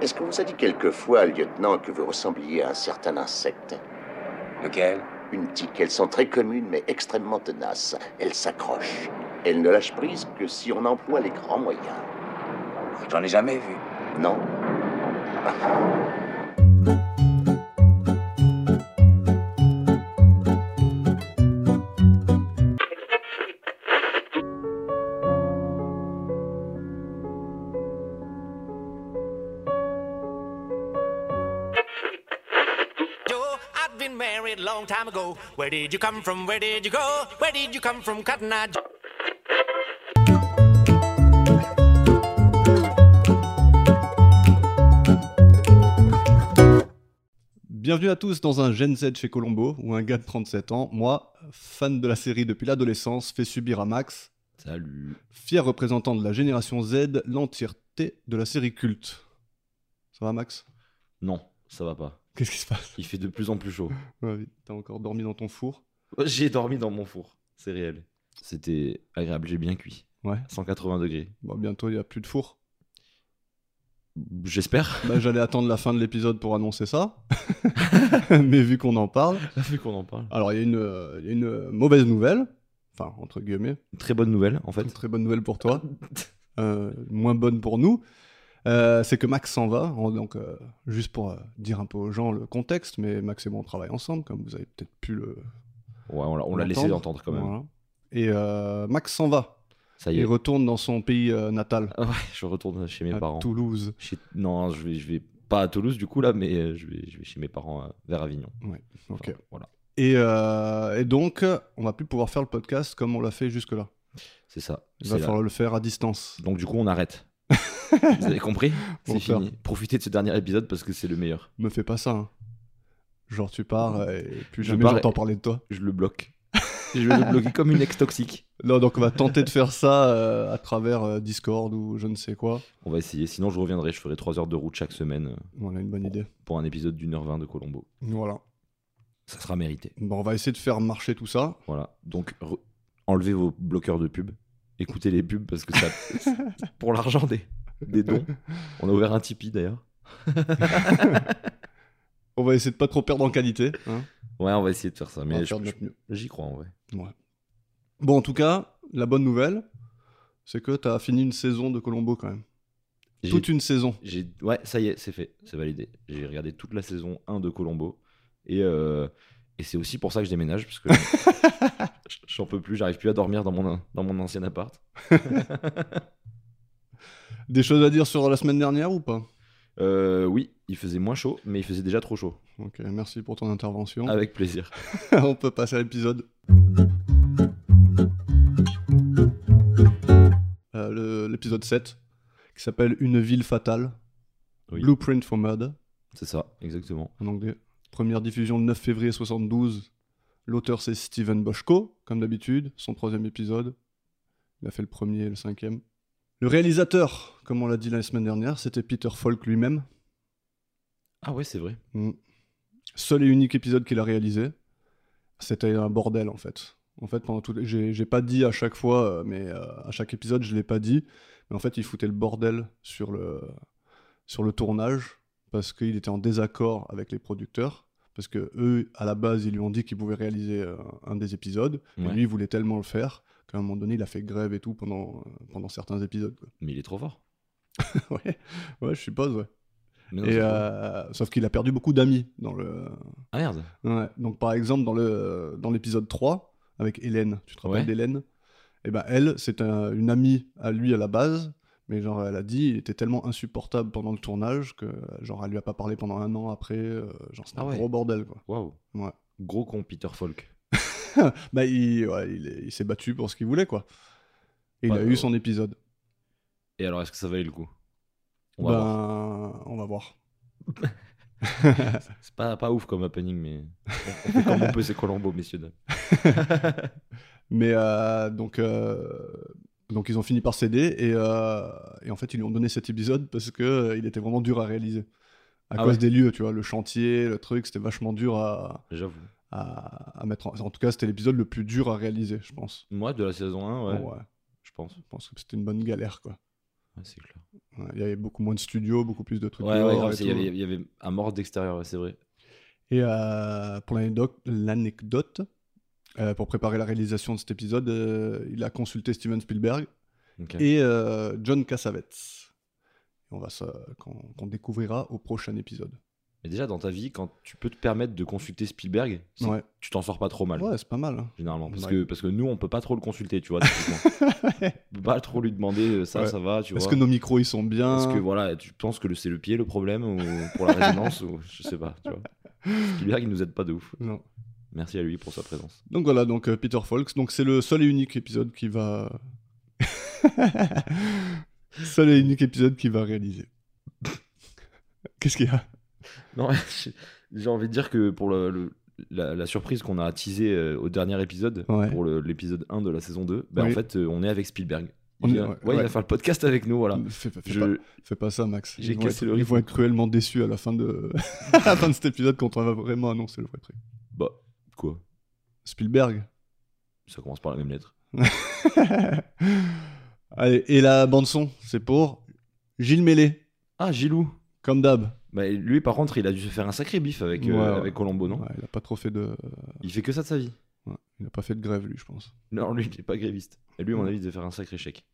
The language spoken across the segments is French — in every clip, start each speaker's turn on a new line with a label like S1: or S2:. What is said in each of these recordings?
S1: Est-ce qu'on vous a dit quelquefois, lieutenant, que vous ressembliez à un certain insecte
S2: Lequel
S1: Une tique, elles sont très communes mais extrêmement tenaces. Elles s'accrochent. Elles ne lâchent prise que si on emploie les grands moyens.
S2: J'en ai jamais vu.
S1: Non
S3: Joe, I've been married a long time ago. Where did you come from? Where did you go? Where did you come from, Cotton Eye Joe?
S4: Bienvenue à tous dans un Gen Z chez Colombo, où un gars de 37 ans, moi, fan de la série depuis l'adolescence, fait subir à Max,
S5: Salut.
S4: fier représentant de la génération Z, l'entièreté de la série culte. Ça va Max
S5: Non, ça va pas.
S4: Qu'est-ce qui se passe
S5: Il fait de plus en plus chaud.
S4: Ouais, vite, T'as encore dormi dans ton four
S5: J'ai dormi dans mon four. C'est réel. C'était agréable, j'ai bien cuit.
S4: Ouais.
S5: 180 degrés.
S4: Bon, bientôt il n'y a plus de four.
S5: J'espère.
S4: Bah, J'allais attendre la fin de l'épisode pour annoncer ça, mais vu qu'on en parle,
S5: Vu qu'on en parle.
S4: alors il y a une, euh, il y a une euh, mauvaise nouvelle, enfin entre guillemets,
S5: Très bonne nouvelle, en fait.
S4: Une très bonne nouvelle pour toi, euh, moins bonne pour nous. Euh, c'est que Max s'en va, En- donc euh, juste pour euh, dire un peu aux gens le contexte, mais Max et moi on travaille ensemble, comme vous avez peut-être pu le.
S5: Ouais, on l'a- on l'a laissé entendre quand même.
S4: Voilà. Et euh, Max s'en va,
S5: Ça y
S4: il
S5: est.
S4: retourne dans son pays euh, natal,
S5: Ah ouais, je retourne chez mes
S4: à
S5: parents.
S4: Toulouse.
S5: Chez- Non, je vais, je vais pas à Toulouse du coup là, mais euh, je vais, je vais chez mes parents euh, vers Avignon.
S4: Ok.
S5: Enfin, voilà.
S4: Et, euh, et donc on va plus pouvoir faire le podcast comme on l'a fait jusque-là.
S5: C'est ça.
S4: Il va
S5: C'est là.
S4: falloir le faire à distance.
S5: Donc du coup, on arrête. Vous avez compris
S4: Bon,
S5: C'est fini. Profitez de ce dernier épisode parce que c'est le meilleur.
S4: Me fais pas ça. hein. Genre tu pars euh, et plus
S5: Je
S4: jamais
S5: pars et-
S4: j'entends parler de toi.
S5: Je le bloque. je vais le bloquer comme une ex toxique.
S4: Non, donc on va tenter de faire ça euh, à travers euh, Discord ou je ne sais quoi.
S5: On va essayer. Sinon, je reviendrai. Je ferai 3 heures de route chaque semaine euh,
S4: On a une bonne idée.
S5: pour un épisode d'une heure vingt de Colombo.
S4: Voilà.
S5: Ça sera mérité.
S4: Bon, on va essayer de faire marcher tout ça.
S5: Voilà. Donc, re- enlevez vos bloqueurs de pub. Écoutez les pubs parce que ça. pour l'argent des, des dons. On a ouvert un Tipeee d'ailleurs.
S4: On va essayer de pas trop perdre en qualité. hein.
S5: Ouais, on va essayer de faire ça.
S4: On va
S5: Mais je-
S4: faire de notre mieux.
S5: je- j'y crois en vrai.
S4: Bon, en tout cas, la bonne nouvelle, c'est que tu as fini une saison de Colombo quand même.
S5: J'ai-
S4: Toute une saison.
S5: j'ai- Ouais, ça y est, c'est fait. C'est validé. J'ai regardé toute la saison 1 de Colombo. Et, euh, et c'est aussi pour ça que je déménage parce que. je- J'en peux plus, j'arrive plus à dormir dans mon, dans mon ancien appart.
S4: Des choses à dire sur la semaine dernière ou pas
S5: Euh, oui, il faisait moins chaud, mais il faisait déjà trop chaud.
S4: Ok, merci pour ton intervention.
S5: Avec plaisir.
S4: on peut passer à l'épisode. Euh, le- l'épisode 7, qui s'appelle Une ville fatale.
S5: Oui.
S4: Blueprint for Murder.
S5: C'est ça, exactement.
S4: en anglais. Première diffusion le 9 février 72. L'auteur c'est Steven Boschko, comme d'habitude, son troisième épisode. Il a fait le premier et le cinquième. Le réalisateur, comme on l'a dit la semaine dernière, c'était Peter Falk lui-même.
S5: Ah ouais, c'est vrai.
S4: Mm. Seul et unique épisode qu'il a réalisé. C'était un bordel en fait. En fait, pendant tout, j'ai j'ai pas dit à chaque fois, euh, mais euh, à chaque épisode, je l'ai pas dit. Mais en fait, il foutait le bordel sur le sur le tournage parce qu'il était en désaccord avec les producteurs parce que eux, à la base, ils lui ont dit qu'ils pouvaient réaliser euh, un des épisodes. Mais
S5: Ouais.
S4: lui, il voulait tellement le faire qu'à un moment donné, il a fait grève et tout pendant euh, pendant certains épisodes. quoi.
S5: Mais il est trop fort.
S4: ouais, ouais, je suppose. Ouais.
S5: Mais non,
S4: Et
S5: c'est trop-
S4: euh, sauf qu'il a perdu beaucoup d'amis dans le
S5: Ah merde.
S4: Ouais, donc par exemple dans le euh, dans l'épisode 3 avec Hélène, tu te rappelles
S5: Ouais.
S4: d'Hélène Eh ben elle, c'est un- une amie à lui à la base, mais genre elle a dit il était tellement insupportable pendant le tournage que genre elle lui a pas parlé pendant un an après, euh, genre c'était
S5: Ah ouais.
S4: un gros bordel quoi.
S5: Waouh.
S4: Ouais.
S5: Gros con Peter Falk.
S4: Bah il ouais, il est- il s'est battu pour ce qu'il voulait quoi. Et il
S5: Ouais,
S4: a
S5: ouais.
S4: eu son épisode.
S5: Et alors, est-ce que ça valait le coup On va
S4: Ben,
S5: voir.
S4: on va voir.
S5: C'est pas, pas ouf comme happening, mais on, on fait comme on peut, c'est Colombo, messieurs dames.
S4: Mais euh, donc, euh, donc ils ont fini par céder et, euh, et en fait ils lui ont donné cet épisode parce que euh, il était vraiment dur à réaliser à
S5: Ah
S4: cause
S5: ouais.
S4: des lieux, tu vois, le chantier, le truc, c'était vachement dur à,
S5: J'avoue.
S4: à, à mettre en. En tout cas, c'était l'épisode le plus dur à réaliser, je pense.
S5: Moi, de la saison 1, ouais,
S4: Bon, ouais,
S5: je pense.
S4: je pense que c'était une bonne galère, quoi.
S5: Ouais, c'est clair.
S4: Ouais, Il y avait beaucoup moins de studios, beaucoup plus de trucs.
S5: Ouais,
S4: dehors
S5: ouais,
S4: et
S5: grave, c'est- il y
S4: tout.
S5: avait- il y avait un mort d'extérieur, ouais, c'est vrai.
S4: Et euh, pour l'anecdote- l'anecdote, euh, pour préparer la réalisation de cet épisode, euh, il a consulté Steven Spielberg
S5: Ok.
S4: et euh, John Cassavetes. On va ça qu'on qu'on découvrira au prochain épisode.
S5: Mais déjà, dans ta vie, quand tu peux te permettre de consulter Spielberg, c'est-
S4: Ouais,
S5: tu t'en sors pas trop mal.
S4: ouais c'est pas mal. hein.
S5: Généralement, parce,
S4: Ouais.
S5: que, parce que nous, on peut pas trop le consulter, tu vois. typiquement. on peut pas trop lui demander euh, ça,
S4: Ouais.
S5: ça va, tu
S4: Est-ce
S5: vois.
S4: que nos micros ils sont bien
S5: Est-ce que voilà, tu penses que le- c'est le pied le problème ou pour la résonance ou je sais pas, tu vois. Spielberg il nous aide pas de ouf.
S4: Non.
S5: Merci à lui pour sa présence.
S4: Donc voilà, donc euh, Peter Falks. Donc c'est le seul et unique épisode qui va. seul et unique épisode qui va réaliser. Qu'est-ce qu'il y a
S5: Non, j'ai- j'ai envie de dire que pour le, le- la, la surprise qu'on a teasée euh, au dernier épisode,
S4: Ouais.
S5: pour le- l'épisode 1 de la saison 2, ben,
S4: Oui.
S5: en fait euh, on est avec Spielberg.
S4: On
S5: Il
S4: est-
S5: vient,
S4: ouais,
S5: ouais, il
S4: ouais.
S5: va faire le podcast avec nous, voilà.
S4: Fais- fais
S5: Ah. Je-
S4: pas- Fais pas ça, Max.
S5: J'ai
S4: Ils vont,
S5: cassé
S4: être,
S5: le
S4: ils
S5: rythme.
S4: vont être cruellement déçus à la fin de, à la fin de cet épisode quand on va vraiment annoncer le vrai truc.
S5: Bah, quoi
S4: Spielberg.
S5: Ça commence par la même lettre.
S4: Allez, et la bande-son, c'est pour Gilles Mélé,
S5: Ah, Gilou
S4: comme d'hab.
S5: bah, lui, par contre, il a dû se faire un sacré bif avec, euh,
S4: Ouais, ouais.
S5: avec Colombo, non
S4: Ouais, il a pas trop fait de.
S5: Il fait que ça de sa vie.
S4: ouais, il a pas fait de grève, lui, je pense.
S5: Non, lui, il n'est pas gréviste. Et lui, à mon avis, il devait faire un sacré chèque.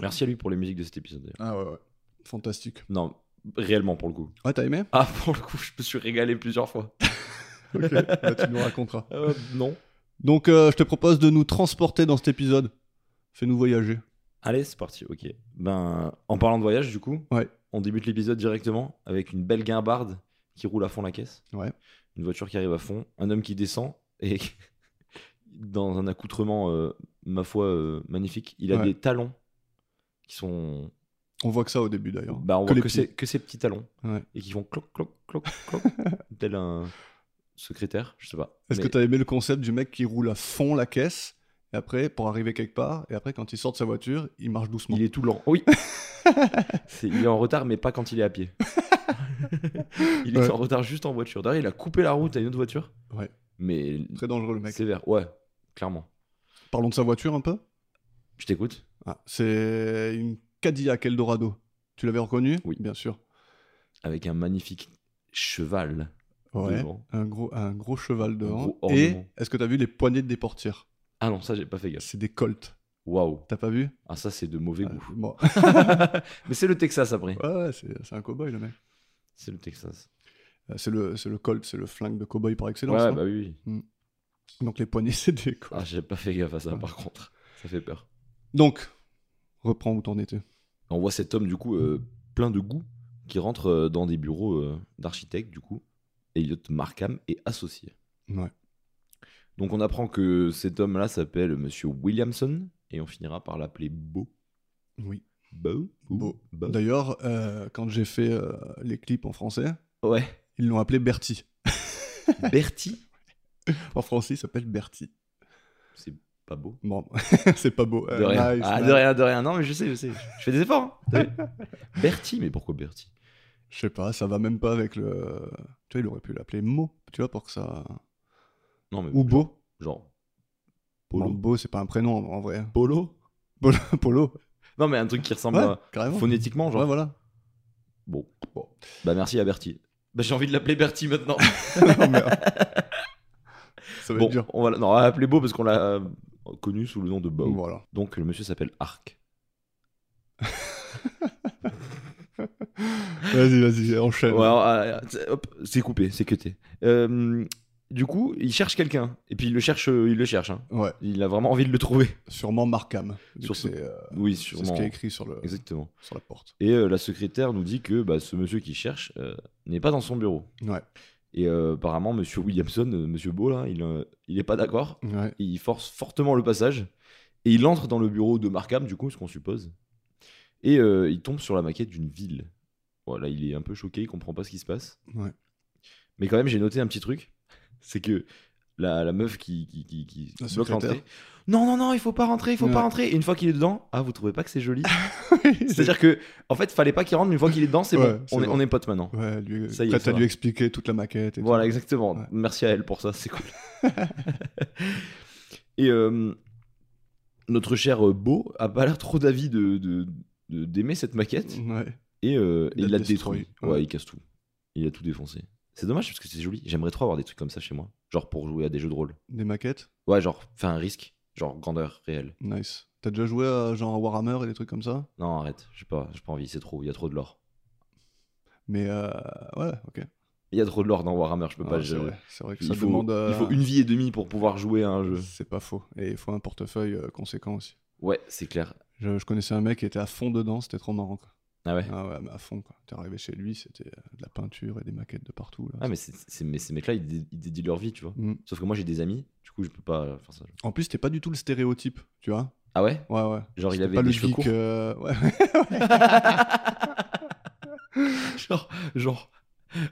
S5: Merci à lui pour les musiques de cet épisode. d'ailleurs.
S4: Ah ouais, ouais. Fantastique.
S5: Non, réellement pour le coup.
S4: Ouais, t'as aimé
S5: Ah, pour le coup, je me suis régalé plusieurs fois.
S4: Ok, bah, tu nous raconteras.
S5: Euh, non.
S4: Donc, euh, je te propose de nous transporter dans cet épisode. Fais-nous voyager.
S5: Allez, c'est parti, ok. Ben, en parlant de voyage, du coup,
S4: Ouais.
S5: on débute l'épisode directement avec une belle guimbarde qui roule à fond la caisse.
S4: Ouais.
S5: Une voiture qui arrive à fond, un homme qui descend et dans un accoutrement, euh, ma foi, euh, magnifique, il a
S4: Ouais.
S5: des talons qui sont
S4: On voit que ça au début, d'ailleurs.
S5: Bah, on
S4: Que
S5: voit
S4: les
S5: que,
S4: pieds.
S5: ces- que ces petits talons
S4: Ouais.
S5: et qui vont cloc, cloc, cloc, cloc, tel un secrétaire, je sais pas.
S4: Est-ce
S5: Mais
S4: que t'as aimé le concept du mec qui roule à fond la caisse et après pour arriver quelque part et après quand il sort de sa voiture il marche doucement.
S5: Il est tout lent. Oui. C'est- il est en retard, mais pas quand il est à pied. il est
S4: Ouais.
S5: en retard juste en voiture. D'ailleurs, il a coupé la route à une autre voiture.
S4: Ouais.
S5: Mais
S4: Très dangereux le mec.
S5: sévère. Ouais, clairement.
S4: Parlons de sa voiture un peu.
S5: Je t'écoute.
S4: Ah, c'est une Cadillac Eldorado. Tu l'avais reconnue
S5: Oui.
S4: bien sûr.
S5: Avec un magnifique cheval
S4: Ouais.
S5: devant.
S4: Un gros, un gros cheval devant.
S5: gros ornement.
S4: et est-ce que t'as vu les poignées des portières
S5: Ah non, ça, j'ai pas fait gaffe.
S4: C'est des colts.
S5: Waouh.
S4: T'as pas vu
S5: Ah, ça, c'est de mauvais goût.
S4: Euh, bon.
S5: mais c'est le Texas après.
S4: Ouais, ouais, c'est c'est un cowboy le mec.
S5: C'est le Texas.
S4: Euh, C'est le, c'est le colt, c'est le flingue de cowboy par
S5: Ouais,
S4: excellence.
S5: ouais,
S4: non
S5: bah oui, oui.
S4: Donc les poignées c'est des colts.
S5: Ah, j'ai pas fait gaffe à ça
S4: Ouais.
S5: par contre. Ça fait peur.
S4: Donc reprends où t'en étais.
S5: On voit cet homme, du coup, euh, plein de goût, qui rentre euh, dans des bureaux euh, d'architectes, du coup, Elliot Markham et associé.
S4: Ouais.
S5: Donc on apprend que cet homme-là s'appelle Monsieur Williamson, et on finira par l'appeler Beau.
S4: Oui.
S5: Beau
S4: Beau.
S5: Beau.
S4: D'ailleurs, euh, quand j'ai fait euh, les clips en français,
S5: Ouais.
S4: ils l'ont appelé Bertie.
S5: Bertie
S4: En français, il s'appelle Bertie.
S5: C'est pas beau.
S4: Bon, c'est pas beau.
S5: De
S4: Euh,
S5: rien.
S4: nice,
S5: ah,
S4: nice.
S5: de rien, de rien. Non, mais je sais, je sais. Je fais des efforts. hein. T'as vu Bertie, mais pourquoi Bertie
S4: Je sais pas, ça va même pas avec le. Tu vois, il aurait pu l'appeler Mo, tu vois, pour que ça.
S5: Euh, Non, mais
S4: Ou Beau.
S5: genre.
S4: Bon,
S5: Polo.
S4: Beau, c'est pas un prénom en vrai.
S5: Polo
S4: Polo.
S5: Non, mais un truc qui ressemble
S4: Ouais,
S5: à-
S4: carrément.
S5: phonétiquement, genre.
S4: Ouais, voilà.
S5: Bon. Bah merci à Bertie. Bah j'ai envie de l'appeler Bertie maintenant.
S4: Non, mais, euh, ça va
S5: bon,
S4: être dur.
S5: on va, non, on va l'appeler Beau parce qu'on l'a euh, connu sous le nom de Beau.
S4: Voilà.
S5: Donc le monsieur s'appelle Arc.
S4: Vas-y, vas-y, enchaîne.
S5: Ouais, euh, euh, hop, c'est coupé, c'est cuté. Euh, du coup, il cherche quelqu'un. Et puis il le cherche, euh, il le cherche. hein.
S4: Ouais,
S5: Il a vraiment envie de le trouver.
S4: sûrement Markham. vu
S5: Sur
S4: que
S5: ce-
S4: C'est euh,
S5: Oui,
S4: c'est
S5: sûrement. hein.
S4: ce qui est écrit sur, le,
S5: Exactement.
S4: sur la porte.
S5: Et euh, la secrétaire nous dit que bah, ce monsieur qui cherche euh, n'est pas dans son bureau.
S4: Ouais.
S5: Et euh, apparemment, monsieur Williamson, euh, monsieur Beau, là, il n'est pas d'accord.
S4: Ouais.
S5: il force fortement le passage et il entre dans le bureau de Markham, du coup, ce qu'on suppose. Et euh, il tombe sur la maquette d'une ville. Voilà, il est un peu choqué, il comprend pas ce qui se passe.
S4: Ouais.
S5: Mais quand même, j'ai noté un petit truc c'est que la, la meuf qui, qui, qui, qui
S4: La
S5: bloque
S4: secrétaire.
S5: l'entrée. Non, non, non, il faut pas rentrer, il faut
S4: Ouais.
S5: pas rentrer. Et une fois qu'il est dedans, ah, vous trouvez pas que c'est joli C'est-à-dire que, en fait, fallait pas qu'il rentre, mais une fois qu'il est dedans, c'est
S4: Ouais,
S5: bon,
S4: c'est
S5: on, Est,
S4: bon.
S5: on est potes maintenant.
S4: Ouais, lui,
S5: Ça y est,
S4: prête
S5: ça
S4: à
S5: va.
S4: lui expliquer toute la maquette. Et
S5: Voilà,
S4: tout.
S5: exactement.
S4: Ouais.
S5: Merci à elle pour ça, c'est cool. et euh, notre cher euh, Beau a pas l'air trop d'avis de, de, de- d'aimer cette maquette
S4: Ouais.
S5: et, euh, et
S4: De
S5: il la
S4: détruire,
S5: détruit.
S4: ouais.
S5: Ouais. il casse tout. Il a tout défoncé. C'est dommage parce que c'est joli. J'aimerais trop avoir des trucs comme ça chez moi. Genre pour jouer à des jeux de rôle.
S4: Des maquettes
S5: Ouais, genre faire un risque. Genre grandeur réelle.
S4: Nice. T'as déjà joué à genre à Warhammer et des trucs comme ça
S5: Non, arrête. J'ai pas, j'ai pas envie. C'est trop. Il y a trop de lore.
S4: Mais euh, ouais, ok.
S5: Il y a trop de lore dans Warhammer. Je peux
S4: Ouais,
S5: pas.
S4: Ah, c'est
S5: je-
S4: vrai. C'est vrai que
S5: il,
S4: ça
S5: faut,
S4: demande.
S5: il
S4: euh,
S5: faut une vie et demie pour pouvoir jouer à un jeu.
S4: C'est pas faux. Et il faut un portefeuille euh, conséquent aussi.
S5: Ouais, c'est clair.
S4: Je, je connaissais un mec qui était à fond dedans, c'était trop marrant. Quoi.
S5: Ah ouais.
S4: Ah ouais, mais à fond quoi. T'es arrivé chez lui, c'était euh, de la peinture et des maquettes de partout. Là.
S5: Ah, mais, c'est, c'est- mais ces mecs-là, ils, dé- ils dédient leur vie, tu vois.
S4: Mm.
S5: Sauf que moi, j'ai des amis. Du coup, je peux pas faire ça.
S4: En plus, t'es pas du tout le stéréotype, tu vois.
S5: Ah ouais
S4: Ouais, ouais.
S5: Genre, il
S4: C'était
S5: avait
S4: pas
S5: des
S4: le
S5: cheveux
S4: geek.
S5: courts.
S4: euh, ouais.
S5: genre, genre.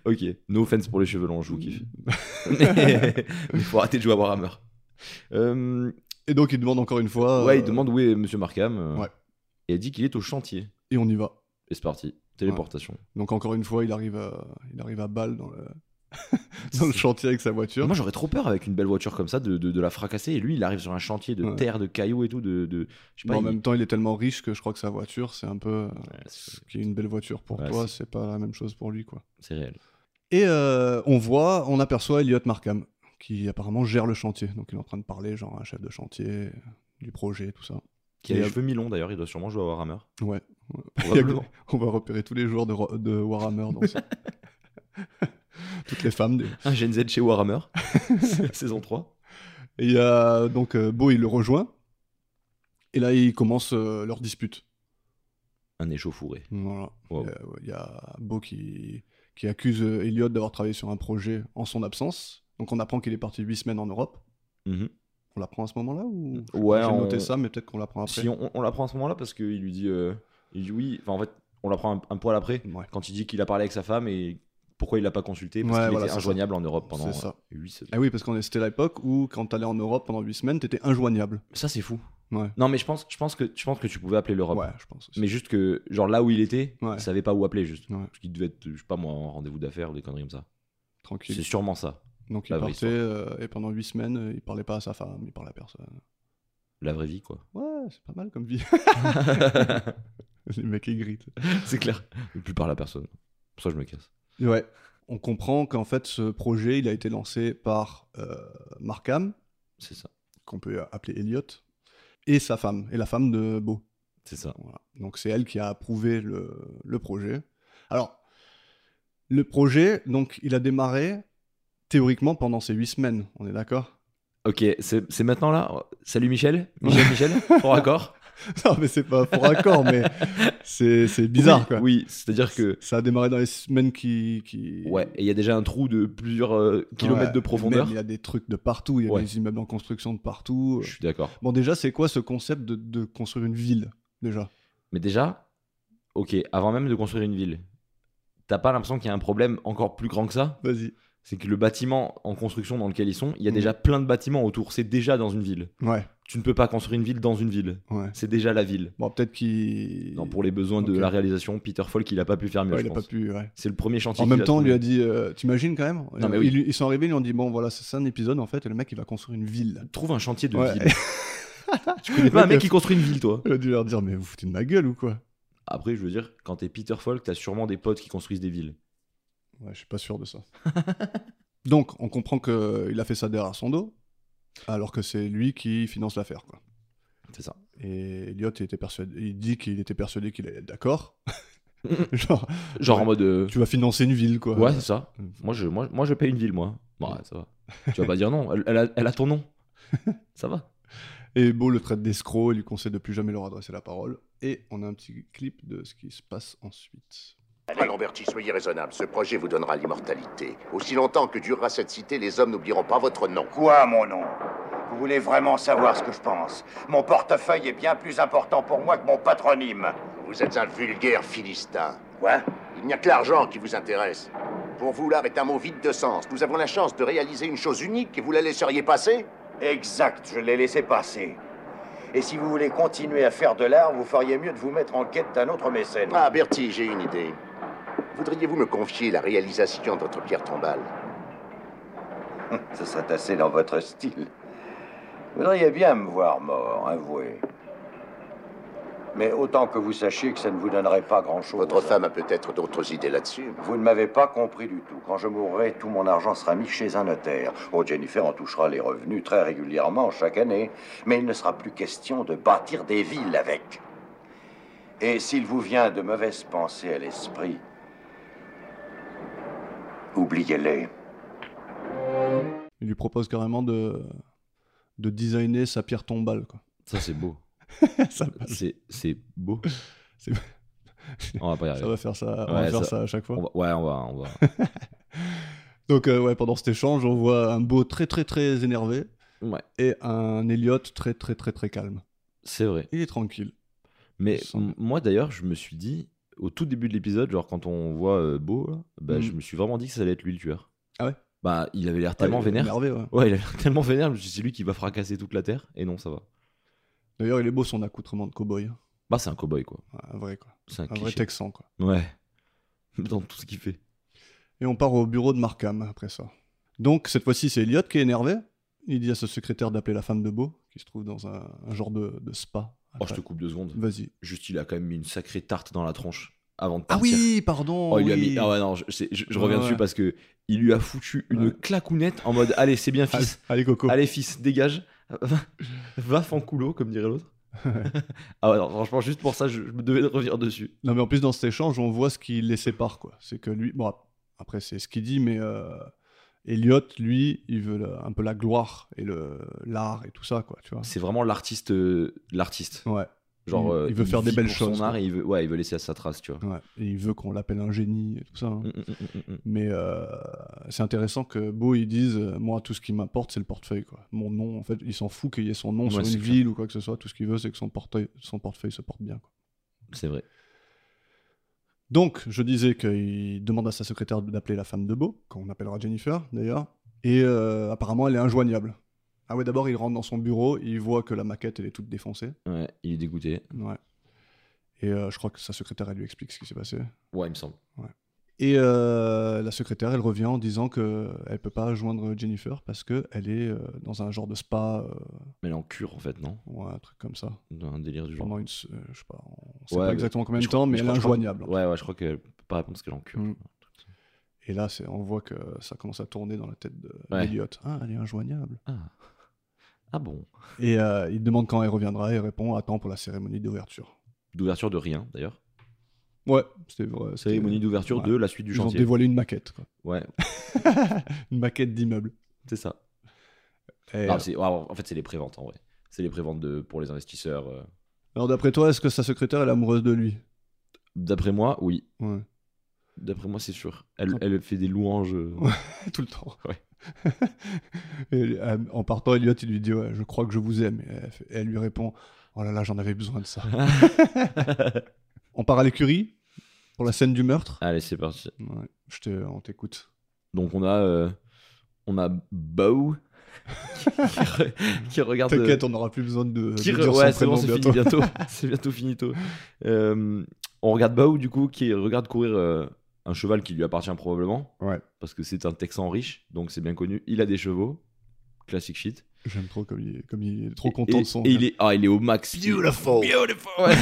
S5: Ok, no offense pour les cheveux longs, je vous kiffe. mais mais faut arrêter de jouer à Warhammer. Euh,
S4: et donc, il demande encore une fois.
S5: ouais,
S4: euh,
S5: il demande où est Monsieur Markham. euh,
S4: ouais.
S5: Et il dit qu'il est au chantier.
S4: Et on y va.
S5: Et c'est parti, téléportation.
S4: Donc, encore une fois, il arrive à, il arrive à balle dans le, dans le chantier avec sa voiture.
S5: Moi j'aurais trop peur avec une belle voiture comme ça de, de- de la fracasser. Et lui, il arrive sur un chantier de
S4: Ouais.
S5: terre, de cailloux et tout. De, de- je sais
S4: Mais
S5: pas,
S4: en
S5: il-
S4: même temps, il est tellement riche que je crois que sa voiture, c'est un peu. euh,
S5: Ouais, c'est-
S4: Ce qui est une belle voiture pour
S5: Ouais,
S4: toi, c'est pas la même chose pour lui, quoi.
S5: c'est réel.
S4: Et euh, on voit, on aperçoit Elliot Markham, qui apparemment gère le chantier. Donc il est en train de parler, genre à un chef de chantier, euh, du projet, tout ça.
S5: Qui a les
S4: Et- euh,
S5: cheveux mi-longs d'ailleurs, il doit sûrement jouer à Warhammer.
S4: Ouais.
S5: Probablement.
S4: on va repérer tous les joueurs de, Ro- de Warhammer dans ça. Toutes les femmes. des-
S5: un Gen Z chez Warhammer, saison 3.
S4: Et il y a donc euh, Beau, il le rejoint. Et là, ils commencent euh, leur dispute.
S5: Un échauffouré.
S4: Voilà.
S5: Wow.
S4: Il y a- il y a Beau qui, qui accuse euh, Elliot d'avoir travaillé sur un projet en son absence. Donc on apprend qu'il est parti huit semaines en Europe.
S5: Mhm.
S4: On l'apprend à ce moment-là ou
S5: Ouais,
S4: J'ai
S5: on-
S4: noté ça, mais peut-être qu'on l'apprend après.
S5: Si on, on- on l'apprend à ce moment-là parce qu'il lui dit, euh, il dit oui. Enfin, en fait, on l'apprend un, un poil après
S4: Ouais.
S5: quand il dit qu'il a parlé avec sa femme et pourquoi il l'a pas consulté parce
S4: Ouais,
S5: qu'il
S4: voilà,
S5: était
S4: c'est ça.
S5: injoignable en Europe pendant
S4: C'est ça.
S5: 8 semaines.
S4: Ah oui, parce qu'on est- c'était l'époque où quand t'allais en Europe pendant 8 semaines, t'étais injoignable.
S5: Ça c'est fou.
S4: Ouais.
S5: Non, mais je pense, je pense que je pense que tu pouvais appeler l'Europe.
S4: Ouais, je pense. aussi.
S5: Mais juste que genre là où il était,
S4: Ouais.
S5: il savait pas où appeler juste.
S4: Ouais.
S5: Parce qu'il devait être, je sais pas moi, en rendez-vous d'affaires ou des conneries comme ça. C'est
S4: Tranquille.
S5: sûrement ça,
S4: Donc il
S5: la vraie
S4: partait euh, et pendant 8 semaines, euh, il parlait pas à sa femme, il parlait à personne.
S5: la vraie vie quoi.
S4: Ouais, c'est pas mal comme vie. Les mecs aigris.
S5: c'est clair. Et plus par la personne. Pour ça je me casse.
S4: Ouais. On comprend qu'en fait, ce projet, il a été lancé par euh, Markham,
S5: C'est ça.
S4: qu'on peut appeler Elliot, et sa femme, et la femme de Beau.
S5: C'est ça.
S4: Voilà. Donc c'est elle qui a approuvé le, le projet. Alors, le projet, donc, il a démarré théoriquement pendant ces huit semaines, on est d'accord
S5: Ok, c'est c'est maintenant là. Salut Michel. Michel, Michel. Pour accord.
S4: Non, mais c'est pas pour accord, mais c'est c'est bizarre,
S5: Oui,
S4: quoi.
S5: Oui, c'est-à-dire que.
S4: Ça a démarré dans les semaines qui... qui...
S5: Ouais, et il y a déjà un trou de plusieurs euh, kilomètres
S4: Ouais,
S5: de profondeur.
S4: même, il y a des trucs de partout, il y a
S5: Ouais.
S4: des immeubles en construction de partout. euh.
S5: Je suis d'accord.
S4: Bon, déjà, c'est quoi ce concept de, de construire une ville, déjà
S5: Mais déjà, ok, avant même de construire une ville, t'as pas l'impression qu'il y a un problème encore plus grand que ça
S4: Vas-y.
S5: C'est que le bâtiment en construction dans lequel ils sont, il y a
S4: Mhm.
S5: déjà plein de bâtiments autour. C'est déjà dans une ville.
S4: Ouais,
S5: Tu ne peux pas construire une ville dans une ville.
S4: ouais.
S5: C'est déjà la ville.
S4: Bon, peut-être qu'il...
S5: Non, pour les besoins
S4: Ok.
S5: de la réalisation, Peter Falk, il a pas pu faire mieux,
S4: Ouais,
S5: je
S4: il a pas
S5: pense.
S4: pu, ouais.
S5: C'est le premier chantier.
S4: En
S5: qu'il
S4: même temps, on lui a
S5: trouvé.
S4: dit, euh, t'imagines quand même euh,
S5: Non, mais oui.
S4: ils, ils sont arrivés, ils lui ont dit, bon voilà, c'est ça un épisode en fait, et le mec il va construire une ville.
S5: Trouve un chantier de
S4: Ouais.
S5: ville. tu connais pas un
S4: Le
S5: mec
S4: mec
S5: qui construit une ville, toi
S4: Il a dû leur dire, mais vous foutez de ma gueule ou quoi
S5: Après, je veux dire, quand t'es Peter Falk, t'as sûrement des potes qui construisent des villes.
S4: Ouais, je suis pas sûr de ça. Donc, on comprend qu'il a fait ça derrière son dos, alors que c'est lui qui finance l'affaire, quoi.
S5: C'est ça.
S4: Et Elliot, il, était persuadé, il dit qu'il était persuadé qu'il allait être d'accord. Genre,
S5: Genre
S4: Ouais.
S5: en mode. euh,
S4: tu vas financer une ville, quoi.
S5: Ouais, c'est ça.
S4: Mm.
S5: Moi je, moi, moi, je paye une ville, moi. Bon, ouais, ça va. Tu vas pas dire non. Elle, elle a, elle a ton nom. Ça va.
S4: Et Beau le traite d'escroc et lui conseille de plus jamais leur adresser la parole. Et on a un petit clip de ce qui se passe ensuite.
S1: Allez, Ah, Lamberti, soyez raisonnable. Ce projet vous donnera l'immortalité. Aussi longtemps que durera cette cité, les hommes n'oublieront pas votre nom.
S6: Quoi, mon nom Vous voulez vraiment savoir ce que je pense Mon portefeuille est bien plus important pour moi que mon patronyme.
S1: Vous êtes un vulgaire philistin.
S6: Quoi
S1: Il n'y a que l'argent qui vous intéresse. Pour vous, l'art est un mot vide de sens. Nous avons la chance de réaliser une chose unique et vous la laisseriez passer
S6: Exact, je l'ai laissé passer. Et si vous voulez continuer à faire de l'art, vous feriez mieux de vous mettre en quête d'un autre mécène.
S1: Ah, Bertie, j'ai une idée. Voudriez-vous me confier la réalisation de votre pierre tombale
S6: Ce serait assez dans votre style. Vous voudriez bien me voir mort, avouez. Mais autant que vous sachiez que ça ne vous donnerait pas grand-chose.
S1: Votre femme a peut-être d'autres idées là-dessus.
S6: Vous ne m'avez pas compris du tout. Quand je mourrai, tout mon argent sera mis chez un notaire. Oh, Jennifer en touchera les revenus très régulièrement chaque année. Mais il ne sera plus question de bâtir des villes avec. Et s'il vous vient de mauvaises pensées à l'esprit, oubliez-les.
S4: Il lui propose carrément de, de designer sa pierre tombale. Quoi.
S5: Ça, c'est beau.
S4: ça,
S5: C'est c'est beau.
S4: C'est-
S5: On va pas y
S4: ça
S5: arriver.
S4: va faire ça, on va
S5: Ouais,
S4: faire
S5: ça-
S4: ça à chaque fois.
S5: On va- Ouais, on va. On va.
S4: Donc euh, ouais, pendant cet échange, on voit un beau très très très énervé
S5: Ouais.
S4: et un Elliot très très très très calme.
S5: C'est vrai.
S4: Il est tranquille.
S5: Mais
S4: Ça-
S5: m- moi d'ailleurs, je me suis dit, au tout début de l'épisode, genre quand on voit euh, Beau, là, bah,
S4: Mhm.
S5: je me suis vraiment dit que ça allait être lui le tueur.
S4: Ah ouais
S5: Bah, il avait l'air tellement
S4: Ouais, il est
S5: vénère.
S4: énervé, ouais.
S5: Ouais, il a l'air tellement vénère, je me suis dit, c'est lui qui va fracasser toute la Terre. Et non, ça va.
S4: D'ailleurs, il est beau son accoutrement de cow-boy.
S5: Bah, c'est un cow-boy, quoi.
S4: Ouais, Un vrai quoi.
S5: C'est un,
S4: Un vrai
S5: cliché.
S4: texan quoi.
S5: Ouais. Dans tout ce qu'il fait.
S4: Et on part au bureau de Markham après ça. Donc cette fois-ci, c'est Elliot qui est énervé. Il dit à ce secrétaire d'appeler la femme de Beau, qui se trouve dans un, un genre de, de spa.
S5: Oh, je te coupe deux secondes.
S4: Vas-y.
S5: Juste, il a quand même mis une sacrée tarte dans la tronche avant de
S4: Ah
S5: partir.
S4: oui, pardon.
S5: Oh, il lui a
S4: oui.
S5: mis. Ah ouais, non, je, c'est- je- je
S4: Ouais,
S5: reviens
S4: ouais.
S5: dessus parce que il lui a foutu une
S4: Ouais.
S5: clacounette en mode Allez, c'est bien,
S4: Allez,
S5: fils.
S4: Ah, allez, Coco.
S5: Allez, fils, dégage. Va, va fanculo, comme dirait l'autre. ah ouais, non, franchement, juste pour ça, je, je me devais de revenir dessus.
S4: Non, mais en plus, dans cet échange, on voit ce qui les sépare, quoi. C'est que lui, bon, après, c'est ce qu'il dit, mais euh, Elliot, lui, il veut la- un peu la gloire et le l'art et tout ça, quoi, tu vois.
S5: C'est vraiment l'artiste. euh, l'artiste.
S4: Ouais,
S5: Genre,
S4: Il-
S5: euh,
S4: il veut faire des
S5: vit
S4: belles
S5: pour
S4: choses,
S5: Son art
S4: quoi.
S5: et il veut, ouais, il veut laisser sa trace, tu vois.
S4: ouais. Et il veut qu'on l'appelle un génie et tout ça. hein.
S5: Mm, mm, mm, mm, mm.
S4: Mais euh, c'est intéressant que Beau, il dise euh, Moi, tout ce qui m'importe, c'est le portefeuille, quoi. Mon nom, en fait, il s'en fout qu'il y ait son nom
S5: Ouais,
S4: sur
S5: c'est
S4: une
S5: clair.
S4: ville ou quoi que ce soit. Tout ce qu'il veut, c'est que son portefeuille, son portefeuille se porte bien, quoi.
S5: C'est vrai.
S4: Donc, je disais qu'il demande à sa secrétaire d'appeler la femme de Beau, qu'on appellera Jennifer d'ailleurs, et euh, apparemment elle est injoignable. Ah ouais, d'abord il rentre dans son bureau, il voit que la maquette elle est toute défoncée.
S5: Ouais, il est dégoûté.
S4: Ouais. Et euh, je crois que sa secrétaire elle lui explique ce qui s'est passé.
S5: Ouais, il me semble.
S4: Et euh, la secrétaire elle revient en disant que elle peut pas joindre Jennifer parce que elle est euh, dans un genre de spa euh,
S5: Mais elle est en cure, en fait, non
S4: ou un truc comme ça.
S5: Dans un délire du genre.
S4: Pendant une, se- euh, je sais pas, on sait
S5: Ouais,
S4: pas
S5: mais-
S4: exactement combien de
S5: Je crois-
S4: temps, mais
S5: je
S4: elle est
S5: crois- je crois-
S4: injoignable.
S5: Ouais, ouais, je crois qu'elle peut pas répondre parce qu'elle est en cure.
S4: Mm. Et là, c'est- on voit que ça commence à tourner dans la tête de
S5: Ouais.
S4: d'Elliot. Ah, elle est injoignable.
S5: Ah. Ah bon
S4: Et euh, il demande quand elle reviendra et elle répond Attends pour la cérémonie d'ouverture.
S5: D'ouverture de rien, d'ailleurs.
S4: Ouais, c'était vrai. c'était-
S5: Cérémonie d'ouverture
S4: ouais.
S5: de la suite du
S4: Ils ont
S5: chantier.
S4: dévoilé une maquette. quoi.
S5: Ouais,
S4: une maquette d'immeuble.
S5: c'est ça.
S4: Et, euh,
S5: Non, Ah, c'est- alors, en fait, c'est les préventes, en vrai. C'est les préventes de, pour les investisseurs. euh.
S4: Alors, d'après toi, est-ce que sa secrétaire elle est amoureuse de lui
S5: D'après moi, oui.
S4: Ouais.
S5: D'après moi, c'est sûr. Elle,
S4: Ah.
S5: elle fait des louanges. euh.
S4: Ouais. Tout le temps.
S5: Ouais.
S4: Et, euh, en partant, Elliot, il lui dit Ouais, je crois que je vous aime. Et elle, fait- elle lui répond Oh là là, j'en avais besoin de ça. On part à l'écurie pour la scène du meurtre.
S5: Allez, c'est parti.
S4: Ouais, je te, on t'écoute.
S5: Donc, on a, euh, on a Bow qui, re- qui regarde. euh,
S4: T'inquiète, on n'aura plus besoin de,
S5: qui
S4: de
S5: re-
S4: dire
S5: ouais,
S4: son
S5: c'est
S4: prénom
S5: bon,
S4: bientôt.
S5: c'est fini bientôt. c'est bientôt finito. Euh, on regarde Bao du coup qui regarde courir euh, un cheval qui lui appartient probablement.
S4: Ouais.
S5: Parce que c'est un Texan riche, donc c'est bien connu. Il a des chevaux, classique shit.
S4: J'aime trop comme il est, comme il est trop
S5: Et-
S4: content
S5: et,
S4: de son.
S5: et il est, ah, il est au max.
S4: Oh.
S1: Beautiful.
S5: Beautiful. ouais.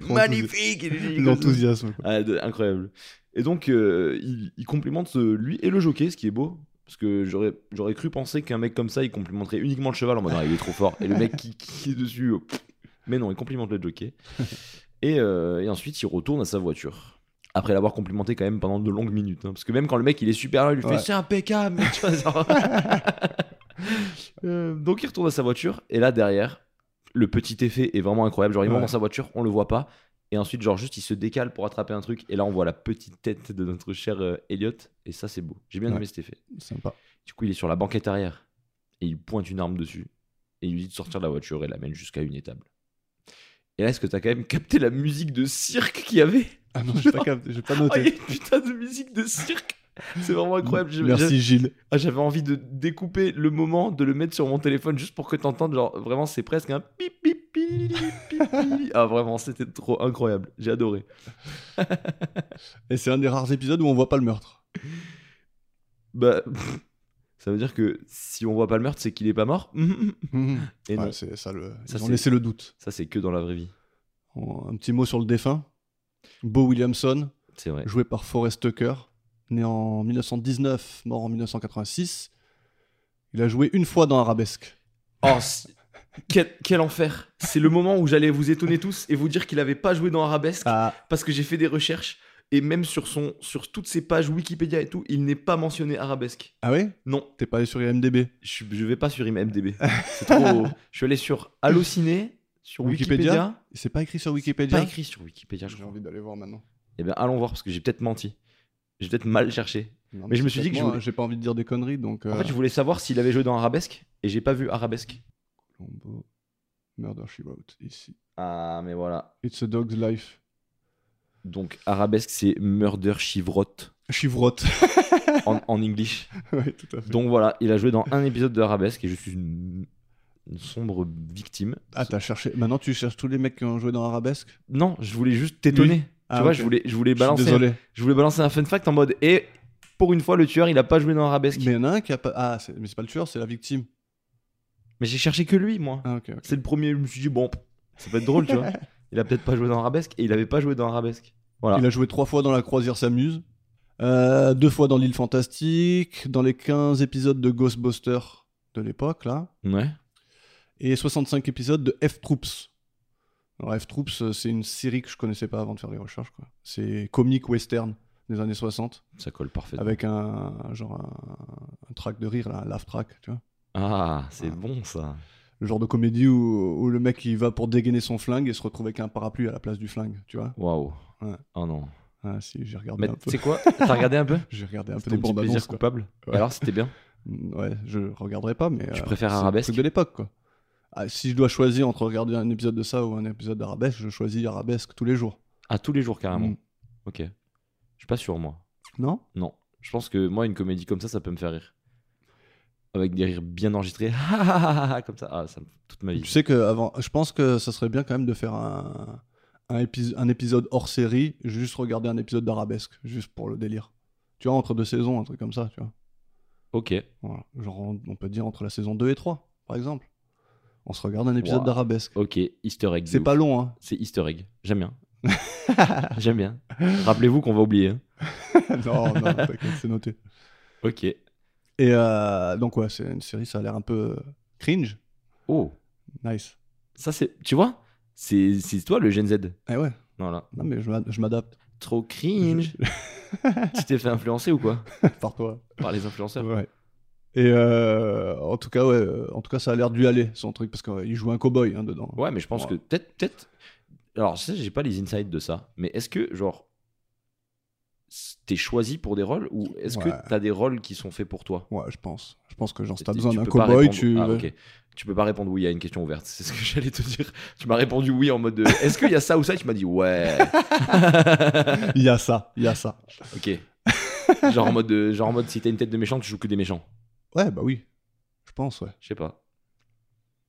S4: Trop
S5: Magnifique. il est génial.
S4: L'enthousiasme. quoi.
S5: Ah, de- incroyable. Et donc, euh, il, il complimente euh, lui et le jockey, ce qui est beau. Parce que j'aurais j'aurais cru penser qu'un mec comme ça, il complimenterait uniquement le cheval en mode Ah, il est trop fort. Et le mec qui, qui est dessus. euh, pff. mais non, il complimente le jockey. Et, euh, et ensuite, il retourne à sa voiture. Après l'avoir complimenté quand même pendant de longues minutes. hein. parce que même quand le mec il est super là, il lui
S4: Ouais.
S5: fait C'est impeccable. mais tu vois, genre. Euh, donc il retourne à sa voiture. Et là, derrière, le petit effet est vraiment incroyable. Genre, il monte
S4: Ouais.
S5: dans sa voiture, on le voit pas. Et ensuite, genre, juste, il se décale pour attraper un truc. Et là, on voit la petite tête de notre cher euh, Elliot. Et ça, c'est beau. J'ai bien
S4: Ouais.
S5: aimé cet effet.
S4: Sympa.
S5: Du coup, il est sur la banquette arrière. Et il pointe une arme dessus. Et il lui dit de sortir de la voiture et l'amène jusqu'à une étable. Et là, est-ce que t'as quand même capté la musique de cirque qu'il y avait
S4: Ah non, j'ai pas, cap- j'ai pas
S5: Oh, il y a
S4: noté.
S5: une putain de musique de cirque C'est vraiment incroyable. J'ai- j'ai-
S4: Merci Gilles.
S5: ah, J'avais envie de découper le moment, de le mettre sur mon téléphone juste pour que t'entendes. Genre, vraiment, c'est presque un pip pip pip pip, pip. Ah, vraiment, c'était trop incroyable. J'ai adoré.
S4: Et c'est un des rares épisodes où on voit pas le meurtre.
S5: Bah, pff, Ça veut dire que si on voit pas le meurtre, c'est qu'il est pas mort.
S4: Mhm.
S5: Et non.
S4: Ouais, c'est ça le. Ils
S5: Ça,
S4: ont
S5: c'est-
S4: laissé le doute.
S5: Ça, c'est que dans la vraie vie.
S4: En- Un petit mot sur le défunt. Beau Williamson,
S5: C'est vrai.
S4: joué par Forrest Tucker, né en 1919, mort en 1986. Il a joué une fois dans Arabesque.
S5: Oh, c'est- quel, quel enfer C'est le moment où j'allais vous étonner tous et vous dire qu'il avait pas joué dans Arabesque
S4: Ah,
S5: parce que j'ai fait des recherches et même sur son sur toutes ses pages Wikipédia et tout, il n'est pas mentionné Arabesque.
S4: ah ouais
S5: Non,
S4: T'es pas allé sur IMDB
S5: je, suis- je vais pas sur IMDb. C'est trop. je suis allé sur Allociné, sur Wikipédia.
S4: Wikipédia C'est pas écrit sur
S5: C'est Pas
S4: Wikipédia
S5: écrit sur Wikipédia, je
S4: J'ai
S5: crois.
S4: envie d'aller voir maintenant.
S5: Eh bien, allons voir parce que j'ai peut-être menti. J'ai peut-être mal cherché.
S4: Non,
S5: Mais je me suis
S4: c'est
S5: dit que
S4: moi,
S5: je voulais-
S4: hein, j'ai pas envie de dire des conneries donc.
S5: En
S4: euh,
S5: fait, je voulais savoir s'il avait joué dans Arabesque et j'ai pas vu Arabesque.
S4: Columbo, Murder She Wrote, ici.
S5: Ah, mais voilà.
S4: It's a dog's life.
S5: Donc Arabesque, c'est Murder Chivrotte
S4: Chivrotte.
S5: en, en English.
S4: ouais, tout à fait.
S5: Donc voilà, il a joué dans un épisode de Arabesque et je suis une, une sombre victime.
S4: Ah, t'as cherché. Maintenant, tu cherches tous les mecs qui ont joué dans Arabesque
S5: Non, je voulais juste t'étonner.
S4: Lui.
S5: Tu
S4: Ah,
S5: vois,
S4: ok.
S5: je voulais, je voulais
S4: Je suis
S5: balancer,
S4: désolé.
S5: je voulais balancer un fun fact en mode et pour une fois le tueur il a pas joué dans Arabesque.
S4: Mais il y en a un qui a pas. Ah, c'est- mais c'est pas le tueur, c'est la victime.
S5: Mais j'ai cherché que lui, moi.
S4: Ah, ok. ok.
S5: C'est le premier. Je me suis dit bon, ça peut être drôle, tu vois. Il a peut-être pas joué dans Arabesque et il avait pas joué dans Arabesque. Voilà.
S4: Il a joué trois fois dans La Croisière s'amuse, euh, deux fois dans L'île fantastique, dans les 15 épisodes de Ghostbusters de l'époque, là,
S5: Ouais.
S4: et 65 épisodes de F-Troops. Alors, F-Troops, euh, c'est une série que je connaissais pas avant de faire les recherches, quoi. C'est comique western des années 60,
S5: Ça colle parfaitement.
S4: avec un, un genre un, un track de rire, là, un laugh track, tu vois.
S5: Ah, c'est
S4: Ah.
S5: bon ça.
S4: Le genre de comédie où, où le mec il va pour dégainer son flingue et se retrouve avec un parapluie à la place du flingue, tu vois.
S5: Waouh.
S4: Ouais.
S5: Oh non.
S4: Ah, si, j'ai regardé
S5: Mais
S4: un peu.
S5: c'est quoi T'as regardé un peu
S4: J'ai regardé un peu
S5: C'est ton
S4: des
S5: petit
S4: bandes
S5: plaisir
S4: annonces, quoi.
S5: coupable. Et
S4: Ouais.
S5: alors c'était bien.
S4: Mm, Ouais, je regarderai pas, mais.
S5: Tu
S4: euh,
S5: préfères
S4: c'est un
S5: Arabesque
S4: truc de l'époque, quoi. Ah, si je dois choisir entre regarder un épisode de ça ou un épisode d'Arabesque, je choisis Arabesque tous les jours.
S5: Ah tous les jours carrément.
S4: Mm.
S5: Ok. Je suis pas sûr moi.
S4: Non
S5: Non. Je pense que moi une comédie comme ça, ça peut me faire rire. Avec des rires bien enregistrés, comme ça. Ah, ça me- toute ma
S4: Tu
S5: vie.
S4: sais que avant, je pense que ça serait bien quand même de faire un, un, épi- un épisode hors série, juste regarder un épisode d'Arabesque, juste pour le délire. Tu vois, entre deux saisons, un truc comme ça, tu vois.
S5: Ok.
S4: Voilà. Genre, on on peut dire entre la saison 2 et 3, par exemple. On se regarde un épisode
S5: Ouah.
S4: d'Arabesque.
S5: Ok. Easter egg. de
S4: C'est
S5: ouf.
S4: pas long, hein.
S5: C'est Easter egg. J'aime bien. J'aime bien. Rappelez-vous qu'on va oublier. hein.
S4: non, non, t'inquiète, c'est noté.
S5: Ok.
S4: Et euh, donc, ouais, c'est une série, ça a l'air un peu euh, cringe.
S5: Oh.
S4: Nice.
S5: Ça c'est. Tu vois C'est c'est toi le Gen Z.
S4: Eh ouais,
S5: Voilà.
S4: non mais je m'ad- je m'adapte.
S5: Trop cringe. tu t'es fait influencer ou quoi
S4: Par toi.
S5: Par les influenceurs.
S4: Ouais. Et euh, en tout cas, ouais, euh, en tout cas, ça a l'air dû aller son truc parce qu'il joue un cowboy hein, dedans.
S5: Ouais, mais je pense
S4: Ouais.
S5: que peut-être, peut-être. Alors, ça, j'ai pas les insights de ça, mais est-ce que, genre, s- t'es choisi pour des rôles ou est-ce
S4: Ouais.
S5: que t'as des rôles qui sont faits pour toi
S4: Ouais, je pense. Je pense que genre, si t'as
S5: Tu-
S4: besoin
S5: tu
S4: d'un
S5: peux pas
S4: cowboy,
S5: répondre-
S4: tu.
S5: Ah, ok. Tu peux pas répondre oui à une question ouverte, c'est ce que j'allais te dire. Tu m'as répondu oui en mode de, est-ce qu'il y a ça ou ça Et Tu m'as dit ouais.
S4: Il y a ça, il y a ça.
S5: ok. Genre en mode, de- genre en mode, si t'as une tête de méchant, tu joues que des méchants.
S4: Ouais, bah oui. Je pense, ouais.
S5: Je sais pas.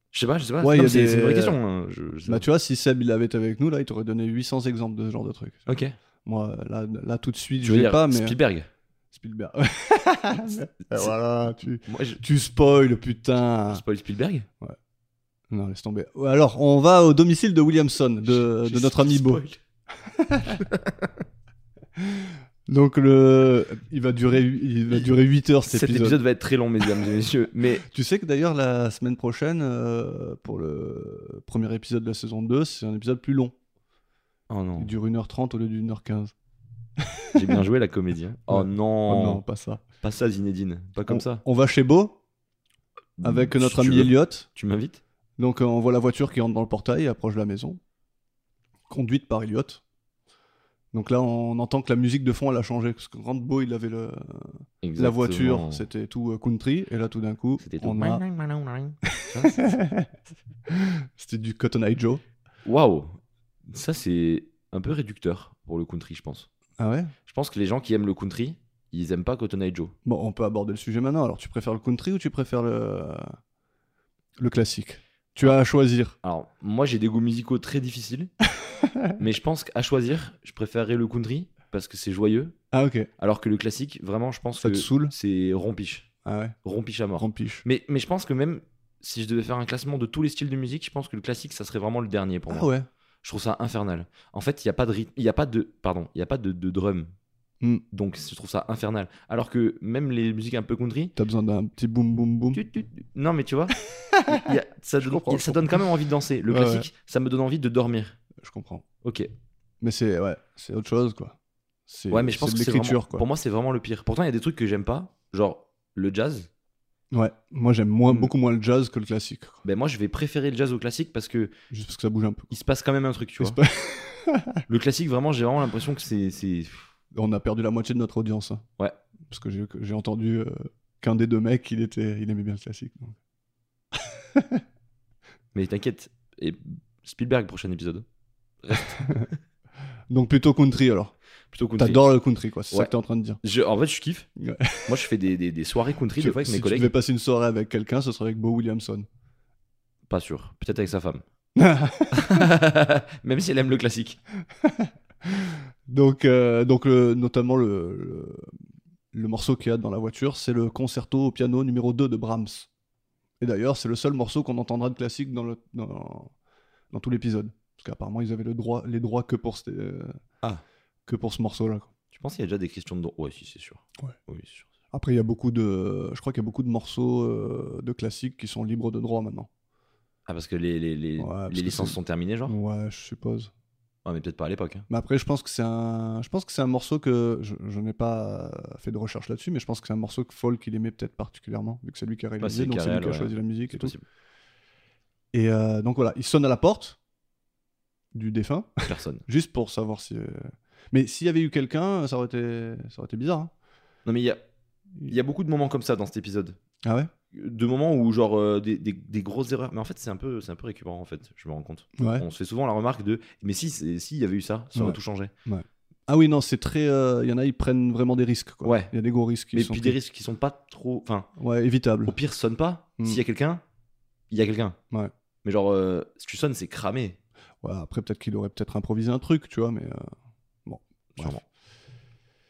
S5: Je sais pas, je sais pas.
S4: Ouais,
S5: Non,
S4: y a
S5: mais c'est
S4: des-
S5: c'est une vraie question. hein. Je- je sais
S4: Bah,
S5: pas.
S4: tu vois, si Seb il avait été avec nous, là, il t'aurait donné 800 exemples de ce genre de truc.
S5: Ok.
S4: Moi, là, là tout de suite,
S5: Tu
S4: je
S5: veux
S4: l'ai
S5: dire
S4: pas, mais. euh,
S5: Spielberg.
S4: Spielberg. Et voilà, tu,
S5: Moi, je...
S4: tu spoil, putain.
S5: Spoil Spielberg
S4: Non, laisse tomber. Ouais, Alors, on va au domicile de Williamson, de, de notre ami Beau. Donc, le... il va durer, il va
S5: Il-
S4: durer 8 heures cet,
S5: Cet épisode.
S4: épisode.
S5: va être très long, mesdames et messieurs. Mais
S4: Tu sais que d'ailleurs, la semaine prochaine, euh, pour le premier épisode de la saison 2, c'est un épisode plus long.
S5: oh non,
S4: Il dure 1h30 au lieu d'une 1h15.
S5: j'ai bien joué la comédie. hein. Oh,
S4: Ouais.
S5: non.
S4: Oh non, pas ça.
S5: pas ça, Zinedine, pas comme
S4: on,
S5: ça. Mmh,
S4: On va chez Beau, avec
S5: Si
S4: notre
S5: tu
S4: ami
S5: veux.
S4: Elliot.
S5: Tu m'invites
S4: Donc, euh, on voit la voiture qui entre dans le portail et approche de la maison, conduite par Elliot. Donc là, on entend que la musique de fond, elle a changé. Parce que Grand Beau, il avait le, la voiture,
S5: Exactement.
S4: c'était tout euh, country, et là tout d'un coup,
S5: C'était tout.
S4: on a...
S5: Ça, c'est-
S4: c'était du Cotton Eye Joe.
S5: Waouh, ça c'est un peu réducteur pour le country, je pense.
S4: Ah ouais
S5: Je pense que les gens qui aiment le country, ils aiment pas Cotton Eye Joe.
S4: Bon, on peut aborder le sujet maintenant. Alors, tu préfères le country ou tu préfères le, euh, le classique Tu as à choisir.
S5: Alors, moi, j'ai des goûts musicaux très difficiles, mais je pense qu'à choisir, je préférerais le country parce que c'est joyeux,
S4: Ah ok,
S5: alors que le classique, vraiment, je pense
S4: ça
S5: que
S4: te saoule
S5: c'est rompiche.
S4: Ah ouais,
S5: Rompiche à mort.
S4: rampiche.
S5: Mais, mais je pense que même si je devais faire un classement de tous les styles de musique, je pense que le classique, ça serait vraiment le dernier pour
S4: Ah
S5: moi.
S4: ouais.
S5: Je trouve ça infernal. En fait, il n'y a pas de rythme, il n'y a pas de, pardon, il y a pas de, de drum.
S4: Hmm.
S5: Donc, je trouve ça infernal. Alors que même les musiques un peu country,
S4: T'as besoin d'un petit boum boum boum.
S5: tu- tu- tu- non mais tu vois, il y a- ça, donne,
S4: comprends,
S5: il y a-
S4: je
S5: ça donne quand même envie de danser. Le
S4: Ouais,
S5: classique, ça me donne envie de dormir.
S4: Je comprends.
S5: Ok.
S4: Mais c'est ouais, c'est autre chose quoi. C'est
S5: Ouais, mais je pense
S4: c'est
S5: que
S4: de
S5: c'est
S4: l'écriture
S5: vraiment,
S4: quoi.
S5: pour moi, c'est vraiment le pire. Pourtant, il y a des trucs que j'aime pas, genre le jazz.
S4: Ouais, moi j'aime moins,
S5: Hmm.
S4: beaucoup moins le jazz que le classique. quoi.
S5: Ben moi, je vais préférer le jazz au classique parce que
S4: Juste parce que ça bouge un peu.
S5: il se passe quand même un truc, tu
S4: Il
S5: vois.
S4: se passe-
S5: Le classique, vraiment, j'ai vraiment l'impression que c'est, c'est,
S4: On a perdu la moitié de notre audience. hein.
S5: Ouais.
S4: Parce que j'ai- j'ai entendu euh, qu'un des deux mecs, il, était, il aimait bien le classique. donc.
S5: Mais t'inquiète, et Spielberg, prochain épisode.
S4: Donc plutôt country alors.
S5: Plutôt country.
S4: T'adores le country quoi, c'est ça
S5: Ouais.
S4: que t'es en train de dire.
S5: Je- en fait, je kiffe.
S4: Ouais.
S5: Moi, je fais des, des, des soirées country des fois avec
S4: si
S5: mes
S4: tu
S5: collègues.
S4: devais passer une soirée avec quelqu'un, ce serait avec Bo Williamson.
S5: Pas sûr. Peut-être avec sa femme.
S4: donc
S5: Même si elle aime le classique.
S4: euh, donc le, notamment le, le, le morceau qu'il y a dans la voiture, c'est le concerto au piano numéro 2 de Brahms. Et d'ailleurs, c'est le seul morceau qu'on entendra de classique dans, le, dans, dans tout l'épisode. Parce qu'apparemment, ils avaient le droit, les droits que pour, ce- euh,
S5: Ah.
S4: que pour ce morceau-là. quoi.
S5: Tu penses qu'il y a déjà des questions de droit Ouais, si, c'est sûr.
S4: Ouais.
S5: Oui, c'est sûr.
S4: Après, il y a beaucoup de, je crois qu'il y a beaucoup de morceaux euh, de classiques qui sont libres de droit maintenant.
S5: Ah, parce que les, les, les,
S4: Ouais, parce
S5: les
S4: que
S5: licences
S4: c'est-
S5: sont terminées, genre
S4: Ouais, je suppose.
S5: Ouais, mais peut-être pas à l'époque. hein.
S4: Mais après, je pense que c'est un, je pense que c'est un morceau que je, je n'ai pas euh, fait de recherche là-dessus, mais je pense que c'est un morceau que Folk il aimait peut-être particulièrement vu que c'est lui qui a réalisé,
S5: Bah, c'est
S4: donc c'est lui
S5: Carrel,
S4: qui a
S5: ouais.
S4: choisi la musique
S5: C'est
S4: et tout.
S5: possible.
S4: Et euh, donc voilà, il sonne à la porte du défunt,
S5: Personne.
S4: juste pour savoir si. euh, Mais s'il y avait eu quelqu'un, ça aurait été, ça aurait été bizarre. hein.
S5: Non, mais il y a, il y a beaucoup de moments comme ça dans cet épisode.
S4: Ah ouais.
S5: De moments où, genre, euh, des, des, des grosses erreurs. Mais en fait, c'est un, peu- c'est un peu récurrent, en fait. Je me rends compte.
S4: Ouais.
S5: On se fait souvent la remarque de. Mais si, c'est- s'il y avait eu ça, ça aurait
S4: Ouais.
S5: tout changé.
S4: Ah oui, non, c'est très. euh, Il y en a, ils prennent vraiment des risques. Quoi.
S5: Ouais.
S4: Il y a des gros risques. qui
S5: mais
S4: sont
S5: puis des
S4: pris.
S5: risques qui sont pas trop. Enfin,
S4: Ouais, évitables.
S5: au pire, sonne pas.
S4: Mm.
S5: S'il y a quelqu'un, il y a quelqu'un.
S4: Ouais.
S5: Mais genre, euh, si tu sonnes, c'est cramé.
S4: Ouais, après, peut-être qu'il aurait peut-être improvisé un truc, tu vois, mais. euh, Bref.
S5: Sûrement.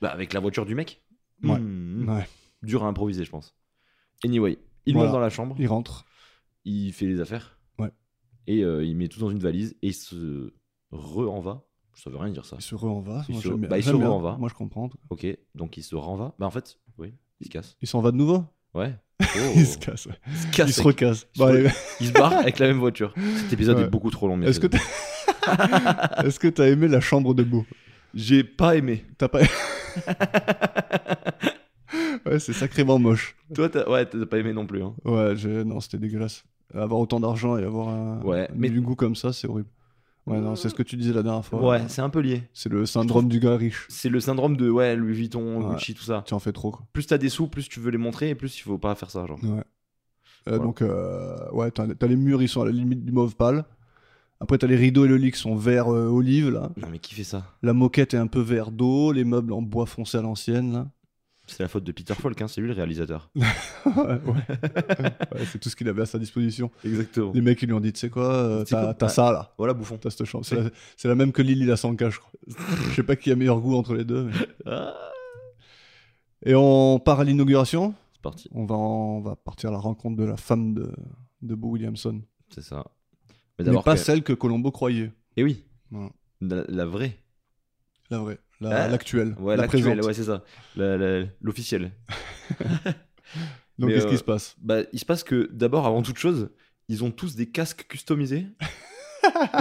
S5: Bah, avec la voiture du mec.
S4: Ouais.
S5: Mm, mm.
S4: ouais.
S5: Dur à improviser, je pense. Anyway, il
S4: Voilà.
S5: monte dans la chambre,
S4: Il rentre.
S5: il fait les affaires.
S4: Ouais.
S5: Et euh, il met tout dans une valise et il se re-en va. Ça veut rien dire ça.
S4: Il se re-en va.
S5: Il
S4: Moi,
S5: se-
S4: j'aime bien-
S5: bah, il se
S4: j'aime bien.
S5: re-en va.
S4: Moi, je comprends. en tout cas.
S5: Ok, donc il se ren va. Bah, en fait, oui, il se casse.
S4: Il s'en va de nouveau
S5: Ouais.
S4: Il se casse. ouais.
S5: Il se
S4: Il
S5: casse.
S4: se recasse.
S5: Oh.
S4: Bah,
S5: Il
S4: Bon,
S5: se re-
S4: allez,
S5: Il se barre avec la même voiture. Cet épisode
S4: Ouais.
S5: est beaucoup trop long. mais
S4: Est-ce que t'as. Est-ce que t'as aimé la chambre de Beau
S5: J'ai pas aimé.
S4: T'as pas. ouais, c'est sacrément moche.
S5: Toi, t'as ouais, t'as pas aimé non plus. Hein.
S4: Ouais, je- non, c'était dégueulasse. Avoir autant d'argent et avoir un...
S5: Ouais,
S4: Ah, du
S5: mais-
S4: goût comme ça, c'est horrible. Ouais, non, c'est ce que tu disais la dernière fois.
S5: Ouais, c'est un peu lié.
S4: C'est le syndrome du gars riche.
S5: C'est le syndrome de ouais, Louis Vuitton,
S4: Ouais.
S5: Gucci, tout ça.
S4: Tu en fais trop, quoi.
S5: Plus t'as des sous, plus tu veux les montrer, et plus il faut pas faire ça. Genre.
S4: Ouais. Euh,
S5: Voilà.
S4: Donc, euh, ouais, t'as t'as les murs, ils sont à la limite du mauve pâle. Après, t'as les rideaux et le lit qui sont vert euh, olive, là.
S5: Non, mais qui fait ça
S4: La moquette est un peu vert d'eau, les meubles en bois foncé à l'ancienne, là.
S5: C'est la faute de Peter Falk, hein, c'est lui le réalisateur.
S4: ouais, Ouais, c'est tout ce qu'il avait à sa disposition.
S5: Exactement.
S4: Les mecs, ils lui ont dit, tu sais quoi, euh,
S5: C'est
S4: t'as
S5: quoi
S4: t'as
S5: Ouais.
S4: ça, là.
S5: Voilà, bouffon.
S4: T'as cette chambre. C'est la, c'est la même que Lily la sans cache, je crois. Je sais pas qui a meilleur goût entre les deux. mais-
S5: Ah,
S4: Et on part à l'inauguration.
S5: c'est parti.
S4: On va, en- on va partir à la rencontre de la femme de, de Bo Williamson.
S5: C'est ça. Mais
S4: Mais
S5: d'abord.
S4: pas
S5: que-
S4: celle que Colombo croyait.
S5: Eh oui.
S4: Voilà.
S5: La, la vraie.
S4: La vraie, la-
S5: Ah.
S4: l'actuelle,
S5: Ouais,
S4: la
S5: l'actuelle,
S4: présente.
S5: ouais, c'est ça. La- la- L'officielle.
S4: Donc
S5: Mais,
S4: qu'est-ce qui
S5: euh,
S4: se passe
S5: Bah, il se passe que d'abord, avant toute chose, ils ont tous des casques customisés.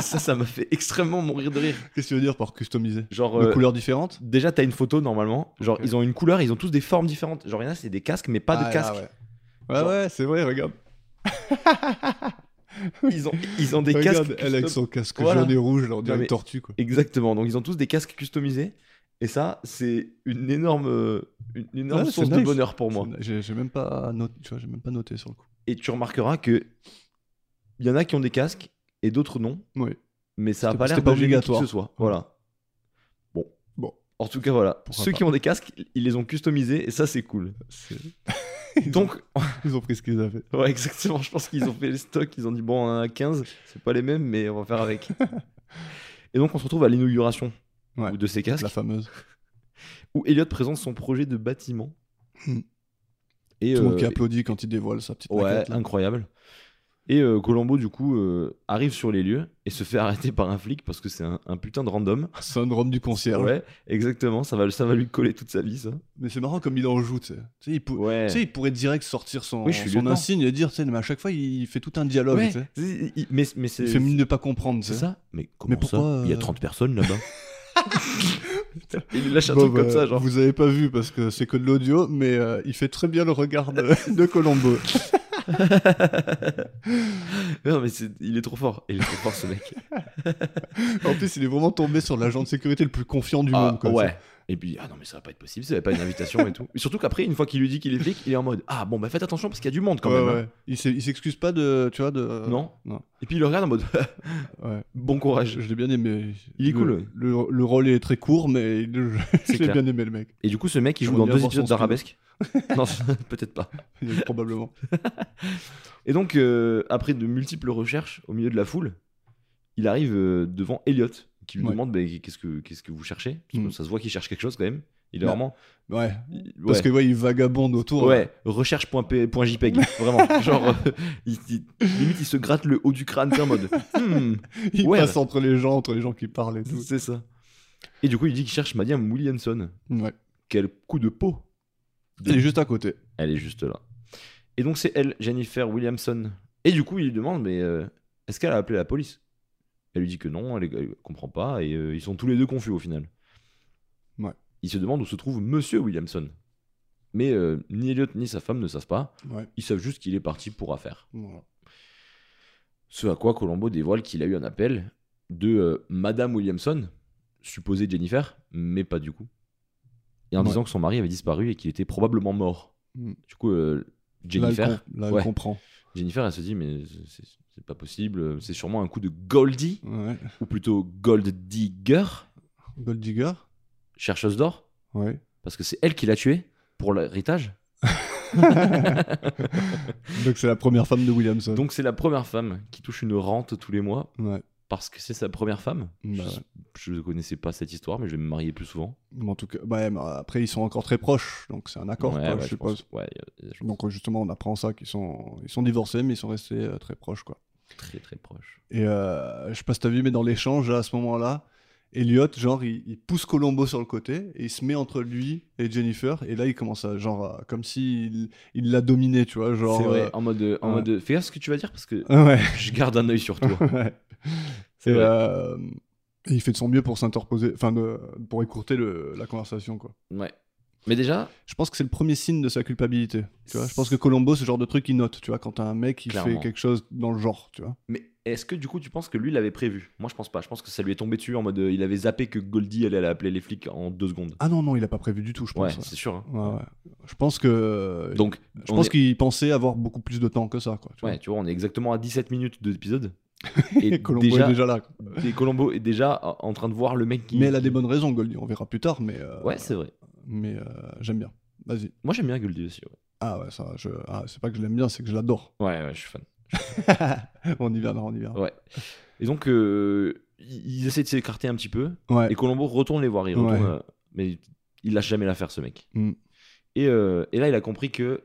S5: ça, ça m'a fait extrêmement mourir de rire.
S4: Qu'est-ce que tu veux dire par customiser
S5: Genre.
S4: De
S5: euh,
S4: couleurs différentes
S5: Déjà, t'as une photo normalement. Genre,
S4: Ok.
S5: ils ont une couleur, ils ont tous des formes différentes. Genre, il y en a, c'est des casques, mais pas
S4: Ah,
S5: de
S4: là,
S5: casque.
S4: ouais, ouais,
S5: Genre-
S4: ouais, c'est vrai, regarde.
S5: Ils ont, ils ont des
S4: regarde,
S5: casques.
S4: elle avec
S5: custom-
S4: son casque
S5: Voilà.
S4: jaune et rouge, là, on dirait
S5: mais-
S4: une tortue, quoi.
S5: Exactement. Donc, ils ont tous des casques customisés. Et ça, c'est une énorme, euh, une une énorme
S4: Ouais, Ah, c'est
S5: source de
S4: nice.
S5: bonheur pour moi.
S4: C'est- J'ai j'ai même, pas noté- tu vois, j'ai même pas noté sur le coup.
S5: Et tu remarqueras que il y en a qui ont des casques et d'autres non.
S4: Oui.
S5: Mais ça a
S4: C'était-
S5: pas l'air
S4: c'était pas
S5: d'obliger qui que
S4: obligatoire. Mmh.
S5: ce soit. Voilà. Bon.
S4: Bon.
S5: En tout cas, voilà.
S4: Pourquoi
S5: Ceux
S4: pas.
S5: qui ont des casques, ils les ont customisés et ça, c'est cool.
S4: C'est- Ils ont-
S5: Donc,
S4: ils ont pris ce qu'ils avaient.
S5: Ouais, exactement. Je pense qu'ils ont fait le stock. Ils ont dit, bon, on en a 15. C'est pas les mêmes, mais on va faire avec. Et donc, on se retrouve à l'inauguration
S4: Ouais.
S5: ou de ces casques
S4: La fameuse.
S5: où Elliot présente son projet de bâtiment.
S4: Hmm.
S5: Et,
S4: Tout le monde
S5: euh,
S4: qui applaudit quand il dévoile sa petite
S5: Ouais,
S4: maquette, là.
S5: incroyable. Et euh, Colombo, du coup, euh, arrive sur les lieux et se fait arrêter par un flic parce que c'est un, un putain de random.
S4: Syndrome du concierge.
S5: Ouais, exactement, ça va, ça va lui coller toute sa vie, ça.
S4: Mais c'est marrant comme il en joue, tu sais. Tu sais, il, pou-
S5: Ouais.
S4: tu sais, il pourrait direct sortir son,
S5: Oui, je suis
S4: son
S5: lieutenant.
S4: insigne et dire, tu sais, mais à chaque fois, il fait tout un dialogue,
S5: Ouais,
S4: tu sais.
S5: Ah c'est- il- mais, mais c'est.
S4: Il fait mine de pas comprendre,
S5: C'est
S4: tu sais.
S5: ça Mais comment
S4: pourquoi,
S5: ça
S4: euh,
S5: Il y a 30 personnes là-bas. il lâche un
S4: Bon,
S5: truc comme
S4: bah,
S5: ça, genre.
S4: Vous avez pas vu parce que c'est que de l'audio, mais euh, il fait très bien le regard de, de Colombo.
S5: Non, mais c'est- il est trop fort. Il est trop fort, ce mec.
S4: En plus, il est vraiment tombé sur l'agent de sécurité le plus confiant du
S5: Ah,
S4: monde. Quoi,
S5: ouais. Et puis, ah non, mais ça va pas être possible, ça va pas être une invitation et tout. Et surtout qu'après, une fois qu'il lui dit qu'il est flic, il est en mode Ah bon, bah faites attention parce qu'il y a du monde
S4: tu sais.
S5: quand
S4: Ouais,
S5: même. hein.
S4: ouais. Il s'est- il s'excuse pas de, tu vois, de.
S5: Non.
S4: Non.
S5: Et puis il le regarde en mode
S4: Ouais.
S5: bon
S4: Je,
S5: courage.
S4: je l'ai bien aimé.
S5: Il est
S4: Le-
S5: cool.
S4: Le, le rôle est très court, mais il- je,
S5: C'est
S4: l'ai
S5: clair.
S4: bien aimé le mec.
S5: Et du coup, ce mec, il joue
S4: J'aimerais
S5: dans
S4: bien
S5: deux
S4: voir son
S5: épisodes d'Arabesque. non, peut-être pas.
S4: Il est Probablement.
S5: Et donc, euh, après de multiples recherches au milieu de la foule, il arrive euh, devant Elliot qui lui
S4: Ouais.
S5: demande bah, qu'est-ce que qu'est-ce que vous cherchez Parce que
S4: Mm.
S5: Ça se voit qu'il cherche quelque chose quand même. Il est
S4: Bah,
S5: vraiment.
S4: Ouais.
S5: il-
S4: Parce
S5: ouais.
S4: que euh, ouais, il vagabonde autour. hein. là.
S5: Ouais, recherche.jpeg, vraiment. Genre, euh, il, il- limite, il se gratte le haut du crâne, t'es en mode. Hmm,
S4: Il
S5: Ouais.
S4: passe entre les gens, entre les gens qui parlent et tout.
S5: c'est ça. Et du coup, il dit qu'il cherche Madiam Williamson.
S4: Ouais.
S5: Quel coup de peau
S4: Il est juste à côté.
S5: Elle est juste là. Et donc c'est elle, Jennifer Williamson. Et du coup, il lui demande, mais euh, est-ce qu'elle a appelé la police Elle lui dit que non, elle, elle comprend pas, et euh, ils sont tous les deux confus au final.
S4: Ouais.
S5: Il se demande où se trouve Monsieur Williamson. Mais euh, ni Elliot ni sa femme ne savent pas,
S4: Ouais.
S5: ils savent juste qu'il est parti pour affaire.
S4: Voilà.
S5: Ce à quoi Colombo dévoile qu'il a eu un appel de euh, Madame Williamson, supposée Jennifer, mais pas du coup. Et en
S4: Ouais.
S5: disant que son mari avait disparu et qu'il était probablement mort.
S4: Mm.
S5: Du coup, euh,
S4: Là,
S5: Jennifer,
S4: elle, com- là, elle
S5: ouais.
S4: comprend.
S5: Jennifer, elle se dit, mais c'est c'est pas possible, c'est sûrement un coup de Goldie,
S4: Ouais.
S5: ou plutôt Gold Digger,
S4: Gold Digger.
S5: chercheuse d'or,
S4: Ouais.
S5: parce que c'est elle qui l'a tué pour l'héritage.
S4: Donc c'est la première femme de Williamson.
S5: Donc c'est la première femme qui touche une rente tous les mois,
S4: Ouais.
S5: parce que c'est sa première femme.
S4: Bah ouais.
S5: je, je connaissais pas cette histoire, mais je vais me marier plus souvent.
S4: Mais en tout cas, bah, ouais, mais après ils sont encore très proches, donc c'est un accord,
S5: Ouais,
S4: quoi,
S5: ouais,
S4: je
S5: je
S4: suppose.
S5: pense. Ouais, il y a- je pense
S4: Donc euh, justement, on apprend ça qu'ils sont, ils sont divorcés, mais ils sont restés euh, très proches, quoi.
S5: très très proche.
S4: Et euh, je sais pas si t'as vu, mais dans l'échange là, à ce moment-là, Elliot, genre, il, il pousse Colombo sur le côté et il se met entre lui et Jennifer. Et là, il commence à, genre, à- comme s'il il l'a dominé, tu vois, genre. euh,
S5: C'est vrai, en mode, en
S4: ouais.
S5: mode, fais gaffe à ce que tu vas dire parce que
S4: euh, ouais.
S5: je garde un œil sur toi.
S4: ouais.
S5: C'est
S4: Et,
S5: vrai.
S4: euh, et il fait de son mieux pour s'interposer, enfin, de- pour écourter le- la conversation, quoi.
S5: Ouais. Mais déjà,
S4: Je pense que c'est le premier signe de sa culpabilité. Tu vois, je pense que
S5: C'est-
S4: Colombo, ce genre de truc, il note. Tu vois, quand t'as un mec qui fait
S5: Clairement.
S4: quelque chose dans le genre, tu vois.
S5: mais est-ce que du coup tu penses que lui l'avait prévu Moi je pense pas. Je pense que ça lui est tombé dessus en mode, euh, il avait zappé que Goldie allait appeler les flics en deux secondes.
S4: Ah non, non, il a pas prévu du tout, je
S5: Ouais,
S4: pense.
S5: c'est sûr. hein.
S4: Ouais, ouais. Je pense que.
S5: Donc,
S4: je
S5: on
S4: pense
S5: est-
S4: qu'il pensait avoir beaucoup plus de temps que ça, quoi. tu vois.
S5: ouais, tu vois, on est exactement à 17 minutes de l'épisode.
S4: Et Colombo est déjà là. quoi.
S5: et Colombo est déjà en en train de voir le mec qui.
S4: Mais elle a des bonnes raisons, Goldie. On verra plus tard, mais. euh,
S5: Ouais, c'est vrai.
S4: Mais euh, j'aime bien. Vas-y.
S5: Moi j'aime bien Goldie aussi. Ouais,
S4: Ah ouais, ça, je. Ah, c'est pas que je l'aime bien, c'est que je l'adore.
S5: ouais, ouais, je suis fan.
S4: on y viendra, on y viendra.
S5: Ouais. Et donc, euh, ils ils essaient de s'écarter un petit peu.
S4: Ouais.
S5: Et Colombo retourne les voir. Il retourne,
S4: Ouais.
S5: euh, mais il lâche jamais l'affaire, ce mec.
S4: Mm.
S5: Et, euh, et là, il a compris que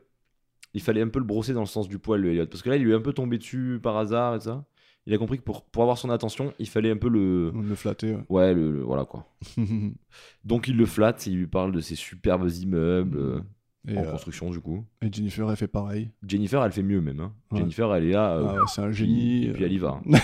S5: il fallait un peu le brosser dans le sens du poil, le Elliot. Parce que là, il lui est un peu tombé dessus par hasard et tout ça. Il a compris que pour, pour avoir son attention, il fallait un peu le.
S4: On le flattait. ouais.
S5: Ouais, le, le- voilà quoi. Donc, il le flatte, il lui parle de ses superbes immeubles euh,
S4: et,
S5: en
S4: euh,
S5: construction, du coup.
S4: et Jennifer, elle fait pareil.
S5: Jennifer, elle fait mieux même. hein.
S4: Ouais.
S5: Jennifer, elle est là. euh,
S4: Ah ouais, c'est un
S5: puis-
S4: génie.
S5: Et puis
S4: euh,
S5: elle y va. hein.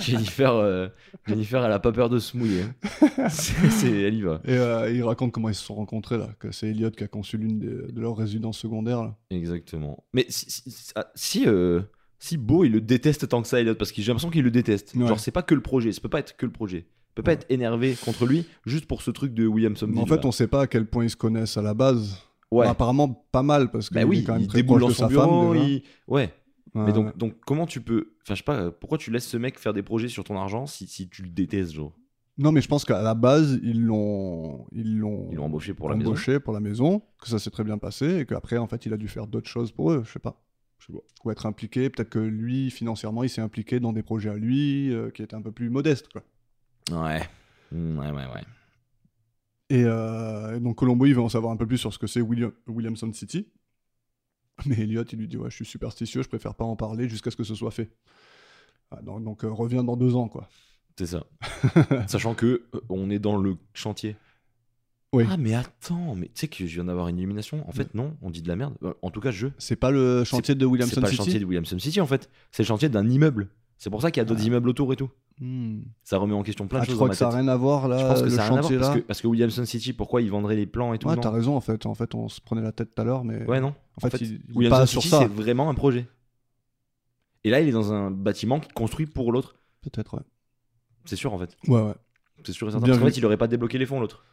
S5: Jennifer, euh, Jennifer, elle a pas peur de se mouiller. hein. C'est- c'est- elle y va.
S4: Et euh, ils racontent comment ils se sont rencontrés là, que c'est Elliot qui a conçu l'une des- de, leurs résidences secondaires. Là.
S5: Exactement. Mais si, si, ah, si, euh, si Beau, il le déteste tant que ça, Elliot, parce que j'ai l'impression qu'il le déteste.
S4: Ouais.
S5: Genre, c'est pas que le projet. Ça peut pas être que le projet. On peut pas
S4: Ouais.
S5: être énervé contre lui juste pour ce truc de Williamson.
S4: Mais en fait, on sait pas à quel point ils se connaissent à la base.
S5: Ouais.
S4: Bah, apparemment pas mal parce que
S5: Bah
S4: il
S5: oui,
S4: est quand même
S5: il
S4: très
S5: déboule
S4: proche
S5: dans
S4: de
S5: son
S4: sa
S5: bureau.
S4: femme. déjà.
S5: il- Ouais.
S4: Ouais,
S5: Mais
S4: ouais.
S5: donc, donc, comment tu peux. Enfin, je sais pas, euh, pourquoi tu laisses ce mec faire des projets sur ton argent si, si tu le détestes, genre
S4: non, mais je pense qu'à la base ils l'ont ils l'ont
S5: Ils l'ont embauché pour la maison.
S4: embauché pour la maison, que ça s'est très bien passé et qu'après en fait il a dû faire d'autres choses pour eux, je sais pas.
S5: Je sais pas.
S4: Ou être impliqué, peut-être que lui financièrement il s'est impliqué dans des projets à lui euh, qui étaient un peu plus modestes quoi.
S5: Ouais. Mm, Ouais, ouais, ouais.
S4: Et euh, donc Colombo, il veut en savoir un peu plus sur ce que c'est William- Williamson City. Mais Elliot, il lui dit Ouais, je suis superstitieux, je préfère pas en parler jusqu'à ce que ce soit fait. Ah, donc donc, euh, reviens dans deux ans, quoi.
S5: C'est ça. Sachant que euh, on est dans le chantier.
S4: Oui.
S5: Ah mais attends, mais tu sais que je viens d'avoir une illumination. En fait non, on dit de la merde. Euh, En tout cas, je.
S4: C'est pas le chantier de
S5: C'est
S4: Williamson
S5: pas le
S4: City
S5: chantier de Williamson City en fait. C'est le chantier d'un immeuble. C'est pour ça qu'il y a d'autres immeubles autour et tout.
S4: Hmm.
S5: Ça remet en question plein
S4: Ah,
S5: de
S4: tu
S5: choses.
S4: crois
S5: dans
S4: que
S5: ma
S4: ça
S5: tête.
S4: n'a rien à voir là
S5: je pense que
S4: le
S5: ça a rien à voir
S4: chantier
S5: parce
S4: là
S5: que, parce que Williamson City, pourquoi ils vendraient les plans et tout
S4: Ouais,
S5: non
S4: t'as raison en fait. En fait, on se prenait la tête tout à l'heure, mais
S5: Ouais non.
S4: en fait,
S5: en fait,
S4: il, il
S5: Williamson
S4: passe
S5: City,
S4: sur ça.
S5: c'est vraiment un projet. Et là, il est dans un bâtiment qui construit pour l'autre.
S4: Peut-être, ouais.
S5: C'est sûr en fait.
S4: Ouais, ouais,
S5: C'est sûr et certain.
S4: Bien
S5: Parce qu'en
S4: vu.
S5: fait, il aurait pas débloqué les fonds l'autre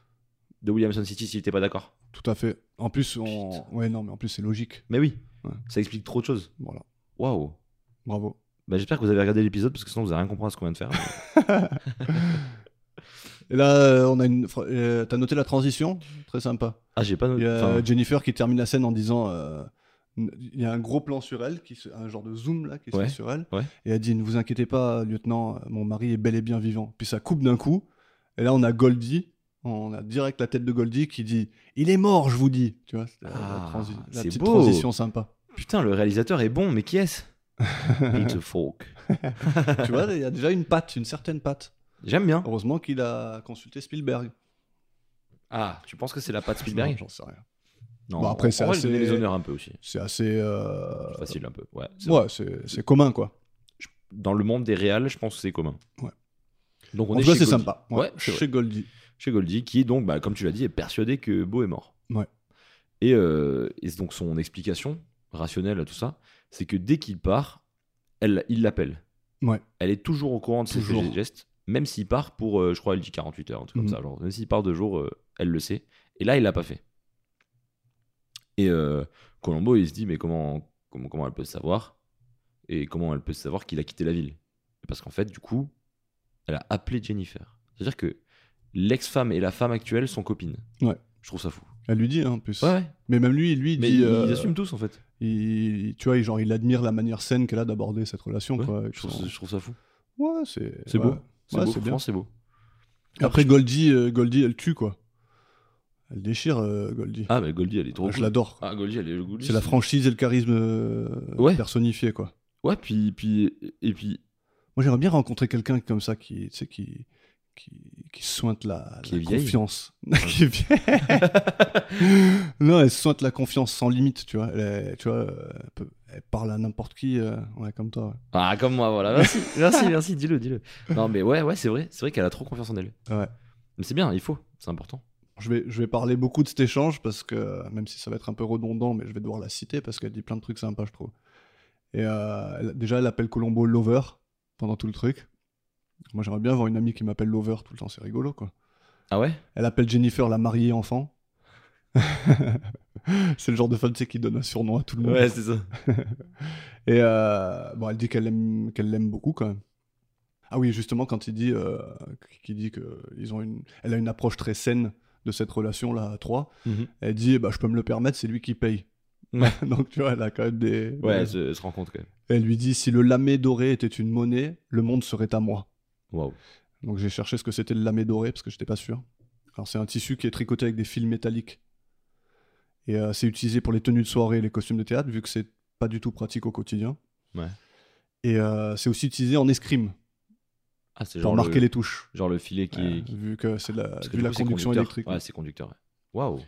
S5: de Williamson City s'il était pas d'accord.
S4: tout à fait. En plus, on...
S5: Putain.
S4: ouais, non, mais en plus, c'est logique.
S5: Mais oui,
S4: Ouais.
S5: ça explique trop de choses.
S4: Voilà,
S5: Waouh
S4: bravo.
S5: bah, J'espère que vous avez regardé l'épisode parce que sinon vous avez rien compris à ce qu'on vient de faire.
S4: Et là, euh, on a une. fra- euh, T'as noté la transition Très sympa.
S5: ah, j'ai pas
S4: Il y
S5: noté.
S4: a
S5: enfin,
S4: Jennifer qui termine la scène en disant euh, il y a un gros plan sur elle, qui se- un genre de zoom là qui se
S5: Ouais,
S4: fait sur elle,
S5: ouais.
S4: et elle dit ne vous inquiétez pas, lieutenant, mon mari est bel et bien vivant. Puis ça coupe d'un coup, et là on a Goldie, on a direct la tête de Goldie qui dit il est mort, je vous dis. Tu vois, c'est la- la,
S5: Ah,
S4: transi- la
S5: c'est
S4: petite
S5: beau.
S4: transition sympa.
S5: Putain, le réalisateur est bon, mais qui est-ce Peter Falk.
S4: tu vois, il y a déjà une patte, une certaine patte.
S5: J'aime bien.
S4: Heureusement qu'il a consulté Spielberg.
S5: Ah, tu penses que c'est la patte
S4: Non,
S5: Spielberg
S4: J'en sais rien.
S5: Non,
S4: Bon, Bah, après,
S5: on- on
S4: c'est
S5: va lui
S4: assez-
S5: donner les honneurs un peu aussi.
S4: C'est assez. euh,
S5: C'est Facile un peu. Ouais, c'est vrai.
S4: Ouais, c'est c'est commun quoi.
S5: Dans le monde des réals, je pense que c'est commun.
S4: Ouais.
S5: Donc on
S4: En
S5: est
S4: tout cas,
S5: chez
S4: c'est
S5: Goldie.
S4: sympa.
S5: Ouais, c'est
S4: chez Goldie.
S5: chez Goldie, qui donc, bah, comme tu l'as dit, est persuadé que Beau est mort.
S4: Ouais.
S5: Et, euh, et c'est donc son explication rationnelle à tout ça, c'est que dès qu'il part, elle, il l'appelle.
S4: Ouais.
S5: Elle est toujours au courant de ses
S4: Toujours.
S5: faits et gestes, même s'il part pour, euh, je crois, elle dit 48 heures, un truc
S4: Mhm.
S5: comme ça. Genre, même s'il part deux jours, euh, elle le sait. Et là, il l'a pas fait. Et euh, Colombo, il se dit, mais comment, comment, comment elle peut savoir Et comment elle peut savoir qu'il a quitté la ville Parce qu'en fait, du coup, elle a appelé Jennifer. C'est-à-dire que l'ex-femme et la femme actuelle sont copines.
S4: Ouais.
S5: Je trouve ça fou.
S4: Elle lui dit, hein, en plus. Mais même lui, lui, il
S5: Mais
S4: dit.
S5: ils,
S4: euh,
S5: ils assument tous en fait.
S4: il- tu vois, il- genre, il admire la manière saine qu'elle a d'aborder cette relation.
S5: Ouais,
S4: quoi, avec
S5: je, trouve,
S4: son-
S5: ça- je trouve ça fou.
S4: Ouais, c'est.
S5: C'est
S4: ouais.
S5: beau. C'est
S4: Ouais,
S5: beau,
S4: c'est bien.
S5: franchement, c'est beau.
S4: Après, Goldie, euh, Goldie, elle tue, quoi. Elle déchire, euh, Goldie.
S5: Ah, mais Goldie, elle est trop.
S4: je
S5: cool.
S4: l'adore.
S5: Ah, Goldie, elle est Goldie,
S4: c'est la franchise et le charisme euh,
S5: Ouais.
S4: personnifié, quoi.
S5: Ouais, puis, puis, et puis,
S4: Moi, j'aimerais bien rencontrer quelqu'un comme ça qui, tu sais, qui, qui, qui sointe la,
S5: Qui
S4: la
S5: est vieille.
S4: confiance. Qui est vieille. non, elle sointe la confiance sans limite, tu vois. Elle, est- tu vois, euh, elle, peut- elle parle à n'importe qui, euh, ouais, comme toi.
S5: Ah, comme moi, voilà. Merci, merci, merci, dis-le, dis-le. Non, mais ouais, ouais, c'est vrai. C'est vrai qu'elle a trop confiance en elle.
S4: Ouais.
S5: Mais c'est bien, il faut. C'est important.
S4: Je vais, je vais parler beaucoup de cet échange parce que, même si ça va être un peu redondant, mais je vais devoir la citer parce qu'elle dit plein de trucs sympas, je trouve. Et euh, elle- déjà, elle appelle Colombo Lover pendant tout le truc. Moi, j'aimerais bien avoir une amie qui m'appelle Lover tout le temps, c'est rigolo, quoi.
S5: Ah ouais
S4: Elle appelle Jennifer la mariée enfant. c'est le genre de femme tu sais, qui donne un surnom à tout le monde.
S5: c'est ça.
S4: Et euh, bon, elle dit qu'elle l'aime, qu'elle l'aime beaucoup quand même. Ah oui, justement, quand il dit, euh, qu'il dit que ils ont une, elle a une approche très saine de cette relation là à trois.
S5: Mhm.
S4: Elle dit, eh ben, je peux me le permettre, c'est lui qui paye.
S5: Ouais.
S4: Donc tu vois, elle a quand même des.
S5: Ouais, elle se, elle se rend compte quand même.
S4: Elle lui dit, si le lamé doré était une monnaie, le monde serait à moi.
S5: Waouh.
S4: Donc j'ai cherché ce que c'était le lamé doré parce que j'étais pas sûr. Alors c'est un tissu qui est tricoté avec des fils métalliques. Et euh, c'est utilisé pour les tenues de soirée et les costumes de théâtre, vu que c'est pas du tout pratique au quotidien.
S5: Ouais.
S4: Et euh, c'est aussi utilisé en escrime
S5: Ah, c'est
S4: pour
S5: genre,
S4: marquer
S5: le,
S4: les touches.
S5: genre le filet qui.
S4: Euh,
S5: qui-
S4: vu que c'est de la,
S5: parce que
S4: vu
S5: du
S4: la
S5: coup, c'est
S4: conduction
S5: conducteur.
S4: électrique.
S5: Ouais, c'est conducteur. ouais. Waouh.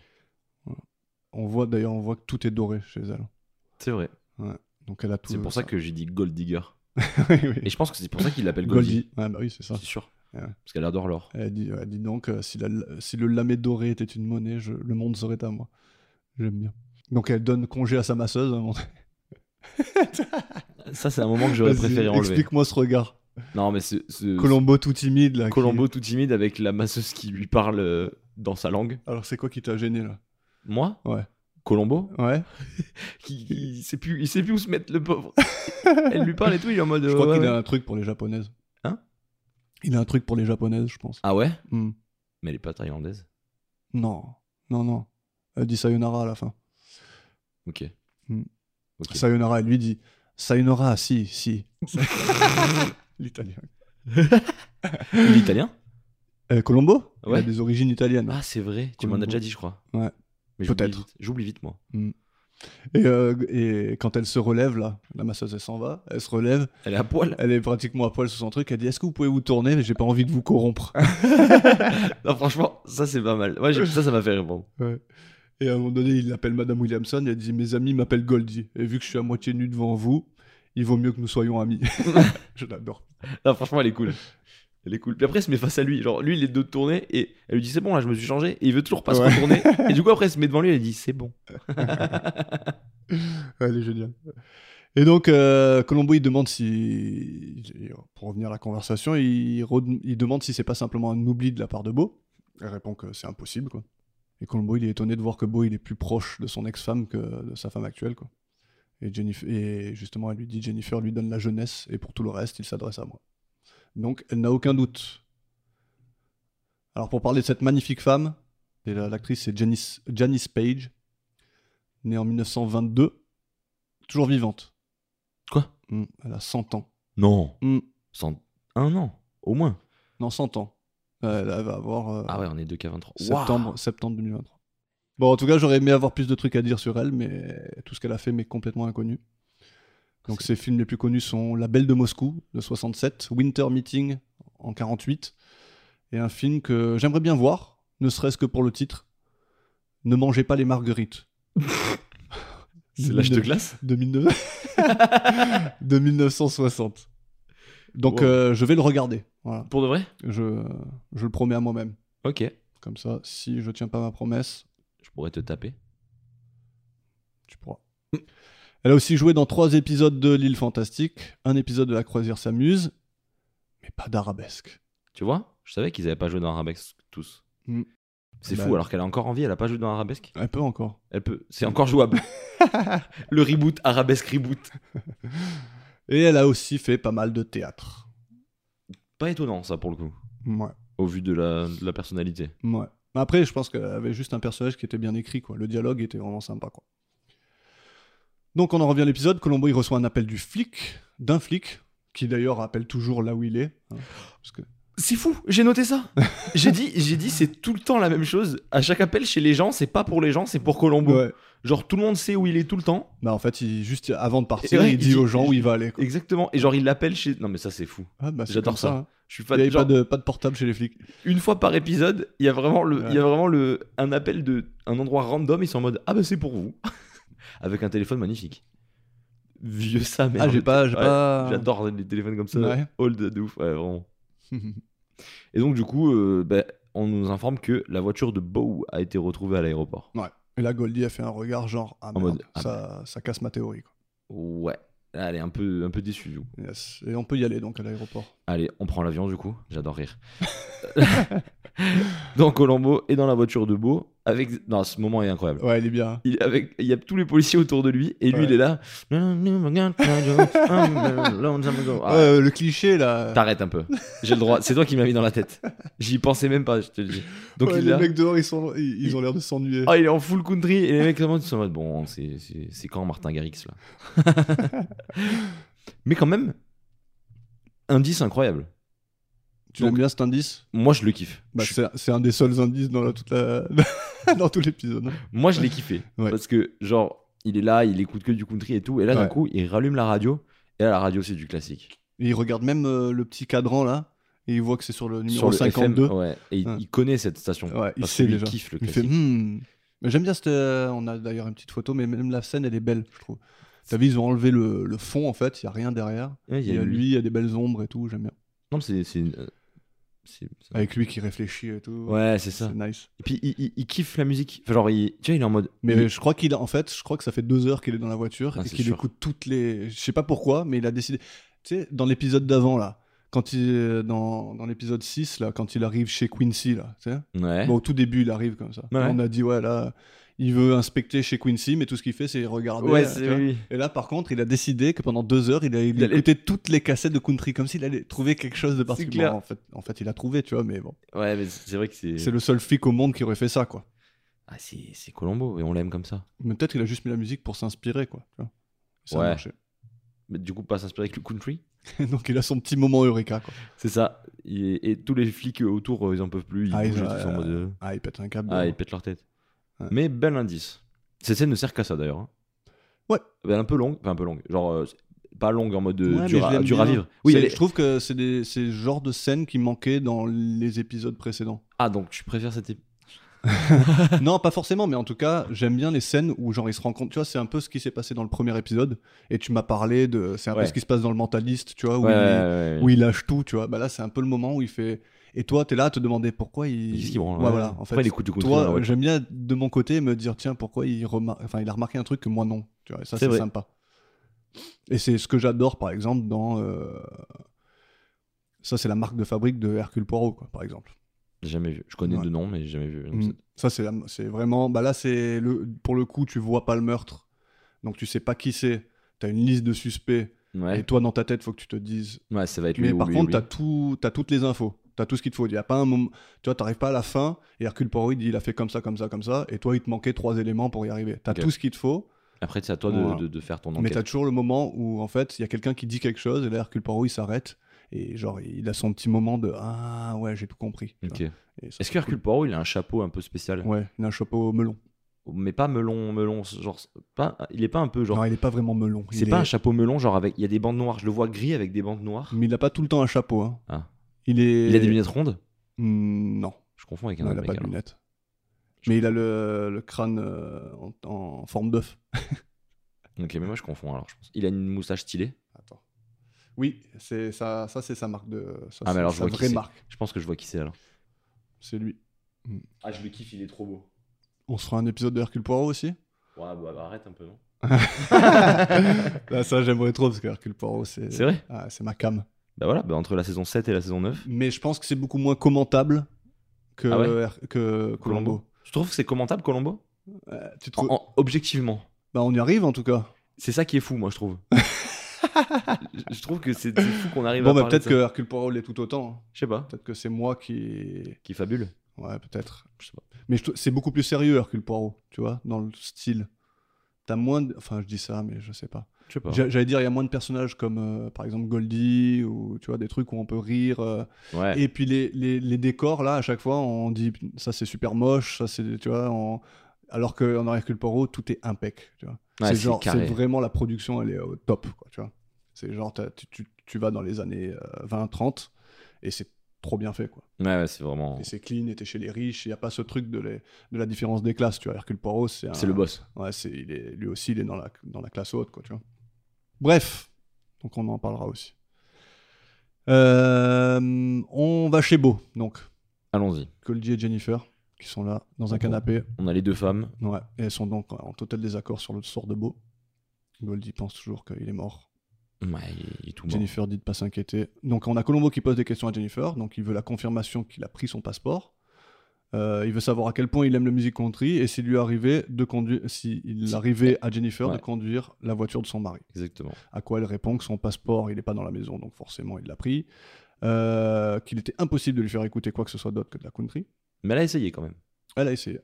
S4: On voit d'ailleurs, on voit que tout est doré chez elle.
S5: C'est vrai.
S4: Donc elle a tout. euh,
S5: C'est pour ça que j'ai dit Gold Digger.
S4: Oui, oui.
S5: Et je pense que c'est pour ça qu'il l'appelle Goldie.
S4: Goldie. Ouais, bah oui, c'est ça.
S5: C'est sûr.
S4: Ouais.
S5: Parce qu'elle adore l'or.
S4: Elle dit, elle dit donc, euh, si, la- si le lamé doré était une monnaie, je- le monde serait à moi. J'aime bien. Donc elle donne congé à sa masseuse. à un moment.
S5: Ça, c'est un moment que j'aurais
S4: Vas-y,
S5: préféré enlever.
S4: Explique-moi ce regard.
S5: Non, mais ce, ce-
S4: Colombo tout timide là.
S5: ce
S4: qui-
S5: Colombo tout timide avec la masseuse qui lui parle euh, dans sa langue.
S4: Alors c'est quoi qui t'a gêné là
S5: Moi
S4: Ouais.
S5: Colombo
S4: Ouais.
S5: qui, qui- il, sait plus, il sait plus où se mettre, le pauvre. Elle lui parle et tout, il est en mode.
S4: Je
S5: euh,
S4: crois
S5: ouais,
S4: qu'il
S5: ouais.
S4: a un truc pour les japonaises.
S5: Hein
S4: Il a un truc pour les japonaises, je pense.
S5: Ah ouais
S4: Hmm.
S5: Mais elle est pas thaïlandaise.
S4: Non, non, non. Elle dit sayonara à la fin.
S5: Ok.
S4: Hmm.
S5: Ok.
S4: Sayonara, elle lui dit sayonara, si, si. L'italien.
S5: Il est italien
S4: Euh, Colombo Il a
S5: Ouais.
S4: des origines italiennes.
S5: Ah, c'est vrai. Tu
S4: Colombo.
S5: m'en as déjà dit, je crois.
S4: Ouais.
S5: Mais j'oublie
S4: Peut-être.
S5: vite- J'oublie vite, moi.
S4: Et, euh, et quand elle se relève, là, la masseuse, elle s'en va, elle se relève,
S5: Elle est à poil.
S4: elle est pratiquement à poil sur son truc, elle dit Est-ce que vous pouvez vous tourner Mais j'ai pas envie de vous corrompre.
S5: Non, franchement, ça c'est pas mal. Ouais, j'ai- ça, ça m'a fait répondre.
S4: Ouais. Et à un moment donné, il l'appelle Madame Williamson et elle dit Mes amis m'appellent Goldie. Et vu que je suis à moitié nu devant vous, il vaut mieux que nous soyons amis. je l'adore.
S5: Non, franchement, elle est cool. Elle est cool. Puis après, elle se met face à lui. Genre, lui, il est de tourner et elle lui dit c'est bon, là, je me suis changé. Et il veut toujours pas
S4: Ouais.
S5: se retourner. Et du coup, après, elle se met devant lui et elle dit c'est bon.
S4: Elle est géniale. Et donc, euh, Colombo, il demande si. Pour revenir à la conversation, il, re- il demande si c'est pas simplement un oubli de la part de Beau. Elle répond que c'est impossible, quoi. Et Colombo, il est étonné de voir que Beau, il est plus proche de son ex-femme que de sa femme actuelle, quoi. Et, Jennifer, et justement, elle lui dit Jennifer lui donne la jeunesse, et pour tout le reste, il s'adresse à moi. Donc, elle n'a aucun doute. Alors, pour parler de cette magnifique femme, et la- l'actrice, c'est Janice, Janice Page, née en 1922 toujours vivante.
S5: Quoi
S4: Mm, Elle a 100 ans.
S5: Non.
S4: Mm.
S5: Sans un an, au moins.
S4: Non, 100 ans. Euh, Elle, elle va avoir euh,
S5: Ah ouais, on est 2 k 23.
S4: septembre, septembre 2023. Bon, en tout cas, j'aurais aimé avoir plus de trucs à dire sur elle, mais tout ce qu'elle a fait m'est complètement inconnu. Donc, ses films les plus connus sont La Belle de Moscou de 67, Winter Meeting en 48, et un film que j'aimerais bien voir, ne serait-ce que pour le titre Ne mangez pas les marguerites.
S5: C'est l'âge de glace
S4: de, 1900 de 1960. Donc
S5: Wow.
S4: euh, je vais le regarder. Voilà.
S5: Pour de vrai
S4: Je, je le promets à moi-même.
S5: Ok.
S4: Comme ça, si je tiens pas ma promesse,
S5: Je pourrais te taper.
S4: tu pourras. Elle a aussi joué dans trois épisodes de L'île fantastique, un épisode de La croisière s'amuse, mais pas d'arabesque.
S5: Tu vois Je savais qu'ils avaient pas joué dans Arabesque tous.
S4: Mm.
S5: C'est
S4: Bah-
S5: fou, alors qu'elle a encore envie, elle a pas joué dans Arabesque.
S4: Un peu encore.
S5: Elle peut. C'est encore jouable. le reboot, Arabesque reboot.
S4: Et elle a aussi fait pas mal de théâtre.
S5: Pas étonnant, ça, pour le coup.
S4: Ouais.
S5: Au vu de la, de la personnalité.
S4: Ouais. Mais Après, je pense qu'elle avait juste un personnage qui était bien écrit, quoi. Le dialogue était vraiment sympa, quoi. Donc, on en revient à l'épisode. Colombo, il reçoit un appel du flic, d'un flic, qui d'ailleurs appelle toujours là où il est. hein, parce que...
S5: C'est fou, j'ai noté ça. j'ai dit, j'ai dit, c'est tout le temps la même chose. À chaque appel chez les gens, c'est pas pour les gens, c'est pour Colombo.
S4: Ouais.
S5: Genre, tout le monde sait où il est tout le temps.
S4: Bah, en fait, il, juste avant de partir,
S5: Et ouais,
S4: il
S5: il
S4: dit
S5: dit-
S4: aux gens où il va aller, quoi.
S5: Exactement. Et genre, il l'appelle chez. Non, mais ça, c'est fou.
S4: Ah, bah, c'est
S5: J'adore
S4: comme
S5: ça.
S4: hein.
S5: Je suis
S4: Il
S5: fan.
S4: n'y avait
S5: genre,
S4: pas de, pas de portable chez les flics.
S5: Une fois par épisode, il y a vraiment le, il y a vraiment le, un appel de un endroit random. Ils sont en mode ah bah c'est pour vous, avec un téléphone magnifique. Vieux ça, merde.
S4: Ah, j'ai pas, j'ai
S5: Ouais,
S4: pas...
S5: J'adore les téléphones comme ça.
S4: Ouais.
S5: Old de ouf, ouais, vraiment. Et donc du coup, euh, bah, on nous informe que la voiture de Bow a été retrouvée à l'aéroport.
S4: ouais. Et là, Goldie a fait un regard genre, ah, merde,
S5: mode, ah,
S4: ça, ça casse ma théorie, quoi.
S5: Ouais. Là, elle est un peu, un peu déçue du coup.
S4: Yes. Et on peut y aller, donc, à l'aéroport.
S5: Allez, on prend l'avion du coup. J'adore rire. dans Colombo et dans la voiture de Beau. Avec... Non, ce moment est incroyable.
S4: Ouais, il est bien. hein.
S5: Il, est avec... il y a tous les policiers autour de lui et lui
S4: Ouais.
S5: il est là. Ah,
S4: Euh, le cliché, là...
S5: T'arrêtes un peu. J'ai le droit. C'est toi qui m'as mis dans la tête. J'y pensais même pas, je te le dis. Donc
S4: Ouais,
S5: il est
S4: les
S5: là.
S4: mecs dehors, ils, sont, ils, ils ont l'air de s'ennuyer.
S5: Ah, il est en full country et les mecs comment ils sont en mode bon, c'est- c'est c'est quand Martin Garrix là. Mais quand même, indice incroyable.
S4: tu aimes
S5: donc-
S4: bien cet indice
S5: Moi je le kiffe.
S4: Bah,
S5: Je-
S4: c'est, c'est un des seuls indices dans, la- toute la- dans tout l'épisode. hein.
S5: Moi, je l'ai kiffé.
S4: Ouais.
S5: Parce que, genre, il est là, il écoute que du country et tout. Et là,
S4: Ouais.
S5: d'un coup, il rallume la radio. Et là, la radio, c'est du classique.
S4: Et il regarde même euh, le petit cadran là, et il voit que c'est sur le numéro
S5: le
S4: 52.
S5: FM, ouais. Et il,
S4: Ouais.
S5: il connaît cette station.
S4: Ouais, il
S5: parce
S4: sait
S5: que lui,
S4: déjà.
S5: kiffe le
S4: il fait
S5: classique.
S4: Hmm. Mais j'aime bien cette. euh, on a d'ailleurs une petite photo, mais même la scène, elle est belle, je trouve. T'as vu, ils ont enlevé le, le fond en fait, il n'y a rien derrière.
S5: Ouais,
S4: Il y a lui, il y a des belles ombres et tout, j'aime bien.
S5: Non, mais c'est. c'est une- euh, c'est- c'est-
S4: Avec lui qui réfléchit et tout.
S5: Ouais, c'est
S4: C'est
S5: ça.
S4: nice.
S5: Et puis, il, il- il kiffe la musique. Enfin, genre, il, tu vois, il est en mode.
S4: Mais
S5: il-
S4: je crois qu'il a, en fait, je crois que ça fait deux heures qu'il est dans la voiture
S5: Ah,
S4: et
S5: c'est
S4: qu'il
S5: sûr.
S4: écoute toutes les. Je sais pas pourquoi, mais il a décidé. Tu sais, dans l'épisode d'avant, là, quand il est dans, dans l'épisode 6, là, quand il arrive chez Quincy, là, tu sais,
S5: Ouais.
S4: bon, au tout début, il arrive comme ça.
S5: Eh Ouais.
S4: Là, On a dit, ouais, là, il veut inspecter chez Quincy, mais tout ce qu'il fait, c'est regarder.
S5: ouais,
S4: là, tu
S5: c'est
S4: vois.
S5: lui.
S4: Et là, par contre, il a décidé que pendant deux heures, il a il
S5: Il allait-
S4: écoutait toutes les cassettes de country, comme s'il allait trouver quelque chose de particulier.
S5: clair.
S4: En fait, en fait, il a trouvé, tu vois, mais bon.
S5: Ouais, mais c'est vrai que c'est.
S4: C'est le seul flic au monde qui aurait fait ça, quoi.
S5: Ah, c'est c'est Colombo. Et on l'aime comme ça.
S4: Mais peut-être qu'il a juste mis la musique pour s'inspirer, quoi. tu vois. Ça a
S5: Ouais.
S4: marché.
S5: Mais du coup, pas s'inspirer avec le country.
S4: Donc il a son petit moment Eureka. Quoi.
S5: C'est ça. Il- Et tous les flics autour, euh, ils en peuvent plus. Ils
S4: Ah, ils-
S5: bougent et tous en
S4: euh,
S5: mode. euh,
S4: Ah, il pète un câble.
S5: Ah,
S4: hein.
S5: ils pètent leur tête.
S4: Ouais.
S5: Mais bel indice. Cette scène ne sert qu'à ça d'ailleurs. hein.
S4: Ouais.
S5: Ben, un peu longue, enfin un peu longue, genre euh, pas longue en mode de,
S4: Ouais, mais
S5: dur,
S4: je
S5: à,
S4: l'aime
S5: dur à
S4: bien.
S5: vivre. Oui,
S4: C'est-
S5: elle est-
S4: je trouve que c'est des c'est le genre de scènes qui manquaient dans les épisodes précédents.
S5: ah donc tu préfères cette épisode
S4: non, pas forcément, mais en tout cas, j'aime bien les scènes où genre ils se rencontrent. Tu vois, c'est un peu ce qui s'est passé dans le premier épisode. Et tu m'as parlé de, c'est un
S5: Ouais.
S4: peu ce qui se passe dans le mentaliste, tu vois, où,
S5: ouais,
S4: il,
S5: ouais, ouais.
S4: où il lâche tout, tu vois. Bah là, c'est un peu le moment où il fait. Et toi, t'es là à te demander pourquoi il.
S5: Qu'est-ce qu'il branle,
S4: Ouais,
S5: ouais.
S4: voilà. En fait,
S5: Après, il écoute du country dans la
S4: toi,
S5: voiture.
S4: j'aime bien de mon côté me dire tiens pourquoi il remar- enfin il a remarqué un truc que moi non. Tu vois, et ça
S5: C'est
S4: c'est
S5: vrai.
S4: sympa. Et c'est ce que j'adore par exemple dans euh, ça c'est la marque de fabrique de Hercule Poirot quoi, par exemple.
S5: J'ai jamais vu. Je connais
S4: Ouais.
S5: deux noms mais j'ai jamais vu. Donc,
S4: Mm.
S5: c'est-
S4: Ça, c'est, la- c'est vraiment. Bah là, c'est le, pour le coup, tu vois pas le meurtre. Donc, tu sais pas qui c'est. T'as une liste de suspects. Et
S5: Ouais.
S4: toi, dans ta tête, faut que tu te dises.
S5: ouais, ça va être lui.
S4: Mais
S5: ou
S4: par
S5: lui, ou
S4: contre,
S5: lui.
S4: t'as, tout, t'as toutes les infos. T'as tout ce qu'il te faut. Il y a pas un moment. Tu vois, t'arrives pas à la fin. Et Hercule Poirot, il dit il a fait comme ça, comme ça, comme ça. Et toi, il te manquait trois éléments pour y arriver. T'as
S5: Ok.
S4: tout ce qu'il te faut.
S5: Après, c'est à toi de,
S4: Voilà.
S5: de- de faire ton
S4: Mais
S5: enquête.
S4: t'as toujours le moment où, en fait, il y a quelqu'un qui dit quelque chose. Et là, Hercule Poirot, il s'arrête. Et genre, il a son petit moment de Ah ouais, j'ai tout compris. Tu
S5: Ok.
S4: vois. Et ça,
S5: Est-ce
S4: c'est
S5: que Hercule Poirot il a un chapeau un peu spécial
S4: cool. Ouais, il a un chapeau melon.
S5: Mais pas melon, melon, genre pas. Il est pas un peu genre.
S4: non, il est pas vraiment melon.
S5: c'est
S4: Il
S5: pas
S4: est-
S5: un chapeau melon genre avec. Il y a des bandes noires. Je le vois gris avec des bandes noires.
S4: Mais il a pas tout le temps un chapeau. hein.
S5: Ah.
S4: Il est.
S5: Il a des lunettes rondes.
S4: Mm, non,
S5: Je confonds avec un
S4: non, il
S5: autre
S4: a
S5: mec.
S4: pas de
S5: alors.
S4: lunettes. Mais il a le, le crâne euh, en, en forme d'œuf.
S5: Ok, mais moi je confonds alors. Je pense. Il a une moustache stylée.
S4: Attends. Oui, c'est ça. Ça c'est sa marque de. Ça,
S5: Ah, mais
S4: c'est
S5: alors, je
S4: sa
S5: vois qui
S4: vraie
S5: c'est.
S4: marque.
S5: Je pense que je vois qui c'est alors.
S4: C'est lui.
S5: Ah, je le kiffe. Il est trop beau.
S4: On se fera un épisode de Hercule Poirot aussi.
S5: Ouais, bah, arrête un peu non.
S4: Là, ça j'aimerais trop parce que Hercule Poirot c'est.
S5: C'est vrai.
S4: Ah, c'est ma cam.
S5: Bah voilà. Bah, entre la saison 7 et la saison 9.
S4: Mais je pense que c'est beaucoup moins commentable que
S5: Ah ouais
S4: Her- que Colombo.
S5: Tu trouves que c'est commentable Colombo
S4: tu trouves
S5: Euh, En- en- Objectivement.
S4: Bah, on y arrive en tout cas.
S5: C'est ça qui est fou, moi, je trouve. je je trouve que c'est c'est fou qu'on arrive à
S4: bon, bah
S5: parler de
S4: peut-être
S5: ça.
S4: que Hercule Poirot l'est tout autant. hein.
S5: Je sais pas,
S4: Peut-être que c'est moi qui.
S5: qui fabule.
S4: Ouais, peut-être.
S5: Je sais pas.
S4: Mais je trou- c'est beaucoup plus sérieux, Hercule Poirot, tu vois, dans le style. T'as moins de... Enfin, je dis ça, mais je sais pas.
S5: Je sais pas.
S4: J'a- J'allais dire, il y a moins de personnages comme, euh, par exemple, Goldie, ou tu vois, des trucs où on peut rire. euh.
S5: Ouais.
S4: Et puis les, les, les décors, là, à chaque fois, on dit, ça c'est super moche, ça c'est, tu vois, on- alors qu'en Hercule Poirot, tout est impec, tu vois.
S5: Ouais,
S4: c'est
S5: c'est
S4: genre,
S5: carré.
S4: c'est vraiment la production, elle est au top, quoi, tu vois. C'est genre, t'as- tu, tu, tu vas dans les années 20-30, et c'est trop bien fait, quoi.
S5: Ouais, ouais, c'est vraiment.
S4: Et c'est clean, et t'es chez les riches, il n'y a pas ce truc de, les- de la différence des classes, tu vois. Hercule Poirot, c'est un...
S5: C'est le boss.
S4: Ouais, c'est, il est, lui aussi, il est dans la, dans la classe haute, quoi, tu vois. Bref, donc on en parlera aussi. Euh, on va chez Beau, donc.
S5: Allons-y.
S4: Goldie et Jennifer, qui sont là, dans un
S5: Bon.
S4: canapé.
S5: On a les deux femmes.
S4: Ouais, et elles sont donc en total désaccord sur le sort de Beau. Goldie pense toujours qu'il est mort.
S5: Ouais, il est tout mort.
S4: Jennifer dit de pas s'inquiéter. Donc on a Colombo qui pose des questions à Jennifer, donc il veut la confirmation qu'il a pris son passeport. Euh, il veut savoir à quel point il aime la musique country et s'il lui arrivait de conduire, s'il
S5: Si- eh,
S4: arrivait à Jennifer
S5: Ouais.
S4: de conduire la voiture de son mari.
S5: Exactement.
S4: À quoi elle répond que son passeport il n'est pas dans la maison, donc forcément il l'a pris. Euh, qu'il était impossible de lui faire écouter quoi que ce soit d'autre que de la country.
S5: Mais elle a essayé quand même.
S4: Elle a essayé.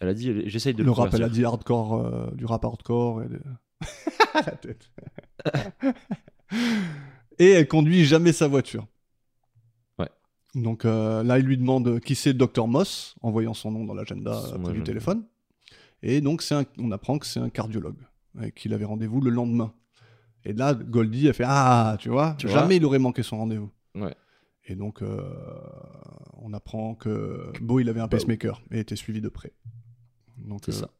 S5: Elle a dit, j'essaye de
S4: Le,
S5: le,
S4: rap, elle a
S5: convertir.
S4: dit hardcore, euh, du rap hardcore. Et de- la tête. et elle conduit jamais sa voiture.
S5: Ouais.
S4: Donc euh, là, il lui demande qui c'est Dr Moss, en voyant son nom dans l'agenda euh,
S5: Son
S4: près du
S5: agenda.
S4: téléphone. Et donc, c'est un- on apprend que c'est un cardiologue, et qu'il avait rendez-vous le lendemain. Et là, Goldie, elle fait Ah, tu vois,
S5: Tu
S4: jamais
S5: vois
S4: il aurait manqué son rendez-vous.
S5: Ouais.
S4: Et donc, euh, on apprend que Beau, il avait un pacemaker et était suivi de près. Donc,
S5: Bah C'est
S4: euh,
S5: ça.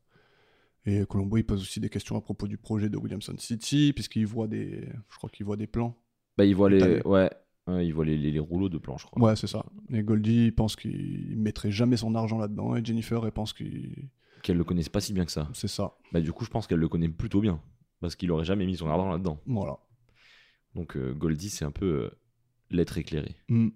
S4: et Colombo, il pose aussi des questions à propos du projet de Williamson City, puisqu'il voit des. Je crois qu'il voit des plans.
S5: Bah, il voit
S4: T'as
S5: les.
S4: vu.
S5: Ouais. Ouais, il voit les, les- les rouleaux de planche, je crois.
S4: Ouais, c'est ça. Et Goldie, il pense qu'il mettrait jamais son argent là-dedans. Et Jennifer, elle pense que
S5: Qu'elle le connaisse pas si bien que ça.
S4: c'est ça.
S5: Bah, du coup, je pense qu'elle le connaît plutôt bien. Parce qu'il aurait jamais mis son argent là-dedans.
S4: Voilà.
S5: Donc, euh, Goldie, c'est un peu euh, l'être éclairé.
S4: Mm.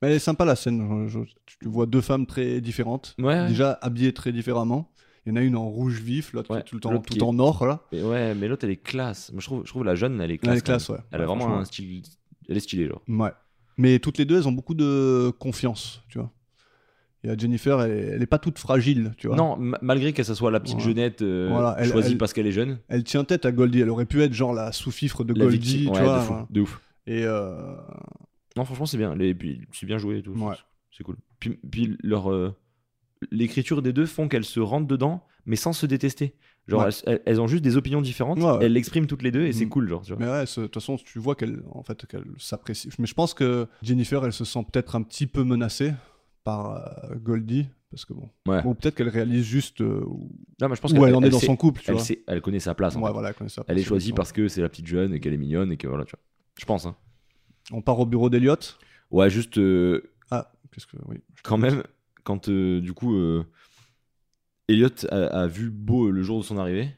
S4: Mais elle est sympa la scène. Je- je- tu tu vois deux femmes très différentes.
S5: Ouais, ouais.
S4: Déjà habillées très différemment. Il y en a une en rouge vif, l'autre
S5: Ouais,
S4: qui est tout le temps
S5: l'autre qui
S4: tout
S5: est-
S4: en or. Là.
S5: Mais ouais, mais l'autre, elle est classe. Moi, je trouve, je trouve la jeune, elle est
S4: Elle
S5: classe.
S4: est
S5: quand même.
S4: classe, ouais.
S5: Elle a
S4: Ouais,
S5: vraiment
S4: franchement.
S5: un style. Elle est stylée, genre.
S4: Ouais. Mais toutes les deux, elles ont beaucoup de confiance, tu vois. Il y a Jennifer, elle, elle est pas toute fragile, tu vois.
S5: Non, ma- malgré qu'elle soit la petite
S4: Voilà.
S5: jeunette euh,
S4: Voilà, elle-
S5: choisie
S4: elle-
S5: parce qu'elle est jeune,
S4: Elle tient tête à Goldie. Elle aurait pu être genre la sous-fifre de
S5: la
S4: Goldie,
S5: victime-
S4: tu
S5: ouais,
S4: vois.
S5: de, fou,
S4: voilà.
S5: de ouf.
S4: Et euh,
S5: Non, franchement, c'est bien. Les- puis, c'est bien joué et tout.
S4: Ouais.
S5: C'est cool. Puis, puis leur, euh, l'écriture des deux font qu'elles se rentrent dedans, mais sans se détester. Genre,
S4: Ouais.
S5: elles, elles- elles ont juste des opinions différentes,
S4: Ouais, ouais.
S5: elles l'expriment toutes les deux et c'est
S4: Mm.
S5: cool, genre. tu vois.
S4: Mais ouais, ce- de toute façon, tu vois qu'elle en fait, qu'elle s'apprécie. Mais je pense que Jennifer, elle se sent peut-être un petit peu menacée par euh, Goldie. Parce que bon.
S5: Ouais.
S4: Ou peut-être qu'elle réalise juste euh, où
S5: Non, mais je pense
S4: où elle en est dans
S5: sait-
S4: son couple, tu
S5: elle,
S4: vois.
S5: sait- elle connaît sa place. en
S4: Ouais,
S5: fait.
S4: voilà, elle connaît ça.
S5: Elle est choisie
S4: Ça.
S5: parce que c'est la petite jeune et qu'elle est mignonne et que voilà, tu vois. Je pense. hein.
S4: On part au bureau d'Eliott.
S5: Ouais, juste euh,
S4: Ah, qu'est-ce que. Oui.
S5: quand même, quand euh, du coup, euh, Elliot a, a vu Beau euh, le jour de son arrivée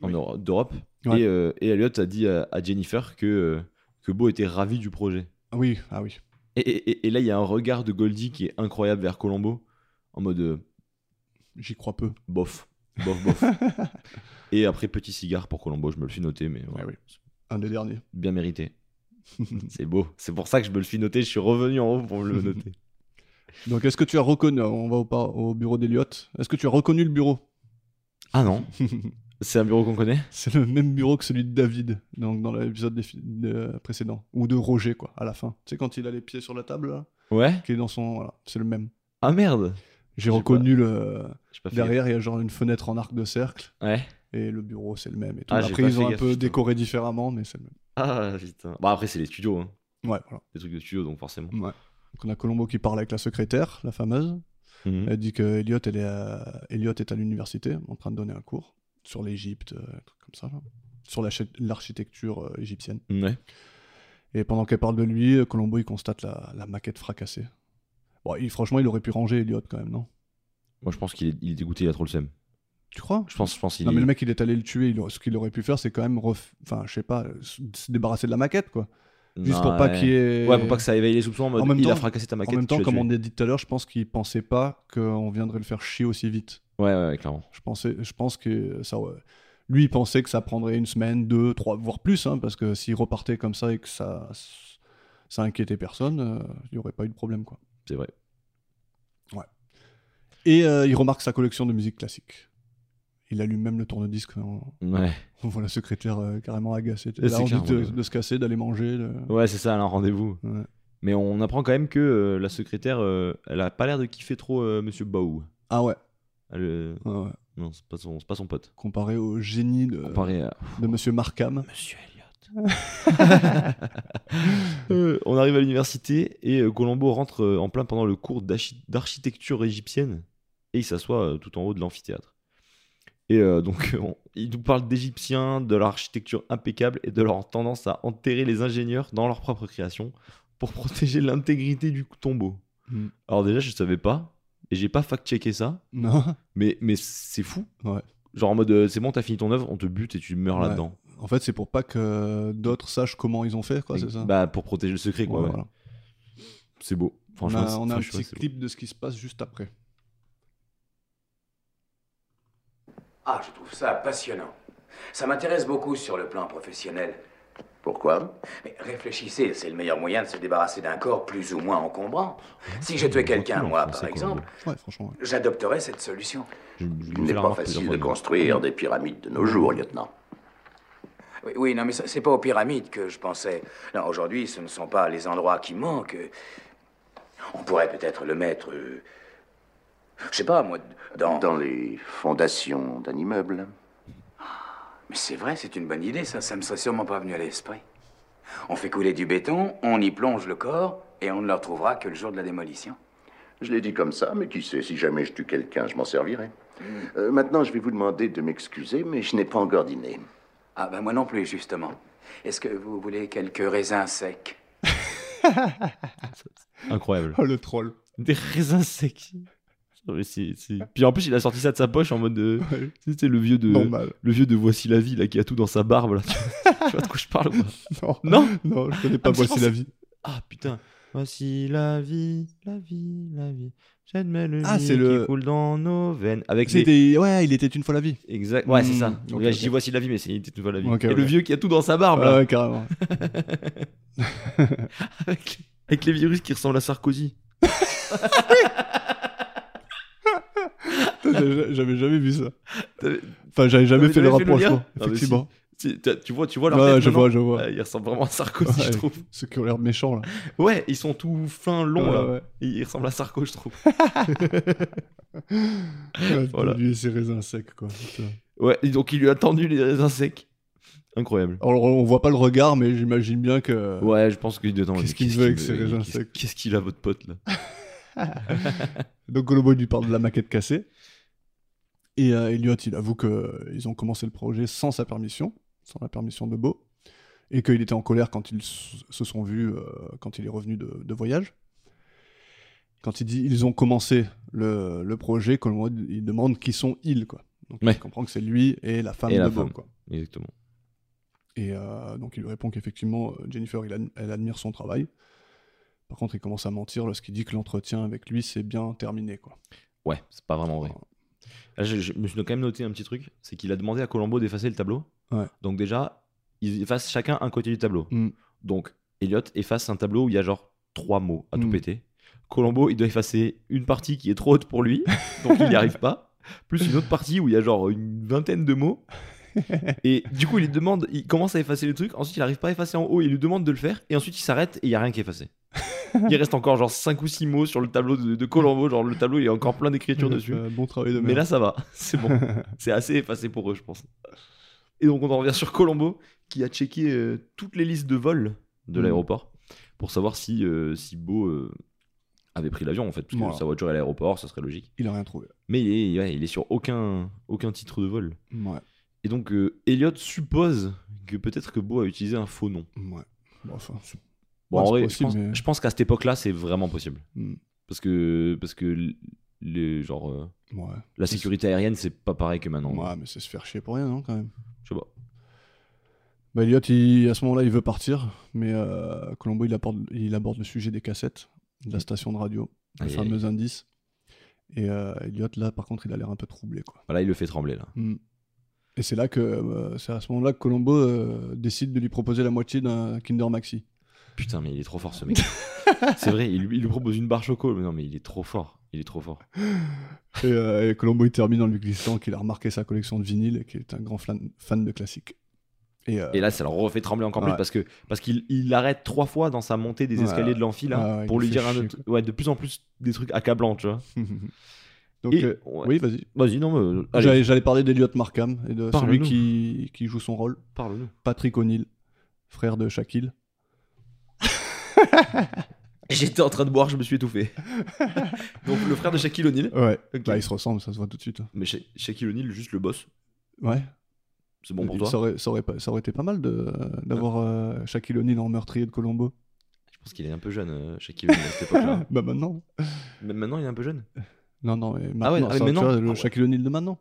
S5: en
S4: Oui.
S5: Euro- d'Europe
S4: Ouais.
S5: et, euh, et Elliot a dit à, à Jennifer que, euh, que Beau était ravi du projet.
S4: Ah oui, ah oui.
S5: Et, et- et- et là, il y a un regard de Goldie qui est incroyable vers Colombo en mode euh,
S4: J'y crois peu.
S5: bof, bof, bof. et après, petit cigare pour Colombo, je me le suis noté, mais voilà,
S4: Ouais, oui. Un des derniers.
S5: bien mérité. C'est beau, c'est pour ça que je me le suis noté, je suis revenu en haut pour le noter.
S4: Donc, est-ce que tu as reconnu. On va au, par- au bureau d'Eliott. Est-ce que tu as reconnu le bureau
S5: Ah non, c'est un bureau qu'on connaît
S4: C'est le même bureau que celui de David, donc dans l'épisode des fi- de- précédent. Ou de Roger, quoi, à la fin. Tu sais, quand il a les pieds sur la table, là,
S5: Ouais.
S4: qui est dans son. Voilà, c'est le même.
S5: Ah merde
S4: J'ai
S5: J'ai
S4: reconnu le.
S5: J'ai pas fait
S4: Derrière, il y a genre une fenêtre en arc de cercle,
S5: gaffe. Ouais.
S4: et le bureau, c'est le même. Et tout.
S5: Ah, j'ai
S4: Après,
S5: pas
S4: ils ont
S5: fait
S4: un
S5: gaffe,
S4: peu
S5: putain.
S4: décoré différemment, mais c'est le même.
S5: Ah putain. Bah après c'est les studios, hein.
S4: Ouais, voilà.
S5: Les trucs de studio donc forcément.
S4: Ouais. Donc, on a Colombo qui parle avec la secrétaire, la fameuse.
S5: Mm.
S4: Elle dit que Elliot, elle est à... Elliot est à l'université, en train de donner un cours sur l'Égypte, euh, un truc comme ça, là. sur la cha- l'architecture euh, égyptienne.
S5: Ouais.
S4: Et pendant qu'elle parle de lui, euh, Colombo, il constate la, la maquette fracassée. Bon, il- franchement, il aurait pu ranger Elliot quand même, non
S5: Moi je pense qu'il est, il est dégoûté, il a trop le seum.
S4: Tu crois
S5: Je pense, je pense qu'il
S4: Non,
S5: est...
S4: mais le mec, il est allé le tuer. il aurait- ce qu'il aurait pu faire, c'est quand même, ref- enfin, je sais pas, euh, se se débarrasser de la maquette, quoi. Juste pour
S5: Ouais.
S4: pas qu'il y ait.
S5: Ouais, pour pas que ça éveille les soupçons en mode
S4: En même
S5: il a
S4: temps-
S5: fracassé ta maquette.
S4: En même
S5: tu
S4: temps,
S5: l'as
S4: comme
S5: tué.
S4: on a dit tout à l'heure, je pense qu'il pensait pas qu'on viendrait le faire chier aussi vite.
S5: Ouais, ouais, ouais, clairement.
S4: Je pensais, je pense que ça. ouais. Lui, il pensait que ça prendrait une semaine, deux, trois, voire plus, hein, parce que s'il repartait comme ça et que ça, ça inquiétait personne, euh, il y aurait pas eu de problème, quoi.
S5: C'est vrai.
S4: Et euh, il remarque sa collection de musique classique. Il allume même le tourne-disque. On,
S5: Ouais,
S4: on voit la secrétaire euh, carrément agacée.
S5: Et
S4: Elle a
S5: c'est
S4: envie
S5: clair,
S4: de,
S5: ouais.
S4: de se casser, d'aller manger. de-
S5: ouais c'est ça, elle a un rendez-vous.
S4: Ouais.
S5: Mais on apprend quand même que euh, la secrétaire, euh, elle a pas l'air de kiffer trop euh, Monsieur Baou.
S4: Ah ouais,
S5: Elle, euh,
S4: ouais, ouais.
S5: Non, c'est pas, son- c'est pas son pote.
S4: Comparé au génie de,
S5: Comparé à...
S4: de Monsieur Markham.
S5: Monsieur Elliot. Euh, on arrive à l'université et euh, Colombo rentre euh, en plein pendant le cours d'archi- d'architecture égyptienne et il s'assoit euh, tout en haut de l'amphithéâtre. Et euh, donc, on- il nous parle d'Égyptiens, de leur architecture impeccable et de leur tendance à enterrer les ingénieurs dans leur propre création pour protéger l'intégrité du tombeau.
S4: Mm.
S5: Alors, déjà, je savais pas et j'ai pas fact-checké ça,
S4: Non
S5: mais, mais c'est fou.
S4: Ouais.
S5: Genre en mode, euh, c'est bon, t'as fini ton œuvre, on te bute et tu meurs
S4: Ouais.
S5: là-dedans.
S4: En fait, c'est pour pas que d'autres sachent comment ils ont fait, quoi,
S5: Et-
S4: c'est ça
S5: Bah pour protéger le secret quoi.
S4: Ouais,
S5: ouais.
S4: voilà.
S5: C'est beau.
S4: On
S5: Franchement,
S4: a,
S5: c'est-
S4: on a un
S5: franchement,
S4: petit
S5: c'est beau.
S4: clip de ce qui se passe juste après.
S2: Ah, je trouve ça passionnant. Ça m'intéresse beaucoup sur le plan professionnel.
S6: Pourquoi
S2: Mais réfléchissez, c'est le meilleur moyen de se débarrasser d'un corps plus ou moins encombrant. Si je tuais quelqu'un,
S5: Beaucoup
S2: moi,
S5: d'enfants,
S2: par
S5: c'est
S2: exemple,
S4: Ouais, franchement. ouais.
S2: j'adopterais cette solution.
S5: Je- je
S6: Il
S5: me fais
S6: n'est
S5: la
S6: pas
S5: remarque
S6: facile
S5: plusieurs Mm.
S6: de
S5: fois, mais-
S6: construire des pyramides de nos jours, lieutenant.
S2: Oui, oui, non, mais ça, c'est pas aux pyramides que je pensais. Non, aujourd'hui, ce ne sont pas les endroits qui manquent. On pourrait peut-être le mettre. euh, je sais pas, moi, dans.
S6: Dans les fondations d'un immeuble.
S2: Mais c'est vrai, c'est une bonne idée, ça. Ça me serait sûrement pas venu à l'esprit. On fait couler du béton, on y plonge le corps, et on ne le retrouvera que le jour de la démolition.
S6: Je l'ai dit comme ça, mais qui sait, si jamais je tue quelqu'un, je m'en servirai. Euh, maintenant, je vais vous demander de m'excuser, mais je n'ai pas encore dîné.
S2: Ah, ben moi non plus, justement. Est-ce que vous voulez quelques raisins secs
S5: Incroyable.
S4: Oh, le troll.
S5: Des raisins secs. Non, mais c'est- c'est- Puis en plus, il a sorti ça de sa poche en mode. de-
S4: Ouais,
S5: Tu sais, c'est le vieux de.
S4: Normal.
S5: Le vieux de Voici la vie là qui a tout dans sa barbe là. tu vois de quoi je parle ou pas
S4: Non,
S5: Non
S4: non, je connais pas
S5: Ah, mais je
S4: Voici la vie.
S5: Ah putain. Voici la vie, la vie, la vie. J'admets le
S4: Ah,
S5: lit
S4: c'est le-
S5: qui coule dans nos veines. Avec les-
S4: C'était- Ouais, il était une fois la vie.
S5: Exact. Ouais, c'est ça.
S4: Mm, ok,
S5: Là, je
S4: ok.
S5: dis voici la vie, mais c'est il était tout dans la vie.
S4: Ok,
S5: et
S4: ok.
S5: le vieux qui a tout dans sa barbe,
S4: Ah
S5: là,
S4: ouais, carrément.
S5: avec, avec les virus qui ressemblent à Sarkozy.
S4: J'avais j'avais jamais vu ça.
S5: T'avais-
S4: Enfin, j'avais jamais
S5: T'avais
S4: fait le
S5: jamais fait le lien
S4: rapprochement,
S5: Ah, mais si.
S4: effectivement.
S5: Tu, t'as- tu vois, tu vois leur
S4: Ouais,
S5: tête
S4: je
S5: maintenant
S4: vois, je vois.
S5: Euh, Ils ressemblent vraiment à Sarkozy,
S4: Ouais.
S5: je trouve.
S4: Ceux qui ont l'air méchants là.
S5: Ouais, ils sont tout fins, longs,
S4: Ouais,
S5: là.
S4: ouais.
S5: Ils, ils ressemblent à Sarko, je trouve.
S4: Ouais,
S5: Voilà.
S4: Lui et ses raisins secs quoi. Putain.
S5: Ouais, et donc il lui a tendu les raisins secs. Incroyable.
S4: Alors on voit pas le regard, mais j'imagine bien que.
S5: Ouais, je pense qu'il doit
S4: Qu'est-ce qu'il veut avec ses raisins secs
S5: Qu'est-ce qu'il a, votre pote, là
S4: Donc Golobo lui parle de la maquette cassée. Et euh, Elliot, il avoue qu'ils ont commencé le projet sans sa permission, sans la permission de Beau, et qu'il était en colère quand ils s- se sont vus, euh, quand il est revenu de, de voyage. Quand il dit ils ont commencé le, le projet, Golobo, il demande qui sont ils, quoi. Donc
S5: Ouais.
S4: il comprend que c'est lui et la femme
S5: Et
S4: de
S5: la
S4: Beau,
S5: femme.
S4: quoi.
S5: Exactement.
S4: Et euh, donc il lui répond qu'effectivement, euh, Jennifer, il ad- elle admire son travail. Par contre, il commence à mentir lorsqu'il dit que l'entretien avec lui, c'est bien terminé, quoi.
S5: Ouais, c'est pas vraiment vrai. Ah, je, je me suis quand même noté un petit truc, c'est qu'il a demandé à Colombo d'effacer le tableau.
S4: Ouais.
S5: Donc déjà, ils effacent chacun un côté du tableau.
S4: Mm.
S5: Donc Elliot efface un tableau où il y a genre trois mots à tout
S4: Mm.
S5: péter. Colombo, il doit effacer une partie qui est trop haute pour lui, donc il n'y arrive pas. Plus une autre partie où il y a genre une vingtaine de mots. Et du coup, il lui demande, il commence à effacer le truc, ensuite il n'arrive pas à effacer en haut, il lui demande de le faire, et ensuite il s'arrête et il n'y a rien qui est effacé. Il reste encore genre cinq ou six mots sur le tableau de, de Colombo, genre le tableau il est encore plein d'écriture
S4: Euh,
S5: dessus.
S4: euh, bon travail de
S5: Mais
S4: merde.
S5: là, ça va, c'est bon. c'est assez effacé pour eux, je pense. Et donc, on en revient sur Colombo, qui a checké euh, toutes les listes de vols de
S4: Mhm.
S5: l'aéroport pour savoir si, euh, si Beau euh, avait pris l'avion, en fait, parce que
S4: Voilà.
S5: sa voiture est à l'aéroport, ça serait logique.
S4: il a rien trouvé.
S5: Mais il est, ouais, il est sur aucun, aucun titre de vol.
S4: Ouais,
S5: Et donc, euh, Elliot suppose que peut-être que Beau a utilisé un faux nom.
S4: ouais. Bon, enfin,
S5: Bon,
S4: Ouais,
S5: en
S4: c'est
S5: vrai,
S4: possible,
S5: je pense,
S4: mais-
S5: je pense qu'à cette époque-là, c'est vraiment possible.
S4: Mhm.
S5: Parce que, parce que l- les, genre, euh,
S4: ouais.
S5: la sécurité aérienne, c'est pas pareil que maintenant.
S4: Ouais, mais c'est se faire chier pour rien, non, quand même.
S5: Je sais pas.
S4: Bah, Elliot, il- à ce moment-là, il veut partir, mais euh, Colombo, il aborde, il aborde le sujet des cassettes, de la station de radio, le
S5: Aïe, aïe,
S4: fameux indice. Et euh, Elliot, là, par contre, il a l'air un peu troublé, quoi.
S5: Voilà, il le fait trembler Bah là.
S4: Mm. Et c'est là que euh, c'est à ce moment-là que Colombo euh, décide de lui proposer la moitié d'un Kinder Maxi.
S5: Putain, mais il est trop fort ce mec. c'est vrai, il, lui- il lui propose une barre choco, mais non, mais il est trop fort. Il est trop fort.
S4: Et, euh, et Colombo il termine en lui glissant qu'il a remarqué sa collection de vinyles et qu'il est un grand fan, fan de classiques. Et, euh,
S5: Et là, ça le refait trembler encore
S4: Ouais.
S5: plus parce que parce qu'il il arrête trois fois dans sa montée des
S4: Ouais.
S5: escaliers de l'amphi là
S4: Ah ouais, il
S5: pour lui
S4: fait
S5: dire un
S4: chier,
S5: autre- ouais, de plus en plus des trucs accablants, tu vois.
S4: donc,
S5: Et-
S4: euh,
S5: ouais.
S4: oui, vas-y.
S5: Vas-y, non, mais euh, allez,
S4: J'allais, j'allais parler d'Eliot Markham et de celui
S5: Parle-nous.
S4: qui, qui joue son rôle,
S5: parle-nous.
S4: Patrick O'Neill, frère de Shaquille.
S5: J'étais en train de boire, je me suis étouffé. Donc le frère de Shaquille O'Neal.
S4: Ouais,
S5: Ok.
S4: bah, ils se ressemblent, ça se voit tout de suite.
S5: Mais Sha- Shaquille O'Neal, juste le boss.
S4: Ouais,
S5: C'est bon pour toi
S4: ça, aurait, ça, aurait, pas- ça aurait été pas mal de, d'avoir euh, Shaquille O'Neal en meurtrier de Colombo.
S5: Je pense qu'il est un peu jeune, euh, Shaquille O'Neal à cette époque-là.
S4: Bah maintenant.
S5: Même maintenant, il est un peu
S4: Mm.
S5: jeune.
S4: Non, non, mais maintenant,
S5: Ah ouais, ah,
S4: ça,
S5: mais
S4: tu
S5: non.
S4: vois,
S5: Ah
S4: le
S5: ouais.
S4: Shaquille O'Neal de maintenant.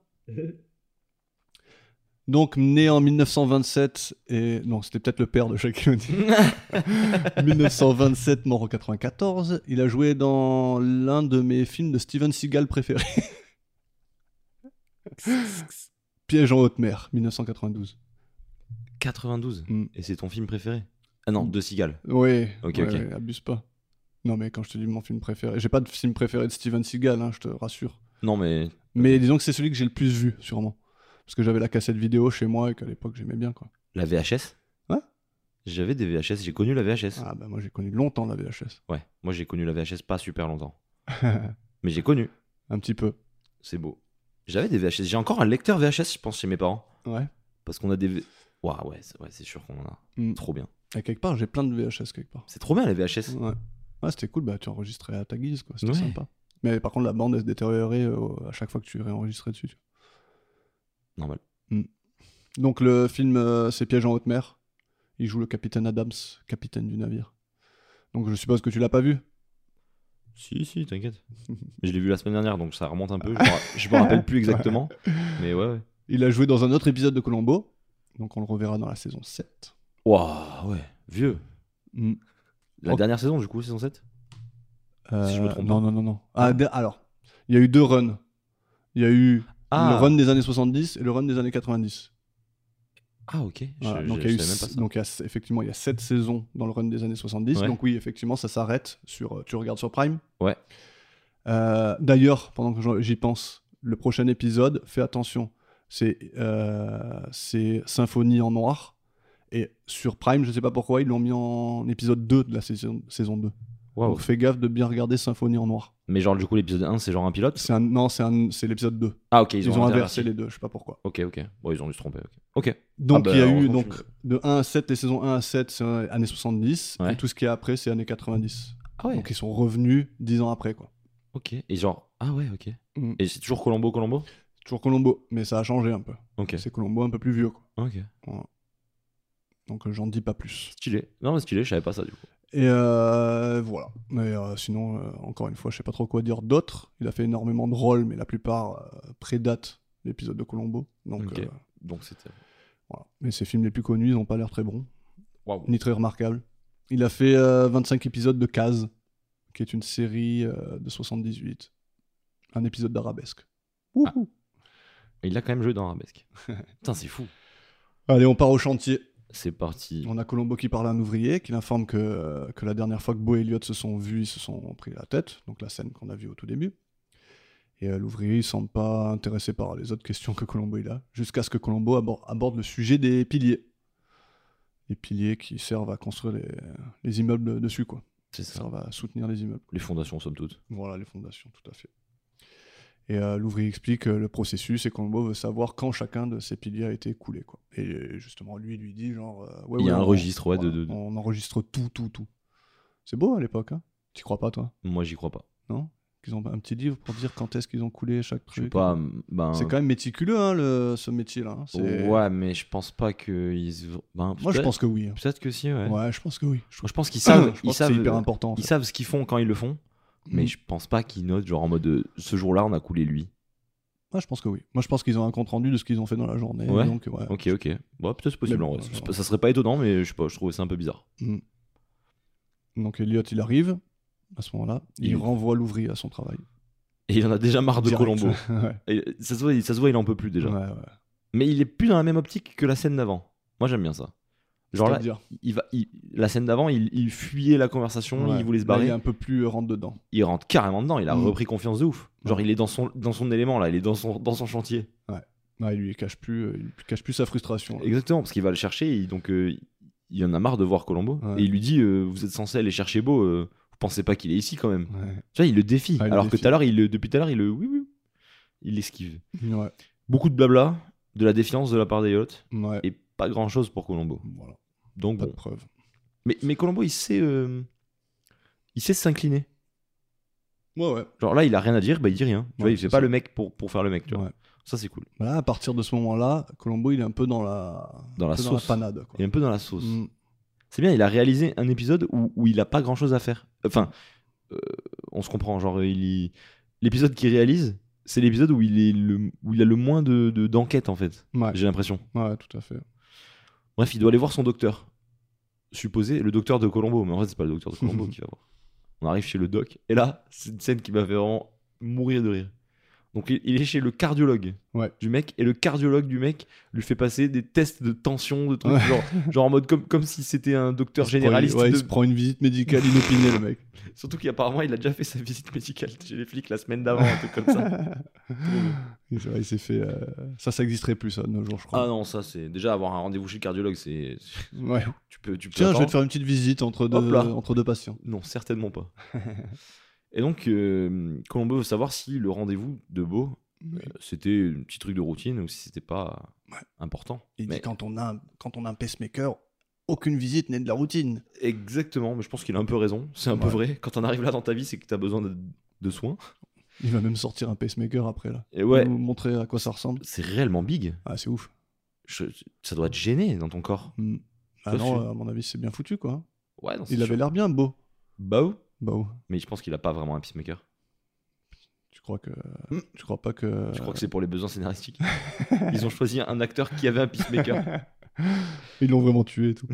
S4: Donc, né en 1927, et. Non, c'était peut-être le père de Shaquille O'Neal. 1927, mort en 94. Il a joué dans l'un de mes films de Steven Seagal préférés. Piège en haute mer, 1992.
S5: 92.
S4: Mm.
S5: Et c'est ton film préféré Ah non, De Seagal.
S4: Oui,
S5: Ok,
S4: ouais,
S5: ok.
S4: ouais, abuse pas. Non, mais quand je te dis mon film préféré, j'ai pas de film préféré de Steven Seagal, hein, je te rassure.
S5: Non, mais
S4: Mais disons que c'est celui que j'ai le plus vu, sûrement. Parce que j'avais la cassette vidéo chez moi et qu'à l'époque j'aimais bien quoi.
S5: La VHS
S4: Ouais.
S5: J'avais des VHS, j'ai connu la VHS.
S4: Ah bah moi j'ai connu longtemps la VHS.
S5: Ouais, moi j'ai connu la VHS pas super longtemps. Mais j'ai connu,
S4: Un petit peu.
S5: c'est beau. J'avais des VHS, j'ai encore un lecteur VHS, je pense, chez mes parents.
S4: Ouais.
S5: Parce qu'on a des. V- Ouah, ouais, c'est ouais, c'est sûr qu'on en a.
S4: Mm.
S5: Trop bien.
S4: Et quelque part j'ai plein de VHS quelque part.
S5: C'est trop bien la VHS.
S4: Ouais. Ouais, c'était cool, bah tu enregistrais à ta guise quoi, c'était
S5: Ouais.
S4: sympa. Mais par contre la bande elle se détériorait euh, à chaque fois que tu réenregistrais dessus. tu vois.
S5: Normal.
S4: Donc le film euh, c'est Piège en haute mer. Il joue le capitaine Adams, capitaine du navire. Donc je suppose que tu l'as pas vu.
S5: Si, si, t'inquiète. je l'ai vu la semaine dernière, donc ça remonte un peu. Je me ra- Je me rappelle plus exactement. Mais ouais, ouais.
S4: Il a joué dans un autre épisode de Colombo. Donc on le reverra dans la saison 7.
S5: Ouah, ouais, vieux.
S4: Mm.
S5: La
S4: Ok.
S5: dernière saison, du coup, saison 7 Si je me
S4: Euh,
S5: trompe
S4: Non, non, non, non. Ah, de- alors, il y a eu deux runs. Il y a eu le run des années 70 et le run des années 90.
S5: Ah, ok. Je-
S4: Voilà,
S5: je-
S4: donc, il
S5: je
S4: y a eu
S5: savais même pas
S4: s-
S5: ça.
S4: donc il y a- effectivement, il y a sept saisons dans le run des années 70.
S5: Ouais.
S4: Donc oui, effectivement, ça s'arrête sur... euh, Tu regardes sur Prime.
S5: Ouais.
S4: Euh, D'ailleurs, pendant que j'en- j'y pense, le prochain épisode, fais attention, c'est euh, c'est Symphonie en noir. Et sur Prime, je sais pas pourquoi, ils l'ont mis en épisode 2 de la saison, saison 2.
S5: Waouh.
S4: Donc fais gaffe de bien regarder Symphonie en noir.
S5: Mais genre, du coup, l'épisode 1, c'est genre un pilote
S4: C'est un, non, c'est un- c'est l'épisode 2.
S5: Ah, ok, ils,
S4: Ils, ont, inversé
S5: inversé.
S4: les deux, je sais pas pourquoi.
S5: Ok, ok. Bon, ils ont dû se tromper. Ok. Ok.
S4: Donc
S5: bah,
S4: il y a
S5: heureusement
S4: eu
S5: que
S4: donc
S5: tu
S4: de 1 à 7, les saisons 1 à 7, c'est euh, années 70,
S5: Ouais.
S4: et tout ce qui est après, c'est années 90.
S5: Ah ouais.
S4: Donc ils sont revenus 10 ans après, quoi.
S5: Ok. Et genre, ah ouais, ok.
S4: Mm.
S5: Et c'est toujours Colombo, Colombo
S4: Toujours Colombo, mais ça a changé un peu.
S5: Ok.
S4: C'est Colombo un peu plus vieux, quoi.
S5: Ok.
S4: Donc euh, j'en dis pas plus.
S5: Stylé. Non, mais stylé, je savais pas ça du coup.
S4: Et euh, voilà. Mais euh, sinon, euh, encore une fois, je sais pas trop quoi dire d'autre. Il a fait énormément de rôles, mais la plupart euh, prédatent l'épisode de Colombo. Donc
S5: Ok.
S4: euh,
S5: Donc c'était.
S4: voilà. Mais ses films les plus connus, ils ont pas l'air très bons,
S5: Waouh.
S4: ni très remarquables. Il a fait euh, 25 épisodes de Caz, qui est une série euh, de 78. Un épisode d'arabesque.
S5: Il a quand même joué dans Arabesque. Putain, c'est fou.
S4: Ah. Allez, on part au chantier.
S5: C'est parti.
S4: On a Colombo qui parle à un ouvrier, qui l'informe que, euh, que la dernière fois que Beau et Elliot se sont vus, ils se sont pris la tête, donc la scène qu'on a vue au tout début. Et euh, l'ouvrier, il semble pas intéressé par les autres questions que Colombo il a, jusqu'à ce que Colombo abor- aborde le sujet des piliers. Les piliers qui servent à construire les, les immeubles dessus, quoi.
S5: C'est
S4: Qui
S5: ça.
S4: servent à soutenir les immeubles.
S5: Les fondations, somme toute.
S4: Voilà, les fondations, tout à fait. Et euh, l'ouvrier explique euh, le processus et Colombo veut savoir quand chacun de ces piliers a été coulé. Quoi. Et euh, justement, lui, il lui dit genre. euh, ouais,
S5: Il y
S4: ouais,
S5: a un
S4: on-
S5: registre, ouais, de-
S4: voilà,
S5: de-
S4: On enregistre tout, tout, tout. C'est beau à l'époque, hein Tu crois pas, toi
S5: Moi, j'y crois pas.
S4: Non Qu'ils ont un petit livre pour dire quand est-ce qu'ils ont coulé chaque
S5: Je
S4: truc
S5: sais pas. Ben.
S4: C'est quand même méticuleux, hein, le- ce métier-là. hein. C'est-
S5: Ouais, mais je pense pas qu'ils. Ben,
S4: Moi, je
S5: peut-être-
S4: pense que oui. hein.
S5: Peut-être que si, ouais.
S4: Ouais. je pense que oui.
S5: Je je pense qu'ils
S4: Je
S5: savent.
S4: pense
S5: Ils
S4: que c'est
S5: savent. euh,
S4: hyper important. en
S5: Ils
S4: fait.
S5: savent ce qu'ils font quand ils le font, mais
S4: Mm.
S5: je pense pas qu'ils notent genre en mode euh, ce jour-là on a coulé lui.
S4: Moi, je pense que oui. Moi, je pense qu'ils ont un compte rendu de ce qu'ils ont fait dans la journée.
S5: Ouais.
S4: Donc, ouais.
S5: Ok, ok. Bon, peut-être c'est possible
S4: Mais
S5: en
S4: bon,
S5: vrai.
S4: genre-
S5: C'est pas- Ça serait pas étonnant, mais je sais pas, je trouvais ça un peu bizarre.
S4: Donc Elliot, il arrive à ce moment-là. Il,
S5: Il-
S4: renvoie l'ouvrier à son travail.
S5: Et il en a déjà marre de
S4: Direct.
S5: Colombo.
S4: ouais.
S5: Et ça, se voit, il- ça se voit, il en peut plus déjà.
S4: Ouais, ouais.
S5: Mais il est plus dans la même optique que la scène d'avant. Moi j'aime bien ça. Genre là,
S4: C'est-à-dire,
S5: il va, il- la scène d'avant, il, il fuyait la conversation,
S4: ouais.
S5: il voulait se
S4: Là,
S5: barrer.
S4: il est un peu plus euh, rentre dedans.
S5: Il rentre carrément dedans, il a
S4: Mm.
S5: repris confiance de ouf. Genre
S4: Ouais.
S5: il est dans son, dans son élément là, il est dans son, dans son chantier.
S4: Ouais, il lui cache plus, euh, il lui cache plus sa frustration. là.
S5: Exactement, parce qu'il va le chercher, et donc euh, il en a marre de voir Colombo.
S4: Ouais.
S5: Et il lui dit euh, Vous êtes censé aller chercher Beau, euh, vous pensez pas qu'il est ici quand même
S4: Ouais.
S5: Tu vois, il le défie.
S4: Ah, il le
S5: alors que
S4: défie.
S5: tout à l'heure, il le- depuis tout à l'heure, il le. Oui, oui. Il l'esquive.
S4: Ouais.
S5: Beaucoup de blabla, de la défiance de la part des yachts,
S4: Ouais.
S5: et pas grand chose pour Colombo.
S4: Voilà.
S5: Donc
S4: Pas de
S5: bon.
S4: preuve.
S5: Mais, mais Colombo, il sait. euh, il sait s'incliner.
S4: Ouais, ouais.
S5: Genre là, il a rien à dire, bah il dit rien. Tu vois,
S4: Ouais,
S5: il fait
S4: c'est
S5: pas
S4: ça.
S5: le mec pour, pour faire le mec, tu vois.
S4: Ouais.
S5: Ça, c'est cool.
S4: Bah Là, à partir de ce moment-là, Colombo, il est un peu dans la,
S5: Dans
S4: un
S5: la
S4: peu
S5: sauce.
S4: panade. Quoi.
S5: Il est un peu dans la sauce.
S4: Mm.
S5: C'est bien, il a réalisé un épisode où, où il a pas grand chose à faire. Enfin, euh, on se comprend, genre, euh, il y- l'épisode qu'il réalise, c'est l'épisode où, il est le- où il a le moins de de- d'enquête, en fait,
S4: Ouais.
S5: j'ai l'impression.
S4: ouais, tout à fait.
S5: Bref, il doit aller voir son docteur. Supposé, le docteur de Colombo, mais en fait, c'est pas le docteur de Colombo qui va voir. On arrive chez le doc, et là, c'est une scène qui m'a fait vraiment mourir de rire. Donc, il, il est chez le cardiologue
S4: Ouais.
S5: du mec, et le cardiologue du mec lui fait passer des tests de tension, de
S4: Ouais.
S5: trucs, genre, genre en mode comme, comme si c'était un docteur
S4: Il se prend une-
S5: généraliste
S4: ouais,
S5: de-
S4: il se prend une visite médicale inopinée, le mec.
S5: Surtout qu'apparemment, il a déjà fait sa visite médicale chez les flics la semaine d'avant, un truc comme ça.
S4: Il s'est- il s'est fait. euh, Ça, ça existerait plus, ça, de nos jours, je
S5: Ah
S4: crois.
S5: non, ça c'est déjà avoir un rendez-vous chez le cardiologue, c'est
S4: Ouais.
S5: tu peux tu peux
S4: Tiens, je vais
S5: attendre.
S4: te faire une petite visite entre deux,
S5: Ah. Hop là.
S4: entre deux patients.
S5: Non, certainement pas. Et donc euh, Colombo veut savoir si le rendez-vous de Beau
S4: Oui.
S5: euh, c'était un petit truc de routine ou si c'était pas important.
S4: Il
S5: Mais-
S4: dit quand on, a un, quand on a un pacemaker, aucune visite n'est de la routine.
S5: Exactement, mais je pense qu'il a un peu raison, c'est un peu
S4: Ouais.
S5: vrai. Quand on arrive là dans ta vie, c'est que tu as besoin de, de soins.
S4: Il va même sortir un pacemaker après là.
S5: Et ouais,
S4: Pour nous montrer à quoi ça ressemble.
S5: c'est réellement big.
S4: Ah, c'est ouf.
S5: Je- ça doit te gêner dans ton corps.
S4: Mm. Ah
S5: Ça,
S4: non,
S5: c'est-
S4: euh, à mon avis, c'est bien foutu quoi.
S5: Ouais, non, c'est
S4: Il
S5: sûr.
S4: avait l'air bien beau.
S5: Bah ouais.
S4: Bah ouais.
S5: mais je pense qu'il a pas vraiment un pacemaker.
S4: Tu crois que.
S5: Hmm.
S4: Tu crois pas que.
S5: Je crois que c'est pour les besoins scénaristiques. Ils ont choisi un acteur qui avait un peacemaker.
S4: Ils l'ont vraiment tué et tout.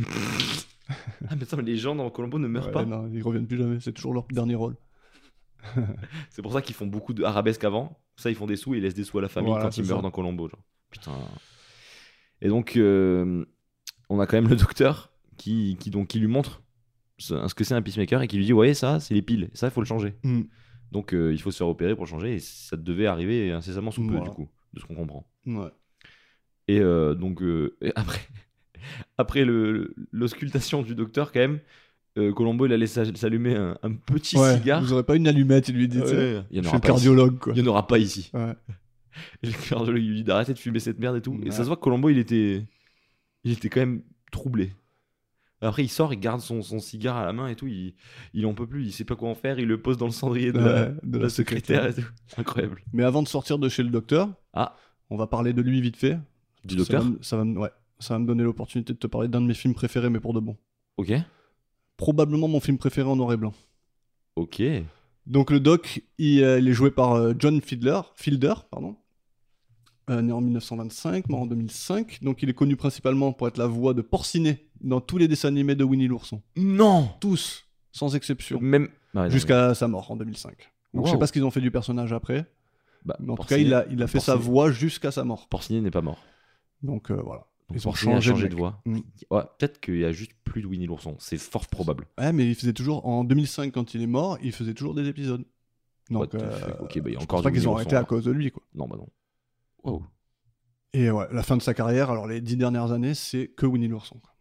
S5: Ah, mais attends, mais les gens dans Colombo ne meurent
S4: Ouais,
S5: pas.
S4: non, ils reviennent plus jamais. C'est toujours leur dernier rôle.
S5: C'est pour ça qu'ils font beaucoup de arabesques avant. Ça, ils font des sous et ils laissent des sous à la famille
S4: Voilà,
S5: quand ils
S4: c'est
S5: meurent
S4: ça.
S5: dans Colombo. Genre. Putain. Et donc, euh, on a quand même le docteur qui, qui, donc, qui lui montre ce, ce que c'est un peacemaker et qui lui dit Ouais, ça, c'est les piles. Ça, il faut le changer.
S4: Mm.
S5: Donc, euh, il faut se faire opérer pour le changer. Et ça devait arriver incessamment sous peu,
S4: Voilà.
S5: du coup, de ce qu'on comprend.
S4: Ouais.
S5: Et euh, donc, euh, et après, après le- l'auscultation du docteur, quand même, euh, Colombo, il allait s'ag- s'allumer un, un petit
S4: ouais,
S5: cigare.
S4: Vous aurez pas une allumette, il lui dit. tu sais.
S5: Ouais, il y en
S4: Je suis le
S5: aura pas ici.
S4: cardiologue, quoi.
S5: Il n'y en aura pas ici.
S4: Ouais.
S5: Et le cardiologue il lui dit d'arrêter de fumer cette merde et tout. Et ça
S4: Ouais.
S5: se voit que Colombo, il était, il était quand même troublé. Après, il sort, il garde son, son cigare à la main et tout. Il, il en peut plus, il sait pas quoi en faire. Il le pose dans le cendrier de, la,
S4: Ouais,
S5: de
S4: de
S5: la
S4: la
S5: secrétaire et tout. Incroyable.
S4: Mais avant de sortir de chez le docteur,
S5: Ah.
S4: on va parler de lui vite fait.
S5: Du
S4: Ça
S5: docteur
S4: va me- ça va, me- ouais, ça va me donner l'opportunité de te parler d'un de mes films préférés, mais pour de bon.
S5: Ok.
S4: Probablement mon film préféré en noir et blanc.
S5: Ok.
S4: Donc le doc, il, euh, il est joué par euh, John Fiedler, Fielder, pardon, Euh, né en 1925, mort en 2005. Donc il est connu principalement pour être la voix de Porcinet dans tous les dessins animés de Winnie l'ourson.
S5: Non
S4: Tous, sans exception,
S5: Même. Ah ouais, non,
S4: jusqu'à sa mort en 2005. Donc je sais
S5: Wow.
S4: pas ce qu'ils ont fait du personnage après,
S5: mais- bah,
S4: mais en tout cas
S5: Porcinet-
S4: il a, il a fait sa
S5: Porcinet-
S4: voix jusqu'à sa mort.
S5: Porcinet n'est pas mort.
S4: Donc euh, voilà.
S5: Donc
S4: Ils ont
S5: Porcinet a
S4: changé de
S5: changé
S4: mec.
S5: de voix.
S4: Mm.
S5: Ouais, peut-être qu'il y a juste plus de Winnie l'ourson. C'est fort probable.
S4: Ouais, mais il faisait toujours. En 2005, quand il est mort, il faisait toujours des épisodes. Donc,
S5: What the
S4: euh,
S5: fuck. Ok, bah, il y a
S4: je
S5: encore
S4: pense pas
S5: du
S4: qu'ils ont
S5: Winnie
S4: arrêté
S5: l'ourson,
S4: à cause de lui, quoi.
S5: Non, bah non. Wow.
S4: Et ouais, la fin de sa carrière, alors les dix dernières années, c'est que Winnie l'ourson. quoi.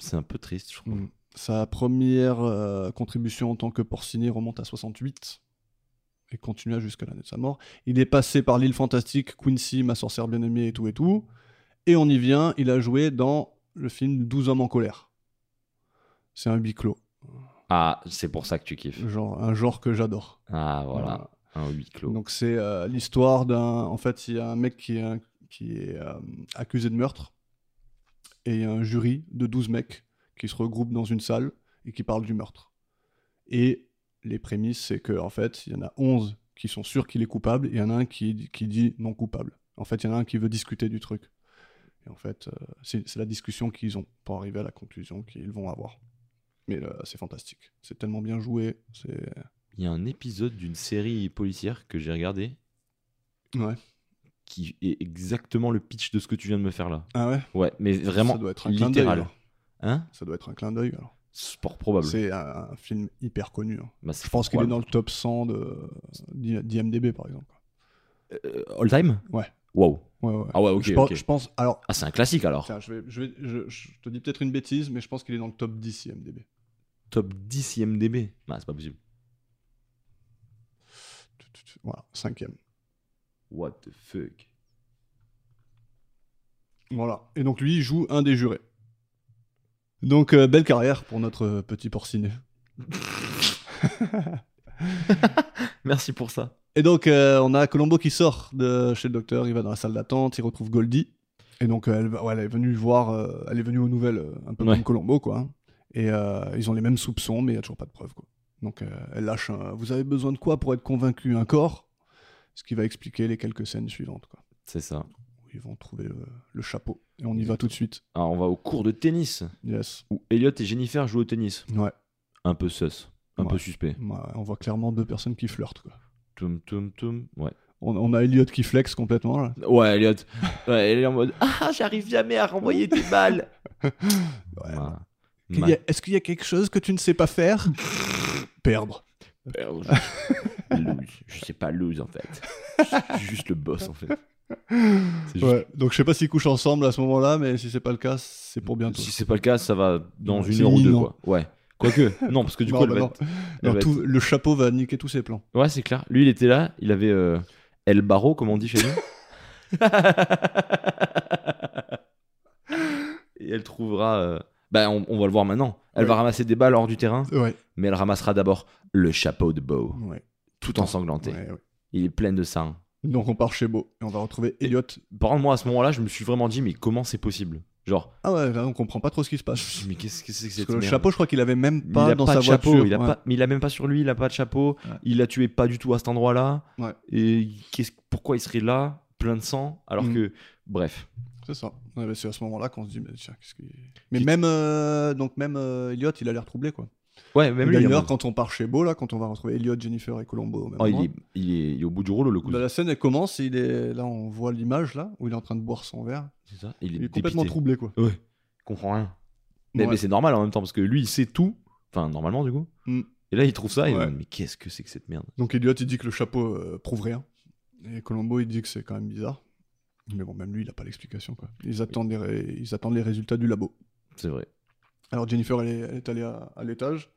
S5: C'est un peu triste, je trouve.
S4: Sa première euh, contribution en tant que porciné remonte à 68 et continua jusqu'à l'année de sa mort. Il est passé par l'île fantastique, Quincy, ma sorcière bien-aimée et tout et tout. Et on y vient, il a joué dans le film 12 hommes en colère. C'est un huis clos,
S5: Ah, c'est pour ça que tu kiffes.
S4: genre, un genre que j'adore.
S5: Ah, voilà. Un huis clos.
S4: Donc c'est euh, l'histoire d'un... En fait, il y a un mec qui est, un- qui est euh, accusé de meurtre et il y a un jury de 12 mecs qui se regroupent dans une salle et qui parlent du meurtre. Et les prémices, c'est que en fait, il y en a 11 qui sont sûrs qu'il est coupable et il y en a un qui, qui dit non coupable. En fait, il y en a un qui veut discuter du truc. Et en fait, euh, c'est c'est la discussion qu'ils ont pour arriver à la conclusion qu'ils vont avoir. Mais euh, c'est fantastique. C'est tellement bien joué. C'est...
S5: Il y a un épisode d'une série policière que j'ai regardé
S4: Ouais.
S5: qui est exactement le pitch de ce que tu viens de me faire là.
S4: Ah ouais
S5: Ouais, mais vraiment
S4: Ça doit être un clin d'œil,
S5: littéral.
S4: alors.
S5: Hein
S4: Ça doit être un clin d'œil. alors.
S5: Sport probable.
S4: C'est un, un film hyper connu. hein.
S5: Bah,
S4: Je pense qu'il est
S5: probable.
S4: dans le top 100 de d'I- d'IMDB par exemple.
S5: Euh, all time
S4: Ouais.
S5: Wow.
S4: Ouais, ouais.
S5: Ah ouais, ok,
S4: je, pense,
S5: ok.
S4: je pense- Alors,
S5: Ah, c'est un classique alors.
S4: tiens, je, vais, je, vais- je- je te dis peut-être une bêtise, mais je pense qu'il est dans le top 10 IMDB.
S5: Top 10 IMDB. Ah, c'est pas possible.
S4: Tu- tu- tu- Voilà, cinquième.
S5: What the fuck.
S4: Voilà. Et donc lui, il joue un des jurés. Donc euh, belle carrière pour notre euh, petit porcinet.
S5: Merci pour ça.
S4: Et donc euh, on a Colombo qui sort de chez le docteur, il va dans la salle d'attente, il retrouve Goldie. Et donc euh, elle, va- ouais, elle est venue voir, euh, elle est venue aux nouvelles, euh, un peu
S5: Ouais.
S4: comme Colombo quoi. hein. Et euh, ils ont les mêmes soupçons, mais il n'y a toujours pas de preuves quoi. Donc euh, elle lâche un, Vous avez besoin de quoi pour être convaincu Un corps Ce qui va expliquer les quelques scènes suivantes quoi.
S5: C'est ça.
S4: Où ils vont trouver le, le chapeau. Et on y va tout de suite.
S5: Alors, on va au cours de tennis
S4: Yes.
S5: où Elliot et Jennifer jouent au tennis.
S4: Ouais.
S5: Un peu sus. Un
S4: Ouais.
S5: peu suspect.
S4: Ouais, on voit clairement deux personnes qui flirtent quoi.
S5: Tum, tum, tum. Ouais.
S4: On, on a Elliot qui flex complètement là.
S5: Ouais, Elliot. Ouais, elle est en mode Ah, j'arrive jamais à renvoyer des balles.
S4: Ouais.
S5: Voilà.
S4: Qu'il y a- Est-ce qu'il y a quelque chose que tu ne sais pas faire Perdre.
S5: Merde, je- lose. Je sais pas lose en fait. Je suis juste le boss en fait. C'est juste-
S4: Ouais, donc je sais pas s'ils couchent ensemble à ce moment-là, mais si c'est pas le cas, c'est pour bientôt.
S5: Si c'est pas le cas, ça va dans
S4: Ouais,
S5: une
S4: c'est
S5: heure ou deux
S4: imminent.
S5: quoi. Ouais. Quoique, non, parce que du
S4: Non,
S5: coup, elle
S4: bah
S5: va
S4: non.
S5: être- elle
S4: Alors,
S5: va
S4: tout- le chapeau va niquer tous ses plans.
S5: être- Ouais, c'est clair. Lui, il était là, il avait euh, El Barro, comme on dit chez nous. Et elle trouvera. euh, Bah, on, on va le voir maintenant. Elle va
S4: Ouais.
S5: ramasser des balles hors du terrain,
S4: Ouais.
S5: mais elle ramassera d'abord le chapeau de Beau,
S4: ouais,
S5: tout ensanglanté.
S4: ouais, ouais.
S5: Il est plein de sang.
S4: Donc on part chez Beau et on va retrouver Elliot.
S5: Par contre, moi, à ce moment-là, je me suis vraiment dit, mais comment c'est possible Genre,
S4: Ah ouais, là, on comprend pas trop ce qui se
S5: je me
S4: passe.
S5: suis dit, mais qu'est-ce que c'est que
S4: Parce
S5: cette
S4: que le
S5: merde
S4: chapeau, je crois qu'il avait même
S5: il
S4: pas
S5: a
S4: dans
S5: pas
S4: sa
S5: de chapeau,
S4: voiture.
S5: il a
S4: ouais.
S5: pas, mais il a même pas sur lui, il a pas de chapeau,
S4: Ouais.
S5: il l'a tué pas du tout à cet endroit-là.
S4: Ouais.
S5: Et qu'est-ce- pourquoi il serait là, plein de sang, alors
S4: Mm.
S5: que, bref,
S4: C'est ça. Ouais, bah, c'est à ce moment-là qu'on se dit, mais tiens, qu'est-ce qui. Mais
S5: Puis-
S4: même, euh, donc même euh, Elliot, il a l'air troublé quoi.
S5: ouais, même
S4: Et
S5: lui, il, est en
S4: D'ailleurs,
S5: mode-
S4: quand on part chez Beau là, quand on va retrouver Elliot, Jennifer et Colombo au même
S5: Oh, il,
S4: endroit,
S5: est, il est- il est au bout du rouleau le coup.
S4: bah, la scène elle commence, il est là, on voit l'image là où il est en train de boire son verre.
S5: C'est ça, il est,
S4: Il est complètement
S5: dépité.
S4: troublé quoi.
S5: Ouais, il comprend rien. Mais,
S4: Ouais.
S5: mais c'est normal en même temps parce que lui, il sait tout, enfin normalement du coup.
S4: Mm.
S5: Et là, il trouve ça, et il
S4: Ouais.
S5: dit, mais qu'est-ce que c'est que cette merde
S4: Donc Elliot il dit que le chapeau euh, prouve rien. Et Colombo il dit que c'est quand même bizarre. Mais bon, même lui, il n'a pas l'explication. quoi. Ils attendent, les, ré- ils attendent les résultats du labo.
S5: C'est vrai.
S4: Alors Jennifer, elle est, elle est allée à, à l'étage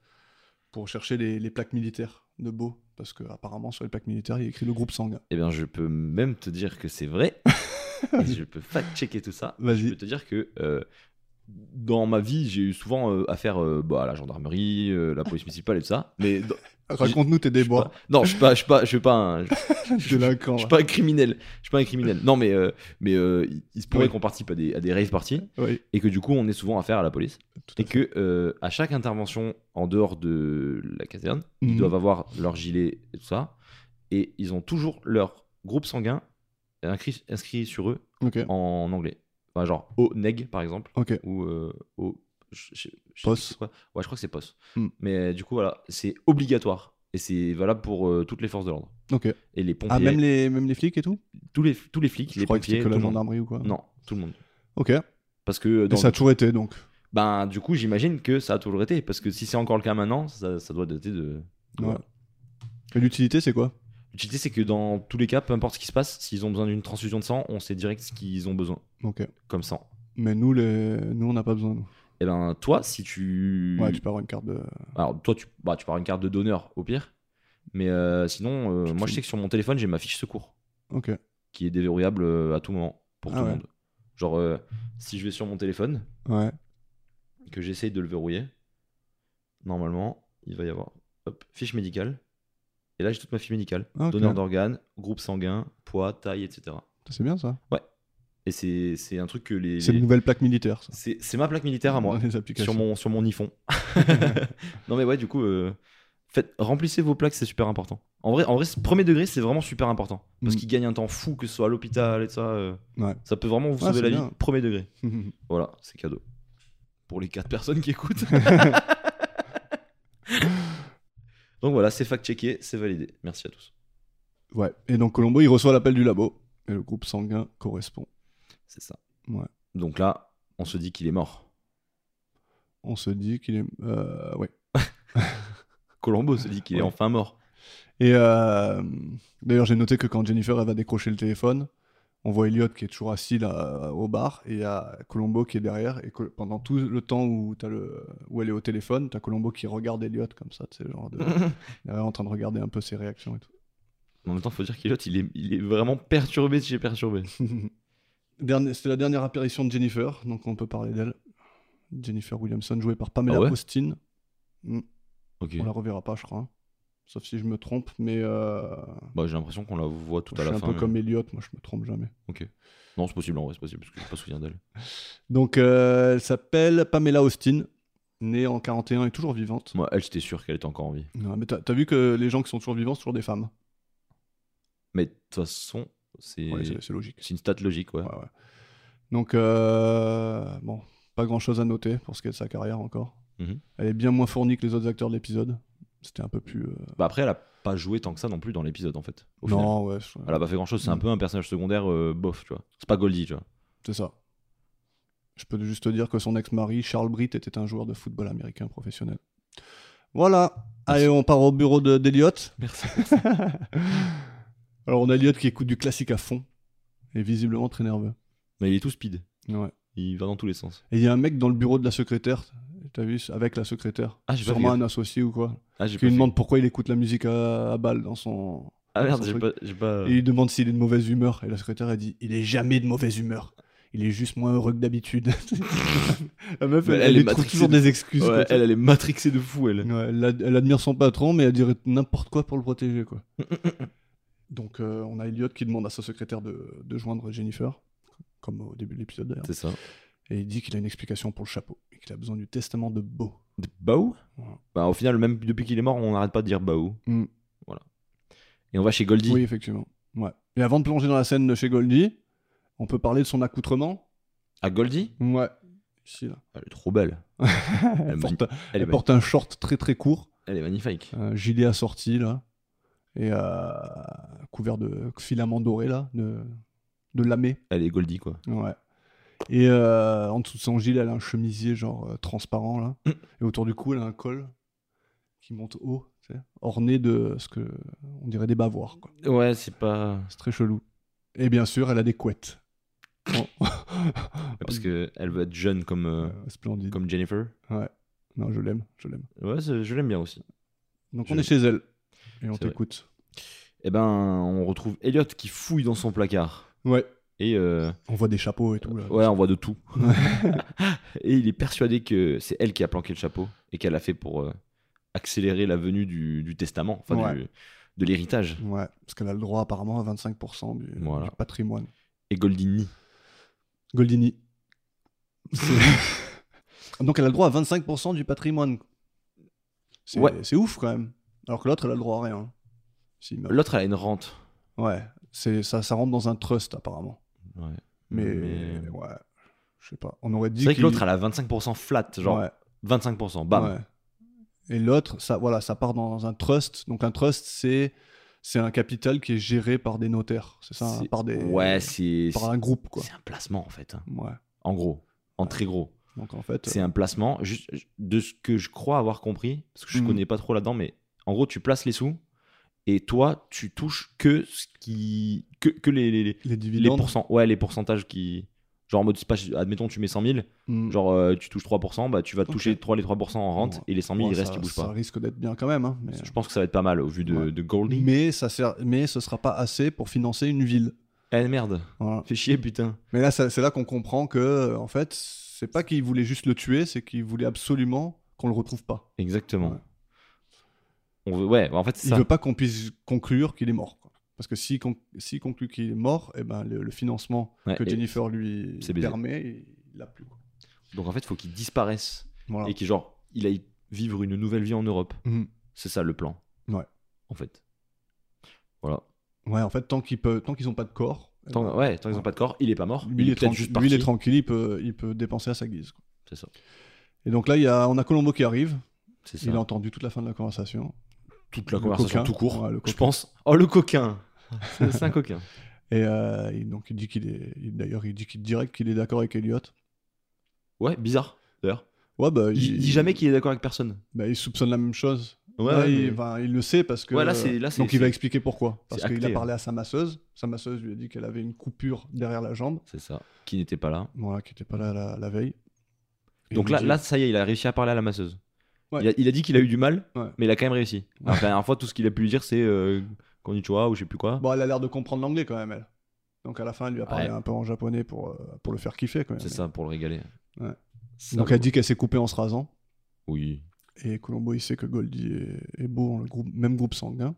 S4: pour chercher les, les plaques militaires de Beau, parce que apparemment sur les plaques militaires, il y a écrit le groupe sanguin.
S5: Eh bien, je peux même te dire que c'est vrai. et je peux fact-checker tout ça. Je peux
S4: Vas-y.
S5: te dire que euh, dans ma vie, j'ai eu souvent euh, affaire euh, bah, à la gendarmerie, euh, la police municipale et tout ça. Mais dans-
S4: Raconte-nous tes
S5: je suis
S4: déboires.
S5: pas- non, je suis pas, je suis pas, je suis pas un, je, je-
S4: Délinquant.
S5: je suis
S4: là.
S5: pas un criminel. Je suis pas un criminel. Non, mais euh, mais euh, il, il se pourrait
S4: Oui.
S5: qu'on participe à des, à des rave parties
S4: Oui,
S5: et que du coup, on est souvent affaire à la police
S4: tout à
S5: et que euh, à chaque intervention en dehors de la caserne, ils
S4: Mhm.
S5: doivent avoir leur gilet et tout ça, et ils ont toujours leur groupe sanguin inscrit, inscrit sur eux
S4: fait. Ok.
S5: en anglais. Enfin, genre au neg par exemple,
S4: Ok.
S5: ou euh, au je- je- je sais
S4: Pos.
S5: plus c'est quoi. Ouais, je crois que c'est pos.
S4: Hmm.
S5: Mais euh, du coup, voilà, c'est obligatoire et c'est valable pour euh, toutes les forces de l'ordre
S4: Ok.
S5: et les pompiers,
S4: Ah, même les, même les flics et tout
S5: tous les tous les flics,
S4: Je
S5: les
S4: crois que
S5: pompiers,
S4: c'était que
S5: tout
S4: la
S5: le monde.
S4: gendarmerie ou quoi.
S5: Non, tout le monde.
S4: Ok. Et
S5: Parce que dans-
S4: ça a toujours été donc.
S5: ben du coup, j'imagine que ça a toujours été parce que si c'est encore le cas maintenant, ça, ça doit dater de de-
S4: Ouais. Et l'utilité, c'est quoi
S5: L'utilité, c'est que dans tous les cas, peu importe ce qui se passe, s'ils ont besoin d'une transfusion de sang, on sait direct ce qu'ils ont besoin
S4: Ok.
S5: comme sang.
S4: Mais nous, les... nous on n'a pas besoin. Nous.
S5: Et ben toi, si tu.
S4: Ouais, tu peux avoir une carte de.
S5: Alors toi, tu, bah, tu pars une carte de donneur au pire. Mais euh, sinon, euh,
S4: Tu te
S5: moi
S4: fais-
S5: je sais que sur mon téléphone, j'ai ma fiche secours
S4: Ok.
S5: qui est déverrouillable euh, à tout moment pour
S4: Ah
S5: tout le
S4: ouais.
S5: monde. Genre, euh, si je vais sur mon téléphone,
S4: Ouais.
S5: que j'essaye de le verrouiller, normalement, il va y avoir hop, fiche médicale. Et là, j'ai toute ma fiche médicale
S4: Ah, ok.
S5: donneur d'organes, groupe sanguin, poids, taille, etc.
S4: C'est bien ça.
S5: Et c'est c'est un truc que les.
S4: C'est
S5: les-
S4: une nouvelle plaque militaire, ça.
S5: C'est c'est ma plaque militaire à moi.
S4: Dans les applications.
S5: Sur mon, sur mon iPhone. non, mais ouais, du coup, euh, faites, remplissez vos plaques, c'est super important. En vrai, en vrai, ce premier degré, c'est vraiment super important. Parce
S4: Mm.
S5: qu'ils gagnent un temps fou, que ce soit à l'hôpital et tout ça. euh,
S4: Ouais.
S5: Ça peut vraiment vous
S4: Ah,
S5: sauver
S4: c'est
S5: la
S4: bien.
S5: vie. Premier degré.
S4: ouais,
S5: Voilà, c'est cadeau. Pour les quatre personnes qui écoutent. Donc voilà, c'est fact-checké, c'est validé. Merci à tous.
S4: et donc Colombo, il reçoit l'appel du labo, et le groupe sanguin correspond.
S5: C'est ça.
S4: Ouais.
S5: Donc là, on se dit qu'il est mort.
S4: On se dit qu'il est... euh, ouais.
S5: Colombo se dit qu'il est
S4: Ouais.
S5: enfin mort.
S4: Et euh, d'ailleurs, j'ai noté que quand Jennifer, elle va décrocher le téléphone, on voit Elliot qui est toujours assis là, euh, au bar, et il y a Colombo qui est derrière, et que pendant tout le temps où, t'as le, où elle est au téléphone, t'as Colombo qui regarde Elliot comme ça, tu sais, genre de- derrière, en train de regarder un peu ses réactions et tout.
S5: En même temps, faut dire qu'il est- il est, il est vraiment perturbé de chez perturbé.
S4: Dernier- C'était la dernière apparition de Jennifer, donc on peut parler d'elle. Jennifer Williamson, jouée par Pamela
S5: Ah ouais
S4: Austin.
S5: Ok.
S4: On la reverra pas, je crois. hein. Sauf si je me trompe, mais euh,
S5: Bah, j'ai l'impression qu'on la voit tout
S4: je
S5: à
S4: suis
S5: la
S4: un
S5: fin.
S4: peu
S5: mais-
S4: comme Elliot, moi je me trompe jamais.
S5: Non, c'est possible, en vrai, c'est possible, parce que je pas souvenir d'elle.
S4: Donc euh, elle s'appelle Pamela Austin, née en 41 et toujours vivante.
S5: Moi, elle, j'étais sûr qu'elle était encore en vie.
S4: Ouais, mais t'as t'as vu que les gens qui sont toujours vivants, c'est toujours des femmes. hein.
S5: Mais de toute façon, c'est
S4: Ouais, c'est c'est logique.
S5: c'est une stat logique, ouais.
S4: Ouais, ouais. Donc, euh, bon, pas grand chose à noter pour ce qui est de sa carrière encore.
S5: Mhm.
S4: Elle est bien moins fournie que les autres acteurs de l'épisode. C'était un peu plus. euh,
S5: Bah, après, elle a pas joué tant que ça non plus dans l'épisode, en fait. Au final.
S4: Non, ouais, je-
S5: Elle a pas fait grand chose, c'est un
S4: Mm.
S5: peu un personnage secondaire euh, bof, tu vois. C'est pas Goldie, tu vois.
S4: c'est ça. Je peux juste te dire que son ex-mari, Charles Britt, était un joueur de football américain professionnel. Voilà.
S5: Merci.
S4: Allez, on part au bureau de- d'Eliott.
S5: Merci.
S4: Alors, on a Elliott qui écoute du classique à fond. Et visiblement très nerveux.
S5: Mais il est tout speed.
S4: Ouais.
S5: Il va dans tous les sens.
S4: Et il y a un mec dans le bureau de la secrétaire. T'as vu Avec la secrétaire.
S5: Ah, j'ai pas
S4: Sûrement
S5: fait
S4: un associé ou quoi.
S5: Ah, j'ai
S4: Qui
S5: pas
S4: lui
S5: fait-
S4: demande pourquoi il écoute la musique à, à balle dans son.
S5: Ah merde,
S4: son
S5: j'ai
S4: truc.
S5: pas. j'ai pas...
S4: Et il demande s'il est de mauvaise humeur. Et la secrétaire, elle dit Il est jamais de mauvaise humeur. Il est juste moins heureux que d'habitude. la meuf,
S5: Mais
S4: elle,
S5: elle est
S4: lui trouve
S5: matrixée
S4: toujours
S5: de-
S4: des excuses.
S5: Ouais,
S4: quoi, tu
S5: elle, elle est matrixée de fou, elle.
S4: Ouais, elle, ad- elle admire son patron, mais elle dirait n'importe quoi pour le protéger, quoi. Donc, euh, on a Elliot qui demande à sa secrétaire de, de joindre Jennifer, comme au début de l'épisode d'ailleurs.
S5: C'est ça.
S4: Et il dit qu'il a une explication pour le chapeau et qu'il a besoin du testament de Beau.
S5: De Bao
S4: Ouais.
S5: Bah, au final, même depuis qu'il est mort, on n'arrête pas de dire Bao.
S4: Mm.
S5: Voilà. Et on va chez Goldie.
S4: Oui, effectivement. Ouais. Et avant de plonger dans la scène de chez Goldie, on peut parler de son accoutrement.
S5: À Ah, Goldie
S4: Ouais. Ici, là.
S5: Elle est trop belle.
S4: Elle,
S5: est
S4: porte,
S5: Elle est,
S4: elle porte un short très très court,
S5: ma- elle est magnifique.
S4: un gilet assorti, là, et euh, couvert de filaments dorés, là, de, de lamé.
S5: Elle est Goldie, quoi.
S4: Ouais. Et euh, en dessous de son gilet, elle a un chemisier genre euh, transparent là. Et
S5: Mm.
S4: autour du cou, elle a un col qui monte haut, tu sais, orné de ce que on dirait des bavoirs. quoi.
S5: Ouais, c'est pas.
S4: C'est très chelou. Et bien sûr, elle a des couettes.
S5: Parce qu'elle veut être jeune comme, Oh. euh,
S4: Euh, splendide.
S5: comme Jennifer.
S4: Non, je l'aime, je l'aime.
S5: Ouais, c'est- je l'aime bien aussi.
S4: Donc
S5: Je-
S4: on est chez elle. Et on
S5: C'est vrai.
S4: t'écoute.
S5: Eh ben, on retrouve Elliot qui fouille dans son placard.
S4: Ouais.
S5: Et euh,
S4: On voit des chapeaux et tout. Là.
S5: ouais, on voit de tout. et il est persuadé que c'est elle qui a planqué le chapeau et qu'elle l'a fait pour euh, accélérer la venue du, du testament, enfin
S4: Ouais.
S5: du- de l'héritage.
S4: Ouais, parce qu'elle a le droit apparemment à 25% du,
S5: Voilà.
S4: du patrimoine.
S5: Et Goldini.
S4: Goldini. C'est- Donc elle a le droit à 25% du patrimoine. C'est
S5: Ouais.
S4: c'est ouf quand même. Alors que l'autre, elle a le droit à rien. hein, S'il meurt.
S5: L'autre, elle a une rente.
S4: Ouais, c'est ça, ça rentre dans un trust apparemment.
S5: Ouais.
S4: Mais,
S5: Mais-
S4: ouais, je sais pas. On aurait dit
S5: C'est vrai que
S4: qu'il-
S5: l'autre, elle a 25% flat, genre
S4: Ouais,
S5: 25%, bam.
S4: ouais. Et l'autre, ça, voilà, ça part dans un trust. Donc un trust, c'est c'est un capital qui est géré par des notaires, c'est ça, hein,
S5: C'est-
S4: par des
S5: Ouais, c'est
S4: par un groupe quoi.
S5: c'est un placement en fait. hein.
S4: Ouais.
S5: En gros, en très gros.
S4: Donc en fait,
S5: C'est un placement, juste de ce que je crois avoir compris, parce que je
S4: Mhm.
S5: connais pas trop là-dedans, mais en gros, tu places les sous et toi, tu touches que ce qui. que, que les, les, les,
S4: les
S5: les
S4: dividendes.
S5: pourcents- ouais, les pourcentages qui. Genre en mode, c'est pas- admettons, tu mets 100 000,
S4: hmm,
S5: genre euh, tu touches 3%, bah tu vas
S4: Ok.
S5: toucher 3, les 3% en rente
S4: Bon,
S5: et les 100 000,
S4: ouais,
S5: il reste,
S4: ça,
S5: qui bouge
S4: ça
S5: pas.
S4: risque d'être bien quand même. hein, mais...
S5: Je pense que ça va être pas mal au vu de,
S4: Ouais.
S5: de Goldie.
S4: Mais ça sert, mais ce sera pas assez pour financer une ville.
S5: Eh merde,
S4: Voilà.
S5: fais chier putain.
S4: Mais là, ça- c'est là qu'on comprend que, euh, en fait, c'est pas qu'il voulait juste le tuer, c'est qu'il voulait absolument qu'on le retrouve pas.
S5: Exactement.
S4: Ouais.
S5: On veut, ouais, en fait, c'est
S4: Il
S5: ça.
S4: veut pas qu'on puisse conclure qu'il est mort. quoi. Parce que si con- s'il conclut qu'il est mort, eh ben, le, le financement
S5: Ouais,
S4: que
S5: et
S4: Jennifer lui
S5: c'est baisé.
S4: permet, il l'a plus. quoi.
S5: Donc en fait, faut qu'il disparaisse
S4: Voilà.
S5: et qu'il genre, il aille vivre une nouvelle vie en Europe.
S4: Mhm.
S5: C'est ça le plan.
S4: Ouais.
S5: En fait. Voilà.
S4: Ouais, en fait, tant qu'ils peut... tant qu'ils ont pas de corps, eh
S5: Tant,
S4: ben,
S5: ouais, tant qu'ils n'ont pas de corps, il est pas mort.
S4: lui, il est
S5: peut-être
S4: tranquille-
S5: juste
S4: lui, il est
S5: parti.
S4: tranquille, il peut, il peut dépenser à sa guise. quoi.
S5: C'est ça.
S4: Et donc là, il y a... on a Colombo qui arrive.
S5: C'est ça.
S4: Il a entendu toute la fin de la conversation.
S5: Toute la
S4: le
S5: conversation
S4: coquin.
S5: tout court.
S4: Ouais, le
S5: je
S4: coquin.
S5: pense. Oh le coquin. C'est c'est un coquin.
S4: Et euh, il- donc il dit qu'il est. il- D'ailleurs, il dit qu'il direct qu'il est d'accord avec Elliot.
S5: Ouais, bizarre. D'ailleurs,
S4: Ouais, bah,
S5: il, il dit jamais qu'il est d'accord avec personne.
S4: bah, il soupçonne la même chose.
S5: Ouais.
S4: Ouais,
S5: ouais,
S4: il,
S5: mais-
S4: enfin, il le sait parce que.
S5: Ouais, là, c'est- là, c'est-
S4: donc il va
S5: c'est-
S4: expliquer pourquoi. Parce
S5: c'est
S4: qu'il a
S5: acté,
S4: parlé à sa masseuse. Sa masseuse lui a dit qu'elle avait une coupure derrière la jambe,
S5: C'est ça. Qui n'était pas là.
S4: voilà, qui n'était pas là la, la veille. Et
S5: Donc
S4: il
S5: là,
S4: dit-
S5: là, ça y est, il a réussi à parler à la masseuse.
S4: Ouais.
S5: Il, a, il a dit qu'il a eu du mal,
S4: Ouais.
S5: mais il a quand même réussi. Alors que la dernière fois, tout ce qu'il a pu lui dire, c'est euh, Konnichiwa ou je sais plus quoi.
S4: Bon, elle a l'air de comprendre l'anglais quand même, elle. Donc à la fin, elle lui a parlé
S5: Ouais.
S4: un peu en japonais pour, euh, pour le faire kiffer quand même.
S5: c'est ça, pour le régaler.
S4: Ouais.
S5: Ça,
S4: Donc elle dit qu'elle s'est coupée en se rasant.
S5: Oui.
S4: Et Colombo, il sait que Goldie est, est beau, en le groupe, même groupe sanguin.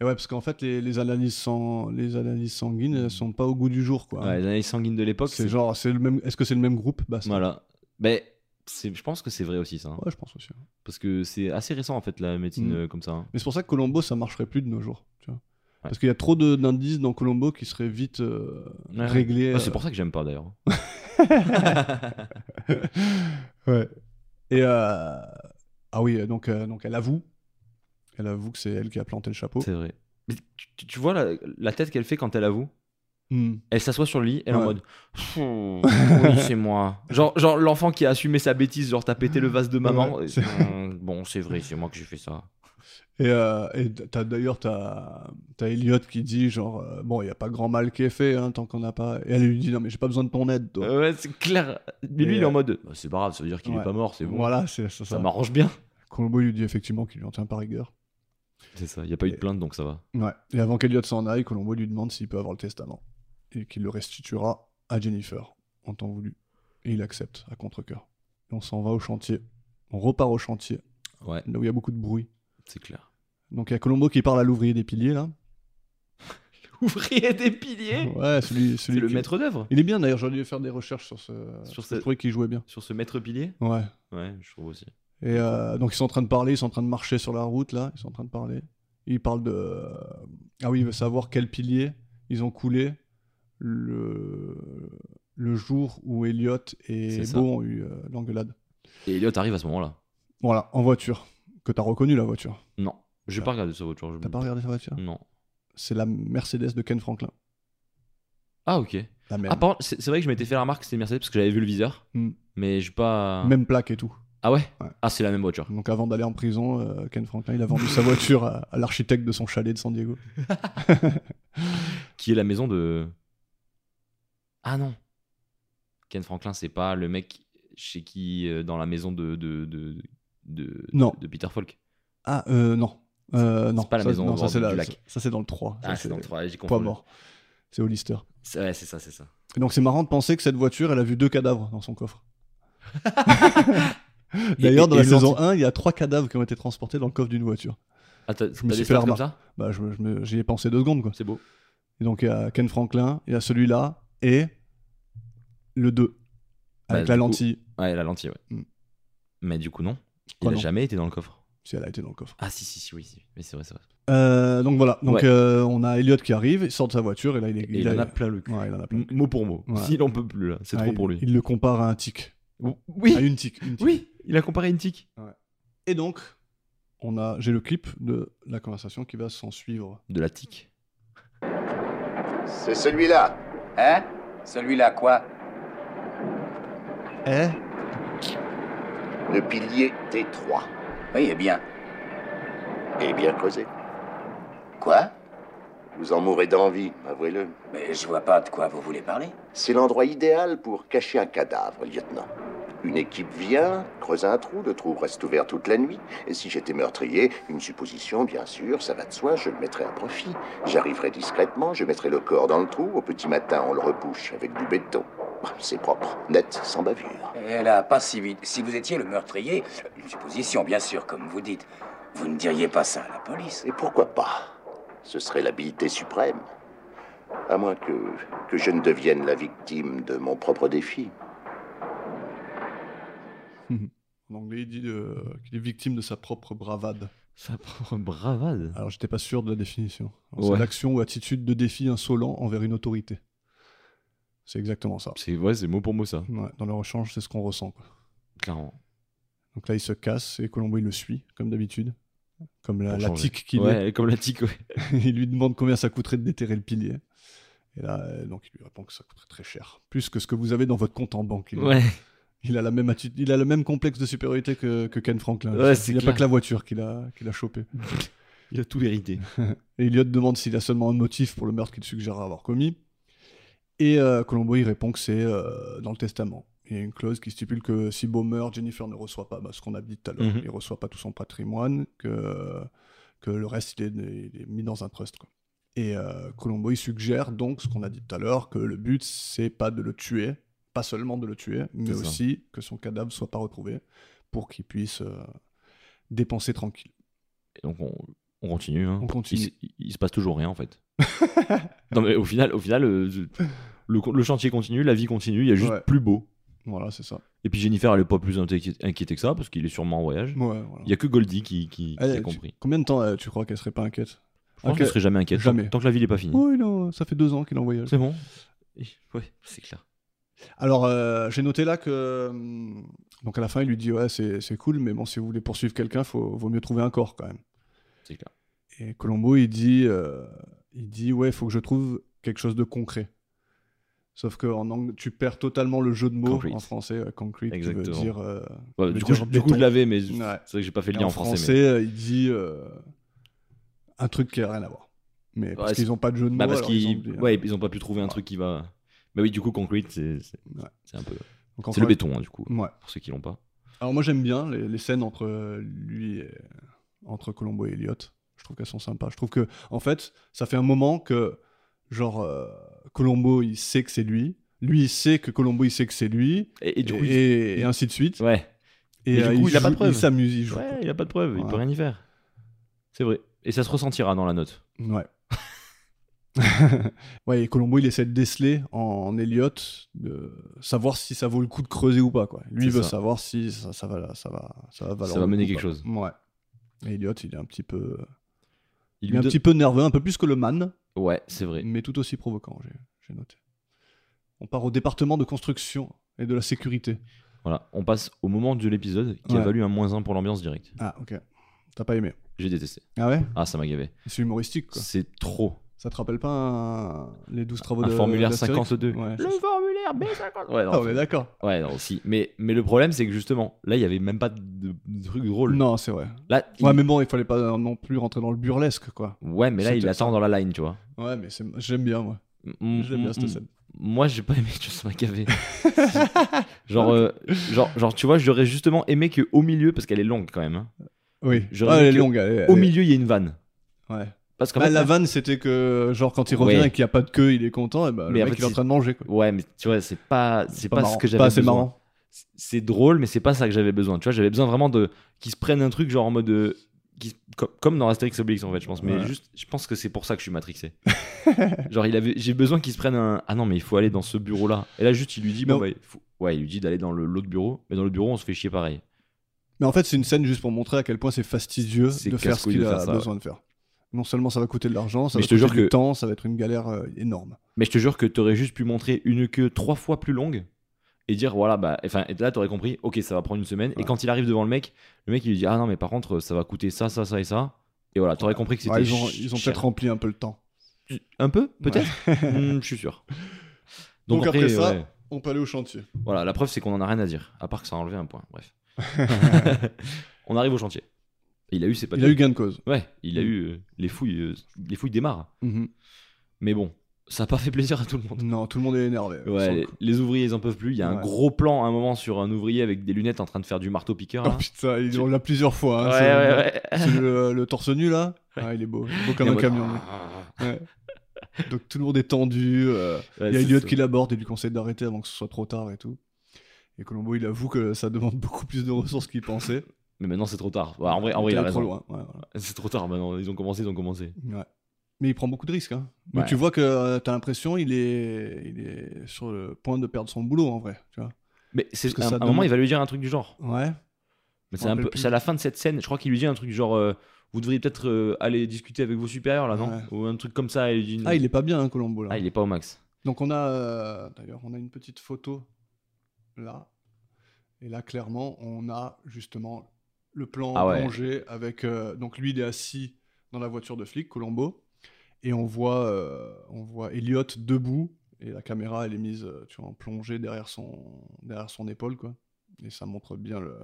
S4: Et ouais, parce qu'en fait, les, les analyses, sang- les analyses sanguines, elles sont pas au goût du jour, quoi.
S5: Ouais, les analyses sanguines de l'époque,
S4: c'est genre, c'est le même. Est-ce que c'est le même groupe Bah, c'est-
S5: Voilà. Mais c'est- je pense que c'est vrai aussi, ça. hein.
S4: Ouais, je pense aussi.
S5: Parce que c'est assez récent, en fait, la médecine
S4: Mm.
S5: euh, comme ça. hein.
S4: Mais c'est pour ça que Colombo, ça marcherait plus de nos jours, tu vois.
S5: Ouais.
S4: Parce qu'il y a trop de- d'indices dans Colombo qui seraient vite euh,
S5: Ouais, ouais.
S4: réglés.
S5: Ah, c'est
S4: euh,
S5: pour ça que j'aime pas, d'ailleurs.
S4: ouais. Et euh, ah oui, donc euh, donc elle avoue, elle avoue que c'est elle qui a planté le chapeau.
S5: c'est vrai. Mais tu, tu vois la, la tête qu'elle fait quand elle avoue
S4: Hmm.
S5: Elle s'assoit sur le lit, elle est
S4: Ouais.
S5: en mode Pfff, Oui, c'est moi. Genre, genre l'enfant qui a assumé sa bêtise, genre t'as pété le vase de maman.
S4: Ouais,
S5: Et-
S4: c'est-
S5: Hum, bon, c'est vrai, c'est moi que j'ai fait ça.
S4: Et, euh, et t'as d'ailleurs t'as t'as Elliot qui dit genre euh, bon il y a pas grand mal qui est fait hein, tant qu'on n'a pas et elle lui dit non mais j'ai pas besoin de ton aide toi.
S5: Euh, ouais, c'est clair. Mais lui,
S4: Et,
S5: il est
S4: euh,
S5: en mode Bah, C'est pas grave, ça veut dire qu'il
S4: ouais.
S5: est pas mort, c'est bon.
S4: Voilà c'est ça.
S5: Ça
S4: ça.
S5: m'arrange bien.
S4: Colombo lui dit effectivement qu'il lui en tient par rigueur.
S5: C'est ça, il n'y a pas eu de plainte donc ça va.
S4: Ouais. Et avant qu'Elliot s'en aille, Colombo lui demande s'il peut avoir le testament et qu'il le restituera à Jennifer en temps voulu. Et il accepte à contre-cœur. Et on s'en va au chantier. On repart au chantier,
S5: Ouais,
S4: là où il y a beaucoup de bruit.
S5: c'est clair.
S4: Donc il y a Colombo qui parle à l'ouvrier des piliers là.
S5: Ouvrier des piliers
S4: Ouais, celui,
S5: Eh C'est
S4: celui
S5: le
S4: qui-
S5: maître d'œuvre
S4: Il est bien d'ailleurs, j'aurais dû faire des recherches sur ce.
S5: Sur
S4: parce que
S5: ce-
S4: Je trouvais qu'il jouait bien.
S5: Sur ce maître pilier
S4: Ouais.
S5: Ouais, je trouve aussi.
S4: Et euh, donc ils sont en train de parler, ils sont en train de marcher sur la route là, ils sont en train de parler. Ils parlent de ah oui, il veut savoir quel pilier ils ont coulé le le jour où Elliot et
S5: C'est ça.
S4: Beau ont eu euh, l'engueulade.
S5: Et Elliot arrive à ce moment-là.
S4: Voilà, en voiture. Que t'as reconnu la voiture.
S5: Non, j'ai
S4: Ah.
S5: pas regardé sa voiture. je-
S4: T'as pas regardé sa voiture
S5: Non.
S4: C'est la Mercedes de Ken Franklin.
S5: Ah, ok.
S4: La même.
S5: Ah, par contre, c'est c'est vrai que je m'étais fait la remarque que c'était Mercedes parce que j'avais vu le viseur.
S4: Hmm.
S5: Mais j'ai pas.
S4: Même plaque et tout.
S5: Ah ouais,
S4: Ouais.
S5: Ah, c'est la même voiture.
S4: Donc avant d'aller en prison, euh, Ken Franklin, il a vendu sa voiture à, à l'architecte de son chalet de San Diego.
S5: Qui est la maison de. Ah non. Ken Franklin, c'est pas le mec chez qui euh, dans la maison de de de, de-
S4: Non.
S5: de Peter Falk.
S4: Ah, euh, non. Euh, non.
S5: c'est pas la
S4: ça,
S5: maison au
S4: non, ça,
S5: bord
S4: c'est
S5: du
S4: la-
S5: lac.
S4: Ça, c'est dans le 3.
S5: Ah, c'est dans le 3, j'ai
S4: Poids
S5: confondu.
S4: mort. C'est Hollister.
S5: C'est- Ouais, c'est ça, c'est ça.
S4: Et donc c'est marrant de penser que cette voiture, elle a vu deux cadavres dans son coffre. D'ailleurs,
S5: Et-
S4: dans
S5: et
S4: la
S5: le
S4: saison
S5: lentille.
S4: 1, il y a trois cadavres qui ont été transportés dans le coffre d'une voiture.
S5: Ah, t'as, t'as
S4: me
S5: des
S4: suis fait
S5: stats
S4: la
S5: comme ça
S4: Bah, je, je me- j'y ai pensé deux secondes, quoi.
S5: C'est beau.
S4: Et donc il y a Ken Franklin, il y a celui-là, et le 2,
S5: Bah,
S4: avec
S5: du
S4: la
S5: coup-
S4: lentille,
S5: Ouais, la lentille, ouais.
S4: Mm.
S5: Mais du coup, non. Il
S4: Quoi,
S5: a
S4: non
S5: jamais été dans le coffre.
S4: si elle a été dans le coffre.
S5: Ah, si, si, si, oui. si. Mais c'est vrai, c'est vrai.
S4: Euh, donc voilà, donc
S5: Ouais.
S4: euh, on a Elliot qui arrive, il sort de sa voiture, et là il, est,
S5: Et il
S4: a-
S5: en a plein le cul.
S4: Ouais, il en a plein.
S5: M- Mot pour mot.
S4: Ouais.
S5: S'il en peut plus, là. C'est
S4: Ah,
S5: trop
S4: il-
S5: pour lui.
S4: Il le compare à un tic,
S5: Oui,
S4: à une tic. une tic.
S5: oui, il a comparé une tique.
S4: Et donc, on a, j'ai le clip de la conversation qui va s'en suivre.
S5: De la tique.
S1: C'est celui-là.
S6: Hein Celui-là, quoi
S5: Hein?
S4: Eh
S1: Le pilier T3.
S6: Oui, eh bien. Eh
S1: Et bien creusé.
S6: Quoi
S1: Vous en mourrez d'envie, avouez-le.
S6: Mais je vois pas de quoi vous voulez parler.
S1: C'est l'endroit idéal pour cacher un cadavre, lieutenant. Une équipe vient, creuse un trou, le trou reste ouvert toute la nuit. Et si j'étais meurtrier, une supposition, bien sûr, ça va de soi, je le mettrais à profit. J'arriverai discrètement, je mettrai le corps dans le trou, au petit matin, on le repouche avec du béton. C'est propre, net, sans bavure.
S6: Eh là, pas si vite. Si vous étiez le meurtrier, une supposition, bien sûr, comme vous dites, vous ne diriez pas ça à la police.
S1: Et pourquoi pas Ce serait l'habileté suprême. À moins que, que je ne devienne la victime de mon propre défi.
S4: En anglais, il dit euh, qu'il est victime de sa propre bravade.
S5: Sa propre bravade.
S4: Alors, j'étais pas sûr de la définition. Alors,
S5: Ouais.
S4: C'est l'action ou attitude de défi insolent envers une autorité. C'est exactement ça.
S5: C'est ouais, c'est mot pour mot, ça.
S4: Ouais, dans leur échange, c'est ce qu'on ressent. quoi.
S5: Clairement.
S4: Donc là, il se casse et Colombo, il le suit, comme d'habitude. Comme la,
S5: Pour
S4: la
S5: changer.
S4: tique qu'il est.
S5: ouais, comme la tique, ouais.
S4: il lui demande combien ça coûterait de déterrer le pilier. Et là, euh, donc, il lui répond que ça coûterait très cher. Plus que ce que vous avez dans votre compte en banque. Il,
S5: Ouais.
S4: il a, la même attitude, il a le même complexe de supériorité que, que Ken Franklin.
S5: Ouais, c'est
S4: il n'y a
S5: clair.
S4: pas que la voiture qu'il a, qu'il a chopée.
S5: Il a tout hérité.
S4: Et Elliot demande s'il a seulement un motif pour le meurtre qu'il suggère avoir commis. Et euh, Colombo, il répond que c'est euh, dans le testament. Il y a une clause qui stipule que si Beau meurt, Jennifer ne reçoit pas bah, ce qu'on a dit tout à l'heure.
S5: Mhm.
S4: Il reçoit pas tout son patrimoine, que, que le reste, il est, il est mis dans un trust. quoi. Et euh, Colombo, il suggère donc ce qu'on a dit tout à l'heure, que le but, c'est pas de le tuer, pas seulement de le tuer, mais
S5: ça.
S4: aussi que son cadavre soit pas retrouvé pour qu'il puisse euh, dépenser tranquille.
S5: Et donc on, on continue. hein.
S4: On continue.
S5: Il, se- il- il se passe toujours rien en fait. non mais au final, au final, euh, je- le, co- le chantier continue, la vie continue. Il y a juste
S4: Ouais.
S5: plus beau.
S4: Voilà, c'est ça.
S5: Et puis Jennifer, elle est pas plus inquié- inquiétée que ça parce qu'il est sûrement en voyage.
S4: Ouais, voilà.
S5: Il y a que Goldie qui, qui, qui
S4: Elle,
S5: a
S4: Eh, tu-
S5: compris.
S4: Combien de temps euh, tu crois qu'elle serait pas inquiète
S5: Je pense
S4: ok.
S5: qu'elle serait jamais inquiète tant-
S4: Jamais.
S5: Tant, que la ville n'est pas finie.
S4: Oh, il en- ça fait deux ans qu'il est en voyage.
S5: Hmm. C'est bon. Ouais, c'est clair.
S4: Alors, euh, j'ai noté là que. hum, Donc, à la fin, il lui dit Ouais, c'est c'est cool, mais bon, si vous voulez poursuivre quelqu'un, faut, vaut mieux trouver un corps quand même.
S5: C'est clair.
S4: Et Colombo, il dit euh, Il dit, ouais, faut que je trouve quelque chose de concret. Sauf que en anglais, tu perds totalement le jeu de mots
S5: Concrete.
S4: en français, euh, concrete, qui
S5: Exactement.
S4: veut dire. euh,
S5: Ouais,
S4: veut
S5: du,
S4: dire
S5: coup, je, du coup, je
S4: béton.
S5: l'avais, mais
S4: Ouais.
S5: c'est vrai que j'ai pas fait le
S4: Et
S5: lien
S4: en
S5: en français.
S4: français, euh, il dit euh, un truc qui a rien à voir. Mais parce
S5: Ouais,
S4: qu'ils
S5: c'est-
S4: n'ont pas de jeu de
S5: mais...
S4: mots.
S5: Bah, parce
S4: alors ils ont hein.
S5: qu'ils
S4: oublié.
S5: ouais, ils ont pas pu trouver un truc qui va. Mais oui, du coup, concrete, c'est c'est-
S4: Ouais.
S5: c'est un peu.
S4: Donc, en
S5: C'est le
S4: fait-
S5: béton, hein, du coup,
S4: Ouais.
S5: pour ceux qui l'ont pas.
S4: Alors moi j'aime bien les, les scènes entre euh, lui et entre Colombo et Elliot. Je trouve qu'elles sont sympas. Je trouve que en fait, ça fait un moment que genre euh, Colombo il sait que c'est lui, lui il sait que Colombo il sait que c'est lui
S5: Et, et
S4: et,
S5: du coup, il-
S4: et- et ainsi de suite.
S5: ouais.
S4: Et,
S5: Et du coup, il a pas de
S4: joue-
S5: preuve.
S4: Il s'amuse, il joue.
S5: Ouais, il a pas de preuve, il
S4: Ouais.
S5: peut rien y faire. C'est vrai. Et ça se ressentira dans la note.
S4: Ouais. ouais, et Colombo, il essaie de déceler en Elliot, de savoir si ça vaut le coup de creuser ou pas. Quoi. Lui
S5: C'est
S4: veut
S5: ça.
S4: savoir si ça, ça va, ça va, ça va, valoir
S5: va
S4: le
S5: mener
S4: coup ou pas.
S5: quelque chose.
S4: Ouais. Et Elliot, il est un petit peu, il
S5: Il lui
S4: est un
S5: donne-
S4: petit peu nerveux, un peu plus que le man,
S5: Ouais, c'est vrai.
S4: mais tout aussi provoquant. J'ai, j'ai noté. On part au département de construction et de la sécurité.
S5: Voilà, on passe au moment de l'épisode qui a
S4: Ouais.
S5: valu un moins 1 pour l'ambiance directe.
S4: Ah, ok. T'as pas aimé.
S5: J'ai détesté.
S4: Ah ouais
S5: Ah, ça m'a gavé.
S4: C'est humoristique, quoi.
S5: C'est trop.
S4: Ça te rappelle pas un- les 12 travaux
S5: Un
S4: de
S5: formulaire
S4: d'Astérix
S5: 52.
S4: Ouais.
S5: Le formulaire B50. Ouais, non,
S4: Ah, on est d'accord.
S5: ouais, non, si. Mais, mais le problème, c'est que justement, là, il y avait même pas de, de truc drôle.
S4: Non, c'est vrai.
S5: Là, il-
S4: Ouais, mais bon, il fallait pas non plus rentrer dans le burlesque, quoi.
S5: Ouais, mais là,
S4: C'était
S5: il attend dans la line, tu vois.
S4: Ouais, mais c'est- j'aime bien, moi.
S5: Mm-hmm,
S4: J'aime bien cette scène.
S5: Moi, j'ai pas aimé Just McAvey. genre, euh, genre, genre, tu vois, j'aurais justement aimé que au milieu, parce qu'elle est longue quand même. hein,
S4: Oui.
S5: J'aurais
S4: Ah, elle est
S5: dit que
S4: longue. elle est-
S5: Au
S4: elle est-
S5: milieu, il y a une vanne.
S4: Ouais.
S5: Parce qu'en
S4: Bah,
S5: fait,
S4: la
S5: là-
S4: vanne, c'était que, genre, quand il revient
S5: Ouais.
S4: et qu'il n'y a pas de queue, il est content, et bah, le
S5: Mais en
S4: mec,
S5: fait,
S4: il est en
S5: c'est-
S4: train de manger. quoi.
S5: Ouais, mais tu vois, c'est pas, c'est pas,
S4: marrant.
S5: ce que j'avais
S4: Pas assez
S5: besoin.
S4: marrant.
S5: C'est- C'est drôle, mais c'est pas ça que j'avais besoin. Tu vois, j'avais besoin vraiment de qu'ils se prennent un truc genre en mode euh, qu'ils- comme, comme dans Astérix Obélix en fait, je pense. Mais
S4: Ouais.
S5: juste, je pense que c'est pour ça que je suis matrixé. genre, il avait, j'ai besoin qu'ils se prennent un. Ah non, mais il faut aller dans ce bureau là. Et là, juste, il lui dit,
S4: Mais
S5: bon,
S4: on-
S5: bah, il faut- ouais, il lui dit d'aller dans le- l'autre bureau, mais dans le bureau, on se fait chier pareil.
S4: Mais en fait, c'est une scène juste pour montrer à quel point c'est fastidieux
S5: C'est
S4: de faire ce
S5: casse-couille
S4: qu'il
S5: de
S4: a
S5: faire ça,
S4: besoin de faire. Non seulement ça va coûter de l'argent, ça va
S5: Mais je te
S4: coûter
S5: jure
S4: du
S5: que-
S4: temps, ça va être une galère euh, énorme.
S5: Mais je te jure que t'aurais juste pu montrer une queue trois fois plus longue et dire voilà bah enfin et là t'aurais compris ok ça va prendre une semaine et
S4: Ouais.
S5: quand il arrive devant le mec le mec il lui dit ah non mais par contre ça va coûter ça ça ça et ça et voilà t'aurais compris que c'était
S4: Ouais, ils ont,
S5: ch-
S4: ils ont
S5: cher.
S4: peut-être rempli un peu le temps.
S5: un peu peut-être Hmm, je suis sûr donc,
S4: Donc
S5: après,
S4: après ça-
S5: ouais.
S4: On peut aller au chantier.
S5: voilà la preuve c'est qu'on en a rien à dire à part que ça a enlevé un point bref on arrive au chantier il a eu ses
S4: Il
S5: papiers
S4: a eu Mm. gain de cause.
S5: ouais il a eu euh, les fouilles euh, les fouilles démarrent mais bon ça a pas fait plaisir à tout le monde
S4: Mm-hmm. Non, tout le monde est énervé. euh,
S5: Ouais,
S4: sur le
S5: les,
S4: coup.
S5: les ouvriers, ils en peuvent plus. Il y a un
S4: Ouais.
S5: gros plan à un moment sur un ouvrier avec des lunettes en train de faire du marteau-piqueur.
S4: Oh
S5: là.
S4: putain, ils ont là plusieurs fois. hein,
S5: ouais,
S4: c'est-
S5: ouais, ouais.
S4: c'est le, le torse nu là. Ah, il est beau. Il est beau comme
S5: Et en
S4: un
S5: mode- ah,
S4: camion. mec. Ouais. Donc tout le monde est tendu. euh,
S5: Ouais,
S4: il y a
S5: c'est
S4: Elliot
S5: ça.
S4: qui l'aborde et lui conseille d'arrêter avant que ce soit trop tard et tout. Et Colombo, il avoue que ça demande beaucoup plus de ressources qu'il pensait.
S5: Mais maintenant, c'est trop tard. Ouais, en vrai, en vrai, il
S4: est
S5: a
S4: trop
S5: raison.
S4: loin. ouais, voilà.
S5: C'est trop tard maintenant. Ils ont commencé, ils ont commencé.
S4: Ouais. Mais il prend beaucoup de risques. hein. Mais
S5: Ouais.
S4: tu vois que euh, t'as l'impression il est, il est sur le point de perdre son boulot en vrai. Tu vois.
S5: Mais c'est
S4: Parce que
S5: un,
S4: ça
S5: un moment,
S4: demande-
S5: il va lui dire un truc du genre.
S4: Ouais.
S5: Mais
S4: Je
S5: c'est
S4: me
S5: un
S4: rappelle
S5: peu,
S4: plus.
S5: c'est à la fin de cette scène. Je crois qu'il lui dit un truc du genre. euh, vous devriez peut-être euh, aller discuter avec vos supérieurs là, non
S4: Ouais.
S5: Ou un truc comme ça. et il dit-
S4: Ah, il est pas bien, hein, Colombo là.
S5: Ah, il est pas au max.
S4: Donc on a, euh, d'ailleurs, on a une petite photo là. Et là, clairement, on a justement le plan
S5: Ah ouais.
S4: plongé avec. euh, donc lui, il est assis dans la voiture de flic, Colombo, et on voit, euh, on voit Elliot debout et la caméra, elle est mise, euh, tu vois, en plongée derrière son, derrière son épaule, quoi. Et ça montre bien le.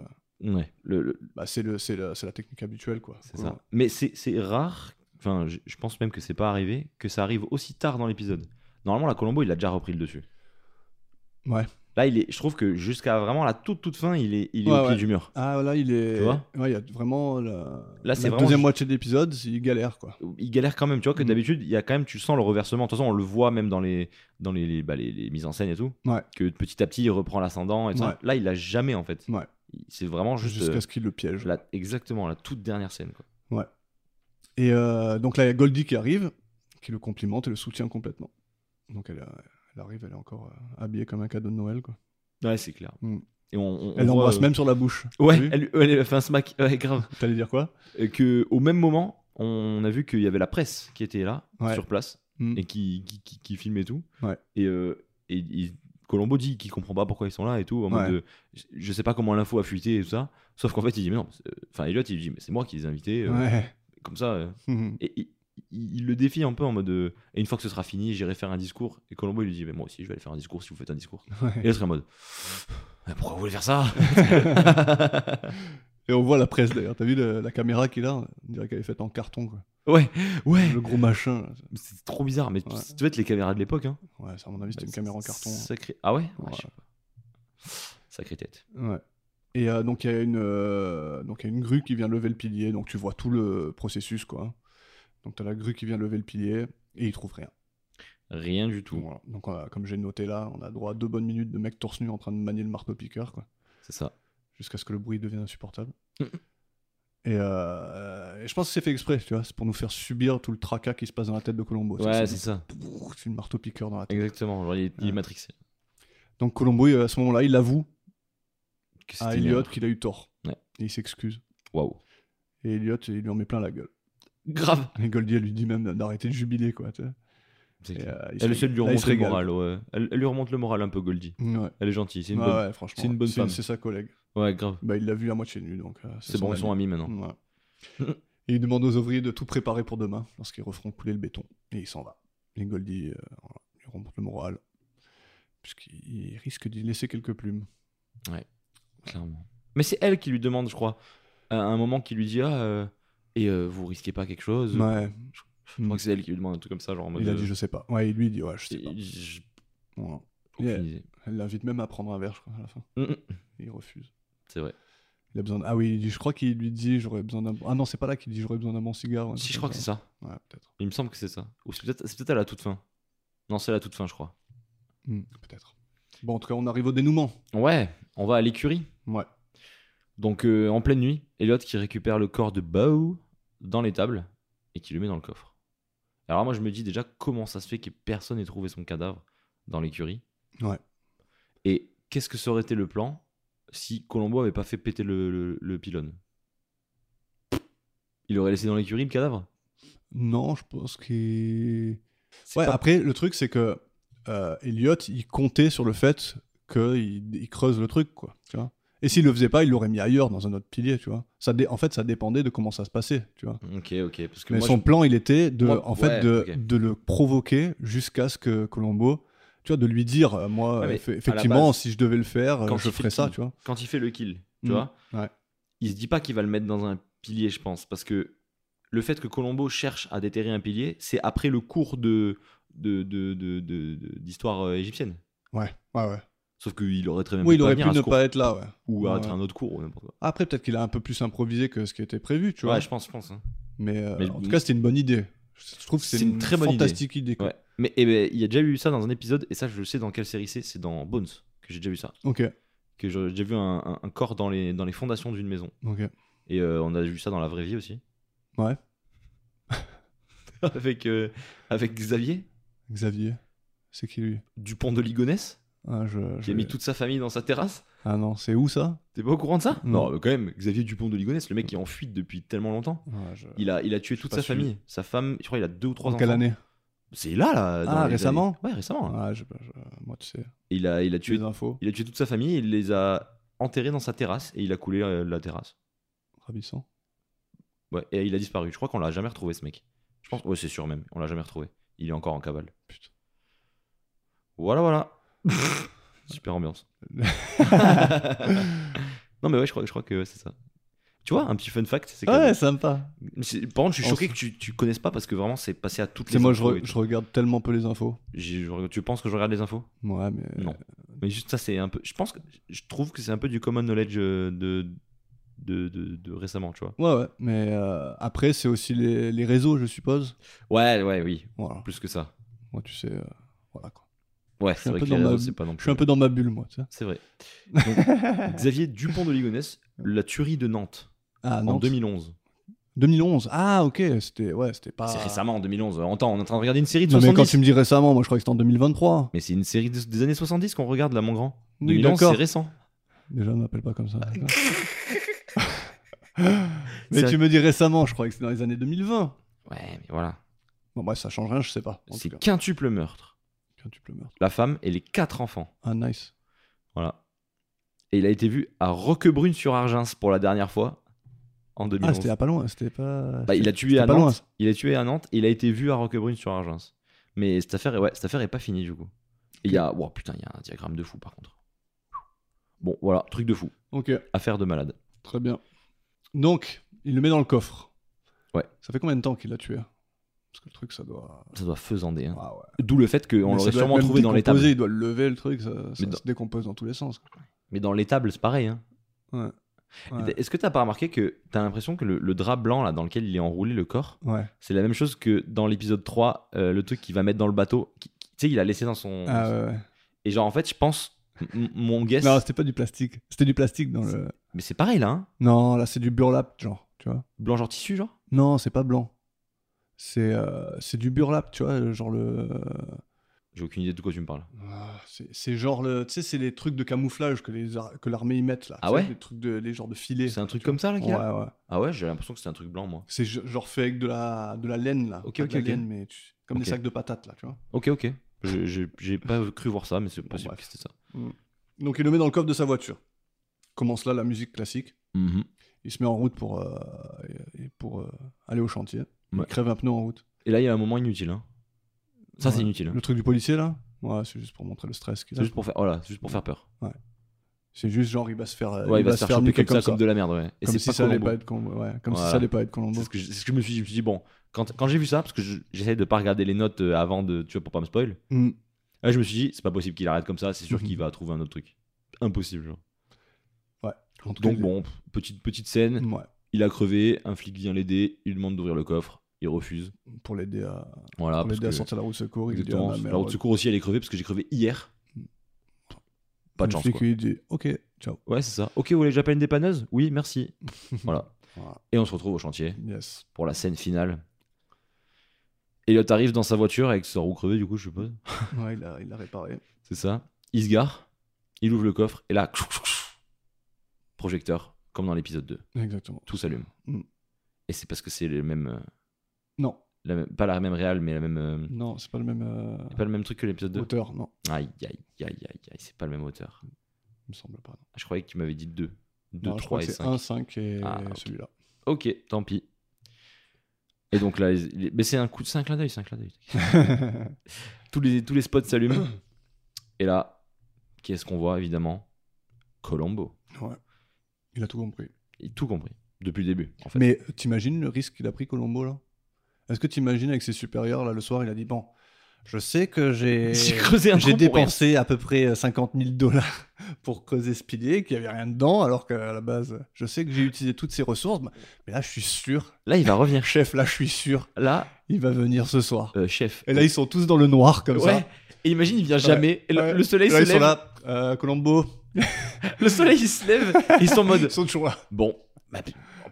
S5: Ouais. Le, le-
S4: Bah, c'est le, c'est le- c'est la technique habituelle, quoi.
S5: c'est ça. Mais c'est c'est rare. Enfin, je je pense même que c'est pas arrivé que ça arrive aussi tard dans l'épisode. Normalement, la Colombo, il a déjà repris le dessus.
S4: Ouais.
S5: Là, il est, je trouve que jusqu'à vraiment la toute toute fin, il est, il est
S4: Ouais,
S5: au pied
S4: ouais.
S5: du mur.
S4: Ah là, il est.
S5: Tu vois
S4: ouais, il y a vraiment la.
S5: Là, c'est
S4: la
S5: vraiment
S4: deuxième
S5: ju-
S4: moitié de l'épisode, il galère, quoi.
S5: Il galère quand même, tu vois, que
S4: Mm.
S5: d'habitude, il y a quand même, tu sens le reversement. De toute façon, on le voit même dans les, dans les, les- bah, les- les mises en scène et tout.
S4: Ouais.
S5: Que petit à petit, il reprend l'ascendant et tout ça.
S4: Ouais.
S5: Là, il a jamais en fait.
S4: Ouais.
S5: Il- C'est vraiment juste
S4: Jusqu'à
S5: euh,
S4: ce qu'il le piège.
S5: la- exactement la toute dernière scène. Quoi.
S4: Et euh, donc là, il y a Goldie qui arrive, qui le complimente et le soutient complètement. Donc elle, euh, elle arrive, elle est encore euh, habillée comme un cadeau de Noël. Quoi.
S5: Ouais, c'est clair.
S4: Mm.
S5: Et on, on- on
S4: Elle
S5: voit,
S4: l'embrasse
S5: euh,
S4: même sur la bouche. T'as
S5: Ouais,
S4: vu
S5: elle, lui- elle, elle fait un smack, ouais, grave.
S4: T'allais dire quoi
S5: Et que au même moment, on a vu qu'il y avait la presse qui était là
S4: Ouais.
S5: sur place.
S4: Mm.
S5: et qui, qui, qui, qui filme et tout.
S4: Ouais.
S5: Et, euh, et, il- Colombo dit qu'il comprend pas pourquoi ils sont là et tout. En mode
S4: Ouais.
S5: de, je- je sais pas comment l'info a fuité et tout ça. Sauf qu'en fait, il dit, mais non, c'est- euh, enfin, Elliot, il lui dit, mais c'est moi qui les ai invités. euh,
S4: Ouais.
S5: Comme ça. euh.
S4: Mhm.
S5: Et il, il- il le défie un peu en mode, euh, et une fois que ce sera fini, j'irai faire un discours. Et Colombo, il lui dit, mais moi aussi, je vais aller faire un discours si vous faites un discours.
S4: Ouais.
S5: Et l'autre est en mode, mais pourquoi vous voulez faire ça
S4: Et on voit la presse d'ailleurs. T'as vu le- la caméra qu'il a On dirait qu'elle est faite en carton. Quoi.
S5: Ouais, ouais.
S4: Le gros machin. là.
S5: C'est trop bizarre, mais tu-
S4: Ouais.
S5: tu dois être les caméras de l'époque. Hein.
S4: Ouais, ça, à mon avis, c'était une
S5: Bah,
S4: caméra en carton. hein.
S5: Sacré... Ah ouais, Ouais,
S4: Ouais.
S5: je sais pas. Sacrée tête.
S4: Ouais. Et euh, donc il y a une euh, donc il y a une grue qui vient lever le pilier, donc tu vois tout le processus quoi. Donc t'as la grue qui vient lever le pilier et il trouve rien.
S5: Rien du tout.
S4: Voilà. Donc on a- comme j'ai noté là, on a droit à deux bonnes minutes de mec torse nu en train de manier le marteau piqueur, quoi,
S5: C'est ça.
S4: jusqu'à ce que le bruit devienne insupportable.
S5: Mhm.
S4: et, euh, et je pense que c'est fait exprès, tu vois, c'est pour nous faire subir tout le tracas qui se passe dans la tête de Colombo.
S5: Ouais, c'est ça.
S4: c'est le marteau piqueur dans la tête.
S5: Exactement. genre, il, est- il est
S4: Ouais.
S5: matrixé.
S4: Donc Colombo, il- à ce moment-là, il avoue
S5: Que
S4: à
S5: c'était une
S4: Elliot
S5: erreur.
S4: qu'il a eu tort.
S5: Ouais.
S4: Et il s'excuse.
S5: Waouh.
S4: Et Elliot, il lui en met plein la gueule.
S5: Grave.
S4: Et Goldie, elle lui dit même d'arrêter de jubiler, quoi. tu sais.
S5: C'est
S4: Et,
S5: clair.
S4: euh, il se
S5: Elle
S4: ré-
S5: essaie de lui
S4: là, il se
S5: remonter le
S4: régale.
S5: moral. ouais. Elle, elle lui remonte le moral un peu, Goldie.
S4: Ouais.
S5: Elle est gentille. C'est une
S4: Ouais,
S5: bonne.
S4: ouais, franchement.
S5: c'est une bonne femme.
S4: C'est sa collègue.
S5: Ouais, grave.
S4: Bah, il l'a vu à moitié nu, donc. euh,
S5: C'est
S4: son
S5: bon, ils
S4: ami. Mm.
S5: sont amis hein. maintenant.
S4: Ouais. Et il demande aux ouvriers de tout préparer pour demain, lorsqu'ils referont couler le béton. Et il s'en va. Et Goldie, euh, voilà, il remonte le moral, puisqu'il risque d'y laisser quelques plumes.
S5: Clairement. Mais c'est elle qui lui demande, je crois, à un moment, qui lui dit Ah, euh, et euh, vous risquez pas quelque chose
S4: Ouais.
S5: Je- Je
S4: Mm.
S5: crois que c'est elle qui lui demande un truc comme ça, genre en mode.
S4: Il a dit
S5: euh,
S4: je sais pas. Ouais, et lui il dit ouais, je sais pas.
S5: il- j'ai
S4: Ouais.
S5: aucune
S4: Yeah.
S5: idée.
S4: Elle l'invite même à prendre un verre, je crois, à la fin.
S5: Mm, mm.
S4: Et il refuse.
S5: C'est vrai.
S4: Il a besoin. d'- Ah oui, il dit, je crois qu'il lui dit j'aurais besoin d'un. Ah non, c'est pas là qu'il dit j'aurais besoin d'un bon cigare. ou un
S5: Si
S4: truc
S5: je crois
S4: comme
S5: que c'est ça.
S4: Ouais, peut-être.
S5: Il me semble que c'est ça. Ou c'est peut-être c'est peut-être à la toute fin. Non, c'est à la toute fin, je crois.
S4: Hmm, peut-être. Bon, en tout cas, on arrive au dénouement.
S5: Ouais, on va à l'écurie.
S4: Ouais.
S5: Donc euh, en pleine nuit, Elliot qui récupère le corps de Bao dans l'étable et qui le met dans le coffre. Alors moi je me dis déjà comment ça se fait que personne n'ait trouvé son cadavre dans l'écurie.
S4: Ouais.
S5: Et qu'est-ce que ça aurait été le plan si Colombo avait pas fait péter le, le- le pylône Il aurait laissé dans l'écurie le cadavre
S4: Non, je pense qu'il.
S5: C'est
S4: Ouais,
S5: pas-
S4: après, le truc, c'est que euh, Elliot, il comptait sur le fait qu'il il creuse le truc, quoi. Tu vois Et s'il le faisait pas, il l'aurait mis ailleurs, dans un autre pilier, tu vois. Ça dé- En fait, ça dépendait de comment ça se passait, tu vois.
S5: Ok, ok. Parce que
S4: Mais
S5: moi,
S4: son
S5: je-
S4: plan, il était de,
S5: Moi,
S4: en fait,
S5: ouais,
S4: de,
S5: ok.
S4: de le provoquer jusqu'à ce que Colombo, tu vois, de lui dire, euh, moi,
S5: Ouais, mais
S4: eff-
S5: à la
S4: effectivement,
S5: base,
S4: si je devais le faire, euh,
S5: quand
S4: je
S5: il fait
S4: ferais ça,
S5: le-
S4: tu vois.
S5: quand il fait le kill, tu
S4: Mhm.
S5: vois,
S4: Ouais.
S5: il se dit pas qu'il va le mettre dans un pilier, je pense, parce que le fait que Colombo cherche à déterrer un pilier, c'est après le cours de de- de- de- de- de- d'histoire euh, égyptienne.
S4: Ouais, ouais, ouais.
S5: Sauf qu'il aurait très bien
S4: Oui,
S5: pu
S4: il aurait
S5: venir
S4: pu
S5: à ce
S4: ne
S5: cours,
S4: pas être là, ouais.
S5: ou à
S4: Ouais,
S5: être
S4: ouais.
S5: un autre cours ou n'importe quoi.
S4: Après, peut-être qu'il a un peu plus improvisé que ce qui était prévu, tu vois.
S5: ouais, je pense, je pense. hein.
S4: Mais, euh,
S5: Mais-
S4: en tout cas, c'était une bonne idée. Je trouve que c'est
S5: C'est
S4: une,
S5: une très bonne idée.
S4: fantastique idée. quoi.
S5: Ouais. Mais eh ben, il y a déjà eu ça dans un épisode, et ça je sais dans quelle série c'est, c'est dans Bones que j'ai déjà vu ça,
S4: Ok,
S5: que j'ai j'ai vu un, un- un corps dans les dans les fondations d'une maison,
S4: ok.
S5: et euh, on a vu ça dans la vraie vie aussi.
S4: Ouais.
S5: avec euh, avec Xavier
S4: Xavier, c'est qui lui
S5: Dupont de Ligonnès.
S4: ah, je,
S5: qui
S4: je-
S5: a mis toute sa famille dans sa terrasse.
S4: ah non, c'est où ça
S5: T'es pas au courant de ça
S4: Non.
S5: mais quand même, Xavier Dupont de Ligonnès, le mec qui est en fuite depuis tellement longtemps.
S4: Ouais, je-
S5: Il a, il a tué
S4: J'ai
S5: toute
S4: pas
S5: sa
S4: suivi.
S5: famille, sa femme, je crois il a deux ou trois
S4: En
S5: enfants.
S4: quelle année
S5: C'est là, là. dans
S4: Ah,
S5: les
S4: récemment
S5: années- Ouais, récemment. là.
S4: ah, je- je- Moi, tu sais,
S5: Il, a, il, a
S4: tu
S5: tué,
S4: les infos,
S5: il a tué toute sa famille, il les a enterrés dans sa terrasse et il a coulé euh, la terrasse.
S4: ravissant.
S5: Ouais, et il a disparu. Je crois qu'on l'a jamais retrouvé, ce mec. Je pense, ouais, c'est sûr même, on l'a jamais retrouvé. Il est encore en cavale. Putain. Voilà, voilà. Super ambiance. non, mais ouais, je crois, je crois que ouais, c'est ça. Tu vois, un petit fun fact, c'est que.
S4: sympa.
S5: C'est- Par contre, je suis
S4: On
S5: choqué
S4: s-
S5: que tu, tu connaisses pas parce que vraiment, c'est passé à toutes
S4: C'est
S5: les.
S4: moi, je,
S5: infos
S4: re-
S5: et tout.
S4: je regarde tellement peu les infos.
S5: J'ai- je re- Tu penses que je regarde les infos
S4: Ouais, mais.
S5: Non. Mais juste ça, c'est un peu. Je pense que je trouve que c'est un peu du common knowledge euh, de de, de, de récemment, tu vois.
S4: Ouais, ouais. Mais euh, après, c'est aussi les, les réseaux, je suppose.
S5: Ouais, ouais, oui,
S4: Voilà.
S5: plus que ça.
S4: Moi, tu sais, euh, voilà quoi.
S5: Ouais,
S4: suis
S5: c'est
S4: un
S5: vrai
S4: peu
S5: que les
S4: dans ma-
S5: réseaux, c'est pas non
S4: Je suis
S5: plus.
S4: un peu dans ma bulle, moi, tu sais.
S5: C'est vrai. Donc, Xavier Dupont de Ligonnès, la tuerie de Nantes,
S4: Ah,
S5: en
S4: non.
S5: 2011.
S4: 2011. Ah, ok, c'était ouais, c'était pas.
S5: C'est récemment, en 2011. En temps, Euh, on est en train de regarder une série de
S4: Non, mais
S5: 70.
S4: quand tu me dis récemment, moi, je crois que c'était en 2023.
S5: Mais c'est une série de- des années 70 qu'on regarde là, mon grand.
S4: Oui,
S5: 2011, c'est
S4: d'accord.
S5: récent.
S4: Déjà, on m'appelle pas comme ça.
S5: C'est
S4: mais tu
S5: un-
S4: me dis récemment, je crois que c'est dans les années 2020.
S5: Ouais, mais voilà.
S4: Bon, bref, ça change rien, je sais pas. En
S5: C'est
S4: tout cas,
S5: quintuple meurtre.
S4: quintuple meurtre.
S5: La femme et les quatre enfants.
S4: Ah, nice.
S5: Voilà. Et il a été vu à Roquebrune sur Argens pour la dernière fois en
S4: Ah,
S5: 2011.
S4: c'était pas loin. C'était pas.
S5: Bah, il a tué
S4: c'était
S5: à
S4: pas
S5: Nantes.
S4: loin.
S5: Il a tué à Nantes et il a été vu à Roquebrune sur Argens. Mais cette affaire, est- ouais, cette affaire est pas finie du coup. Et il y a, wow, putain, il y a un diagramme de fou par contre. Bon, voilà, truc de fou,
S4: Ok,
S5: affaire de malade.
S4: très bien. Donc, il le met dans le coffre.
S5: Ouais.
S4: Ça fait combien de temps qu'il l'a tué Parce que le truc, ça doit.
S5: Ça doit faisander. hein.
S4: Ah ouais.
S5: D'où le fait qu'on
S4: Mais ça
S5: l'aurait
S4: doit
S5: sûrement
S4: être même
S5: trouvé dans
S4: décomposé,
S5: l'étable.
S4: Il doit le lever, le truc. Ça, ça
S5: dans-
S4: se décompose dans tous les sens. quoi.
S5: Mais dans l'étable, c'est pareil. hein.
S4: Ouais. Ouais.
S5: Est-ce que t'as pas remarqué que t'as l'impression que le, le drap blanc là dans lequel il est enroulé le corps,
S4: Ouais.
S5: c'est la même chose que dans l'épisode 3, euh, le truc qu'il va mettre dans le bateau. qui- qui- Tu sais, il a laissé dans son.
S4: Ah, ouais, ouais.
S5: Et genre, en fait, je pense, m- m- mon guess.
S4: Non, c'était pas du plastique. C'était du plastique dans le.
S5: mais c'est pareil là, hein
S4: Non, là, c'est du burlap, genre, tu vois.
S5: Blanc en tissu, genre
S4: Non, c'est pas blanc. C'est euh, c'est du burlap, tu vois, genre le.
S5: J'ai aucune idée de quoi tu me parles.
S4: Ah, c'est c'est genre le. Tu sais, c'est les trucs de camouflage que les ar- que l'armée y mettent là.
S5: Ah
S4: Tu sais,
S5: ouais
S4: Les trucs de les genres de filets.
S5: C'est un truc comme ça là qu'il
S4: Ouais,
S5: a
S4: ouais.
S5: Ah ouais, j'ai l'impression que c'est un truc blanc, moi.
S4: C'est ge- genre fait avec de la de la laine là.
S5: Ok,
S4: Pas
S5: ok,
S4: de la
S5: ok.
S4: laine, mais tu- comme
S5: Ok.
S4: des sacs de patates là, tu vois.
S5: Ok, ok. Je- je- J'ai pas cru voir ça, mais c'est possible
S4: bref.
S5: que c'était ça.
S4: Donc il le met dans le coffre de sa voiture. Commence là la musique classique.
S5: Mhm.
S4: Il se met en route pour euh, et- et pour euh, aller au chantier. Il
S5: Ouais.
S4: crève un pneu en route.
S5: Et là, il y a un moment inutile. hein. Ça,
S4: Ouais.
S5: c'est inutile. hein.
S4: Le truc du policier là. Ouais, c'est juste pour montrer le stress qu'il
S5: C'est
S4: a.
S5: juste pour faire, voilà, c'est juste pour faire peur.
S4: C'est juste genre, il va se faire, euh,
S5: Ouais, il va se faire choper
S4: niquer
S5: comme ça, comme de la merde, ouais. Et
S4: Comme
S5: c'est
S4: si
S5: pas
S4: ça allait
S5: Columbo.
S4: pas être Columbo. Ouais, comme si
S5: Voilà.
S4: ça allait pas être Columbo.
S5: C'est ce, que je, c'est ce que je me suis dit. Je me suis dit, bon, quand, quand j'ai vu ça, parce que je- j'essaie de pas regarder les notes euh, avant de, tu vois, pour pas me spoil,
S4: Mm.
S5: là, je me suis dit, c'est pas possible qu'il arrête comme ça, c'est sûr
S4: Mhm.
S5: qu'il va trouver un autre truc. Impossible, genre.
S4: En tout
S5: Donc
S4: cas,
S5: bon, pff, petite, petite scène,
S4: Ouais,
S5: il a crevé, un flic vient l'aider, il lui demande d'ouvrir le coffre, il refuse.
S4: pour l'aider à,
S5: Voilà,
S4: pour
S5: Ah, parce
S4: l'aider à
S5: que-
S4: sortir de la roue de secours. Il dit ah, bah, à
S5: exactement,
S4: ma
S5: la
S4: mère,
S5: route de secours aussi, elle est crevée, parce que j'ai crevé hier. Pas de
S4: le
S5: chance,
S4: Mm. flic,
S5: quoi.
S4: lui, il dit, ok, ciao.
S5: Ouais, c'est ça. Ok, vous voulez que j'appelle une dépanneuse Oui, merci. voilà.
S4: Voilà.
S5: Et on se retrouve au chantier.
S4: Yes.
S5: pour la scène finale. Elliot arrive dans sa voiture avec sa roue crevée, du coup, je suppose.
S4: Ouais, il l'a il l'a réparé.
S5: C'est ça. Il se gare, il ouvre le coffre, et là, projecteur, comme dans l'épisode 2.
S4: Exactement.
S5: Tout s'allume.
S4: Mm.
S5: Et c'est parce que c'est le même, euh,
S4: Non,
S5: la même- Pas la même réal, mais la même. euh,
S4: non, c'est pas le même euh,
S5: c'est Pas le même truc que l'épisode 2.
S4: auteur, non,
S5: Aïe, aïe, aïe, aïe, aïe, c'est pas le même auteur.
S4: il me semble pas. non.
S5: Je croyais que tu m'avais dit 2. 2,
S4: Non, je crois
S5: 3 et
S4: que c'est
S5: 5.
S4: 1, 5 et
S5: Ah, ok.
S4: celui-là.
S5: Ok, tant pis. Et donc là, les- les- mais c'est un coup de 5 clin d'œil, c'est un clin d'œil. tous, les, tous les spots s'allument. Et là, qu'est-ce qu'on voit évidemment Colombo.
S4: ouais. Il a tout compris.
S5: Il a tout compris. Depuis le début, en fait.
S4: Mais euh, t'imagines le risque qu'il a pris Colombo là Est-ce que t'imagines avec ses supérieurs là le soir, il a dit bon, je sais que j'ai
S5: J'ai creusé un
S4: j'ai
S5: trou pour rien.
S4: dépensé à peu près 50 000 dollars pour creuser ce pilier, qu'il n'y avait rien dedans, alors qu'à la base, je sais que j'ai utilisé toutes ces ressources, bah, mais là je suis sûr,
S5: Là, il va revenir.
S4: chef, là je suis sûr,
S5: Là,
S4: il va venir ce soir.
S5: euh, chef.
S4: Et là ils sont tous dans le noir comme
S5: Ouais.
S4: ça.
S5: Et imagine, il vient jamais. Et le,
S4: Ouais.
S5: le soleil
S4: Et là,
S5: se
S4: ils sont
S5: lève.
S4: là, euh, Colombo,
S5: Le soleil il se lève. Ils sont en mode.
S4: ils sont toujours là.
S5: Bon, bah,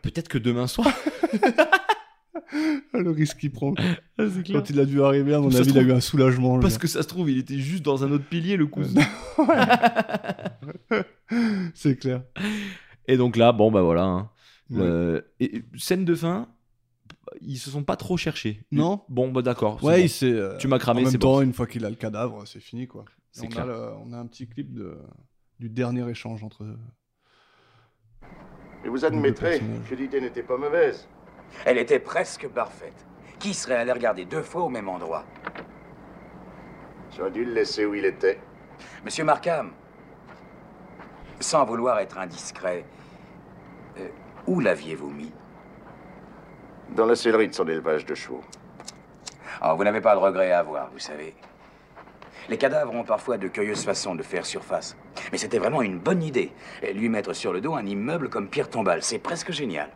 S5: peut-être que demain soir.
S4: Le risque qu'il prend.
S5: c'est clair.
S4: Quand il a dû arriver, à mon
S5: Ça se
S4: avis, il a
S5: trouve-
S4: eu un soulagement. le
S5: Parce
S4: gars.
S5: que ça se trouve, il était juste dans un autre pilier, le coup.
S4: C'est clair.
S5: Et donc là, bon, bah voilà. hein.
S4: Ouais.
S5: Euh, et, et scène de fin, ils se sont pas trop cherchés.
S4: Non.
S5: Bon, bah d'accord. c'est
S4: Ouais,
S5: bon.
S4: il s'est. euh,
S5: Tu m'as
S4: en
S5: cramé,
S4: même
S5: c'est
S4: temps,
S5: bon.
S4: une fois qu'il a le cadavre, c'est fini quoi. Et on,
S5: C'est
S4: a
S5: clair.
S4: le- on a un petit clip de, du dernier échange entre.
S1: Et vous
S4: admettrez
S1: admettrez
S4: personnage.
S1: que l'idée n'était pas mauvaise.
S2: Elle était presque parfaite. Qui serait allé regarder deux fois au même endroit
S1: J'aurais dû le laisser où il était.
S2: Monsieur Markham, sans vouloir être indiscret, euh, où l'aviez-vous mis
S1: Dans la sellerie de son élevage de chevaux.
S2: Ah, Vous n'avez pas de regrets à avoir, vous savez. Les cadavres ont parfois de curieuses façons de faire surface. Mais c'était vraiment une bonne idée. Et lui mettre sur le dos un immeuble comme pierre tombale, c'est presque génial.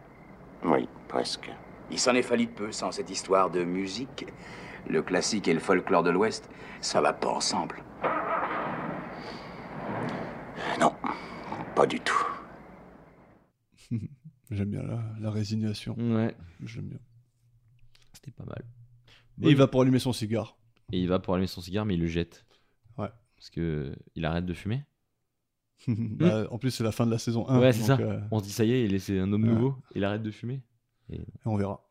S1: Oui, presque.
S2: Il s'en est fallu de peu sans cette histoire de musique. Le classique et le folklore de l'Ouest, ça va pas ensemble.
S1: Non, pas du tout.
S4: J'aime bien la, la résignation.
S5: Ouais,
S4: J'aime bien.
S5: c'était pas mal.
S4: Et il va pour allumer son cigare.
S5: Et il va pour allumer son cigare, mais il le jette.
S4: Ouais.
S5: Parce que il arrête de fumer.
S4: Bah, En plus, c'est la fin de la saison 1.
S5: Mm. Ouais, c'est
S4: donc,
S5: ça.
S4: euh,
S5: On se dit, ça y est, il est c'est un homme
S4: Ouais.
S5: nouveau. Il arrête de fumer.
S4: on verra.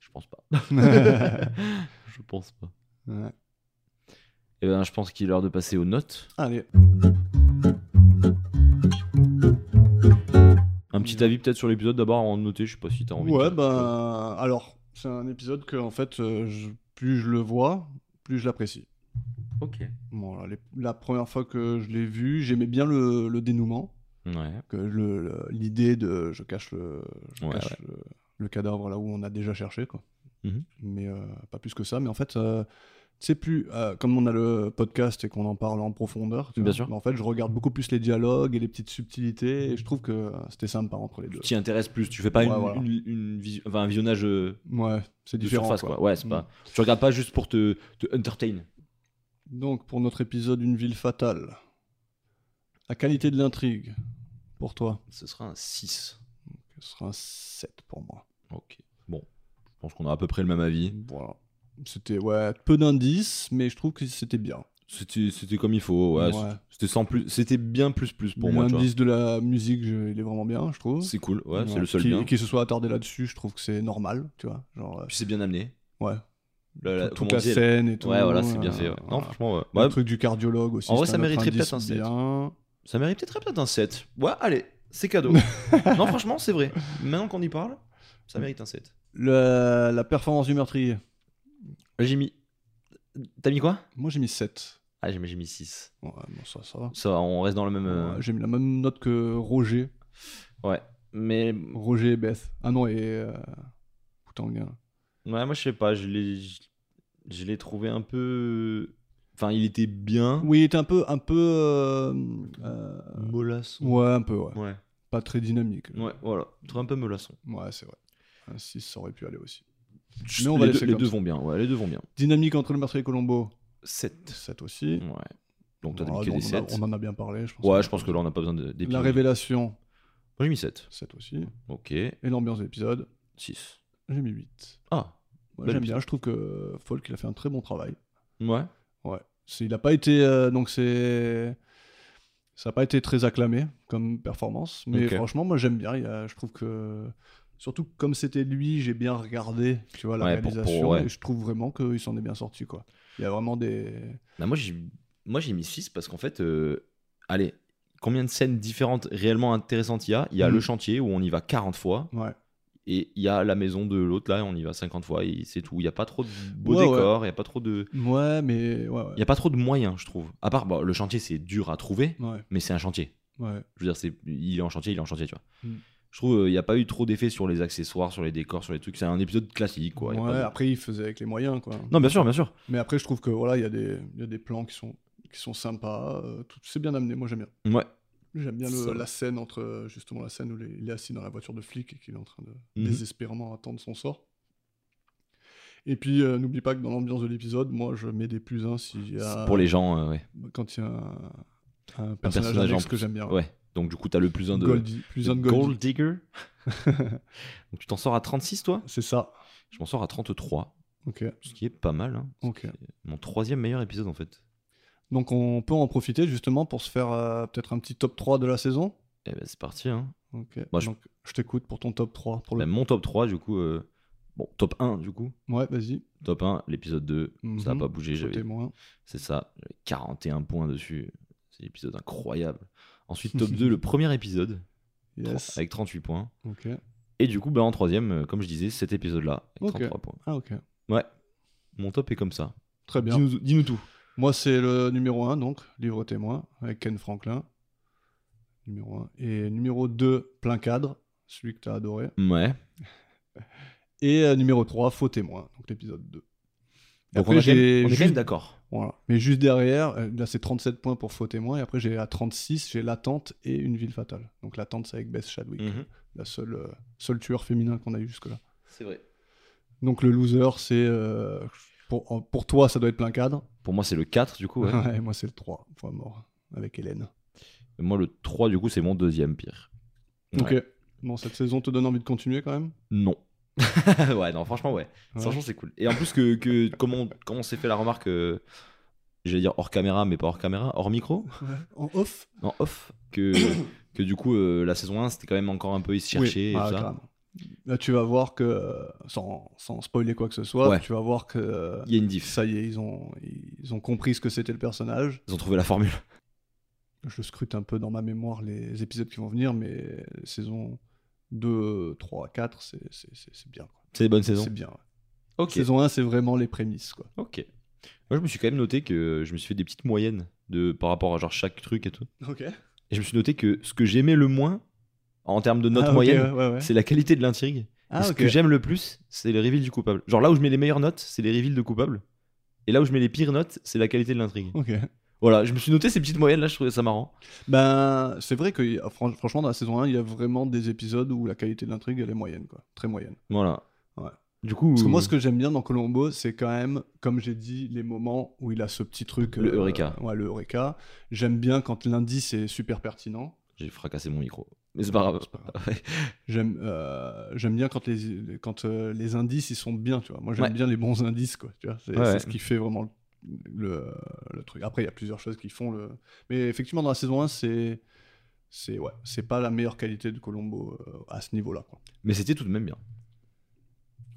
S5: Je pense pas.
S4: Ouais.
S5: je pense pas. Et ben, je pense qu'il est l'heure de passer aux notes.
S4: Allez,
S5: Un petit avis peut-être sur l'épisode d'abord avant de noter. Je sais pas si t'as envie. de-
S4: ouais, ben. alors, c'est un épisode que, en fait, euh, je- plus je le vois, plus je l'apprécie.
S5: Ok.
S4: Bon, alors, les- la première fois que je l'ai vu, j'aimais bien le- le dénouement.
S5: Ouais.
S4: que le- le- l'idée de je cache le je
S5: Ouais,
S4: cache le- le cadavre là où on a déjà cherché quoi
S5: Mhm.
S4: mais euh, pas plus que ça mais en fait euh, tu sais plus euh, comme on a le podcast et qu'on en parle en profondeur tu
S5: Bien
S4: vois,
S5: sûr.
S4: mais en fait je regarde beaucoup plus les dialogues et les petites subtilités et je trouve que euh, c'était sympa entre les
S5: Tu
S4: deux
S5: t'y intéresses plus. Tu fais pas
S4: Ouais,
S5: une-
S4: voilà.
S5: une- une visu- enfin, un visionnage. euh,
S4: ouais c'est
S5: de
S4: différent
S5: surface,
S4: quoi. Mm.
S5: quoi. Ouais, c'est pas. Tu regardes pas juste pour te, te entertain.
S4: donc pour notre épisode une ville fatale la qualité de l'intrigue pour toi
S5: Ce sera un 6.
S4: ce sera un 7 pour moi
S5: Ok. Bon. Je pense qu'on a à peu près le même avis.
S4: voilà c'était ouais peu d'indices mais je trouve que c'était bien
S5: C'était c'était comme il faut, ouais.
S4: Ouais.
S5: C'était sans plus, c'était bien plus plus pour moi, tu vois.
S4: L'indice de la musique, je- il est vraiment bien, je trouve.
S5: C'est cool, ouais, c'est
S4: Ouais.
S5: le seul
S4: Qui-
S5: bien.
S4: Qui se soit attardé là-dessus, je trouve que c'est normal, tu vois. Genre, euh,
S5: Puis c'est bien amené.
S4: ouais.
S5: La- la-
S4: Toute-
S5: comment
S4: toute
S5: on
S4: la
S5: disait,
S4: scène et tout.
S5: Ouais, voilà, c'est
S4: euh,
S5: bien fait. ouais. Non,
S4: voilà.
S5: franchement, ouais.
S4: Le
S5: Ouais,
S4: truc du cardiologue aussi.
S5: En vrai,
S4: c'est
S5: ça
S4: un autre
S5: mériterait
S4: indice
S5: peut-être un set.
S4: bien.
S5: ça mériterait peut-être un 7. Ouais, allez, c'est cadeau. non, franchement, c'est vrai. Maintenant qu'on y parle, ça mérite un 7.
S4: Le- la performance du meurtrier.
S5: J'ai mis. T'as mis quoi
S4: Moi, j'ai mis 7.
S5: Ah, j'ai j'ai mis 6.
S4: Ouais, bon, ça, ça va.
S5: Ça, va, on reste dans le même. euh,
S4: Ouais, J'ai mis la même note que Roger.
S5: Ouais. Mais.
S4: Roger et Beth. Ah non, et. Euh... hein. Poutanguin.
S5: Ouais, moi, je sais pas. Je l'ai. je- Je l'ai trouvé un peu. Enfin, il était bien.
S4: Oui, il était un peu. Un peu euh, euh,
S5: Molasson.
S4: Ouais, un peu, ouais.
S5: Ouais.
S4: Pas très dynamique.
S5: Ouais, voilà. Je trouve un peu molasson.
S4: Ouais, c'est vrai. Un 6, ça aurait pu aller aussi.
S5: Chut,
S4: on va
S5: les
S4: laisser
S5: deux, les
S4: comme
S5: deux
S4: ça.
S5: vont bien. Ouais, les deux vont bien.
S4: Dynamique entre le meurtrier et Colombo,
S5: 7.
S4: 7 aussi.
S5: Ouais. Donc, Mm. t'as
S4: Ah,
S5: mis que
S4: non,
S5: des
S4: on, en a-
S5: 7.
S4: on en a bien parlé, je pense.
S5: Ouais, je pense que là, on n'a pas besoin de. d'épiloguer.
S4: La révélation,
S5: Moi, j'ai mis 7.
S4: 7 aussi.
S5: Ok.
S4: Et l'ambiance de l'épisode,
S5: 6.
S4: j'ai mis 8.
S5: Ah.
S4: Ouais,
S5: Bel
S4: J'aime
S5: épisode.
S4: bien, je trouve que Folk, il a fait un très bon travail.
S5: Ouais.
S4: Ouais. C'est- Il n'a pas été. euh, donc, c'est. Ça n'a pas été très acclamé comme performance. Mais
S5: Ok.
S4: franchement, moi, j'aime bien. Il y a- je trouve que. Surtout que comme c'était lui, j'ai bien regardé tu vois, la
S5: Ouais, pour- pour-
S4: réalisation.
S5: ouais.
S4: Et je trouve vraiment qu'il s'en est bien sorti. Quoi. Il y a vraiment des.
S5: Bah, moi, j'ai moi, j'ai mis 6 parce qu'en fait, euh, allez, combien de scènes différentes réellement intéressantes il y a Il y a
S4: Mhm.
S5: le chantier où on y va 40 fois
S4: Ouais.
S5: et il y a la maison de l'autre là, on y va 50 fois et c'est tout. Il n'y a pas trop de beaux
S4: Ouais, ouais.
S5: décors, il y a pas trop de.
S4: Ouais, mais. Ouais,
S5: Il y
S4: ouais.
S5: a pas trop de moyens, je trouve. À part, bon, le chantier, c'est dur à trouver,
S4: Ouais,
S5: mais c'est un chantier.
S4: ouais.
S5: Je veux dire, c'est, il est en chantier, il est en chantier, tu vois.
S4: Mm.
S5: Je trouve euh, il n'y a pas eu trop d'effets sur les accessoires, sur les décors, sur les trucs. C'est un épisode classique, quoi. Il y a
S4: Ouais,
S5: pas de-
S4: Après, il faisait avec les moyens. Quoi.
S5: Non, bien sûr, bien sûr.
S4: Mais après, je trouve que voilà, il y, a des- il y a des plans qui sont, qui sont sympas. euh, tout- c'est bien amené. Moi, j'aime bien.
S5: Ouais.
S4: J'aime bien le-
S5: Ça va.
S4: la scène entre euh, justement la scène où les- il est assis dans la voiture de flic et qu'il est en train de
S5: Mhm.
S4: désespérément attendre son sort. Et puis euh, n'oublie pas que dans l'ambiance de l'épisode, moi je mets des plus 1 si
S5: C'est Pour les gens, euh, ouais.
S4: quand il y a un, un
S5: Un
S4: personnage,
S5: personnage en
S4: annexe que
S5: plus.
S4: j'aime bien.
S5: Ouais. Donc, du coup, t'as le plus un de.
S4: Goldie, plus un de Goldie.
S5: Gold Digger. Donc tu t'en sors à 36 toi
S4: C'est ça.
S5: Je m'en sors à 33,
S4: Ok.
S5: ce qui est pas mal. hein.
S4: Ok.
S5: Mon troisième meilleur épisode en fait.
S4: Donc on peut en profiter justement pour se faire euh, peut-être un petit top 3 de la saison.
S5: Eh ben c'est parti. Hein.
S4: Ok.
S5: Moi, je-
S4: Donc je t'écoute pour ton top 3 pour le.
S5: Ben, mon top 3 du coup... euh, Bon, top 1 du coup.
S4: Ouais, vas-y.
S5: Top 1, l'épisode 2, ça n'a
S4: Mhm.
S5: pas bougé.
S4: Sois
S5: J'avais...
S4: témoin.
S5: C'est ça, j'avais 41 points dessus. C'est l'épisode incroyable. Ensuite, top 2, le premier épisode, tro-
S4: Yes.
S5: avec 38 points.
S4: Ok.
S5: Et du coup, ben, en troisième, euh, comme je disais, cet épisode-là, avec
S4: Ok.
S5: 33 points.
S4: Ah ok.
S5: Ouais, mon top est comme ça.
S4: Très bien.
S5: Dis-nous, dis-nous tout.
S4: Moi, c'est le numéro 1, donc, Livre témoin, avec Ken Franklin. Numéro 1. Et numéro 2, Plein cadre, celui que tu as adoré.
S5: Ouais.
S4: Et euh, numéro 3, Faux témoin, donc l'épisode 2. Et
S5: Donc
S4: après,
S5: on, a quand
S4: j'ai
S5: même- on est quand même
S4: juste-
S5: d'accord.
S4: Voilà. Mais juste derrière, euh, là, c'est 37 points pour Faux témoin. Et après, j'ai à 36, j'ai L'attente et Une ville fatale. Donc, L'attente, c'est avec Beth Chadwick,
S5: Mhm.
S4: la seule, euh, seule tueur féminin qu'on a eu jusque-là.
S5: C'est vrai.
S4: Donc, le loser, c'est. euh, pour, en- pour toi, ça doit être Plein cadre.
S5: Pour moi, c'est le 4, du coup. ouais.
S4: Ouais, moi, c'est le 3, point mort, avec Hélène.
S5: Et moi, le 3, du coup, c'est mon deuxième pire. Ouais.
S4: Ok. Bon, cette saison te donne envie de continuer quand même
S5: Non. ouais, non, franchement, ouais.
S4: Ouais.
S5: Franchement, c'est cool. Et en plus, que, que comme on, comme on s'est fait la remarque, euh, j'allais dire hors caméra, mais pas hors caméra, hors micro,
S4: En off
S5: non, off, que, que du coup, euh, la saison 1, c'était quand même encore un peu y se chercher. et
S4: Ah,
S5: tout ça.
S4: carrément. Là, tu vas voir que, euh, sans, sans spoiler quoi que ce soit,
S5: Ouais.
S4: tu vas voir que euh,
S5: Il y a une diff.
S4: ça y est, ils ont, ils ont compris ce que c'était le personnage.
S5: Ils ont trouvé la formule.
S4: Je scrute un peu dans ma mémoire les épisodes qui vont venir, mais saison 2, 3, 4, c'est c'est- c'est- c'est bien. quoi.
S5: C'est des bonnes saisons.
S4: C'est bien. ouais.
S5: Ok.
S4: Saison 1, c'est vraiment les prémices. Quoi.
S5: Ok. Moi, je me suis quand même noté que je me suis fait des petites moyennes de, par rapport à genre chaque truc et tout.
S4: Ok.
S5: Et je me suis noté que ce que j'aimais le moins, en termes de note
S4: Ah,
S5: moyenne, c'est la qualité de l'intrigue. Et ce que j'aime le plus, c'est les reveals du coupable. Genre là où je mets les meilleures notes, c'est les reveals de coupable. Et là où je mets les pires notes, c'est la qualité de l'intrigue.
S4: Ok.
S5: Voilà, je me suis noté ces petites moyennes là, je trouvais ça marrant.
S4: Ben, c'est vrai que y- fran- franchement, dans la saison 1, il y a vraiment des épisodes où la qualité de l'intrigue, elle est moyenne, quoi. Très moyenne.
S5: Voilà.
S4: Ouais.
S5: Du coup,
S4: Parce que moi, ce que j'aime bien dans Colombo, c'est quand même, comme j'ai dit, les moments où il a ce petit truc. euh,
S5: Le Eureka.
S4: Ouais, le Eureka. J'aime bien quand l'indice est super pertinent.
S5: j'ai fracassé mon micro. Mais c'est pas grave.
S4: C'est pas J'aime euh, j'aime bien quand, les, quand euh, les indices, ils sont bien, tu vois. Moi, j'aime
S5: Ouais.
S4: bien les bons indices, quoi. Tu vois, c'est
S5: Ouais,
S4: c'est
S5: ouais.
S4: ce qui fait vraiment le, le, le truc. Après, il y a plusieurs choses qui font le. Mais effectivement, dans la saison 1, c'est. C'est ouais, c'est pas la meilleure qualité de Colombo euh, à ce niveau-là. quoi.
S5: Mais c'était tout de même bien.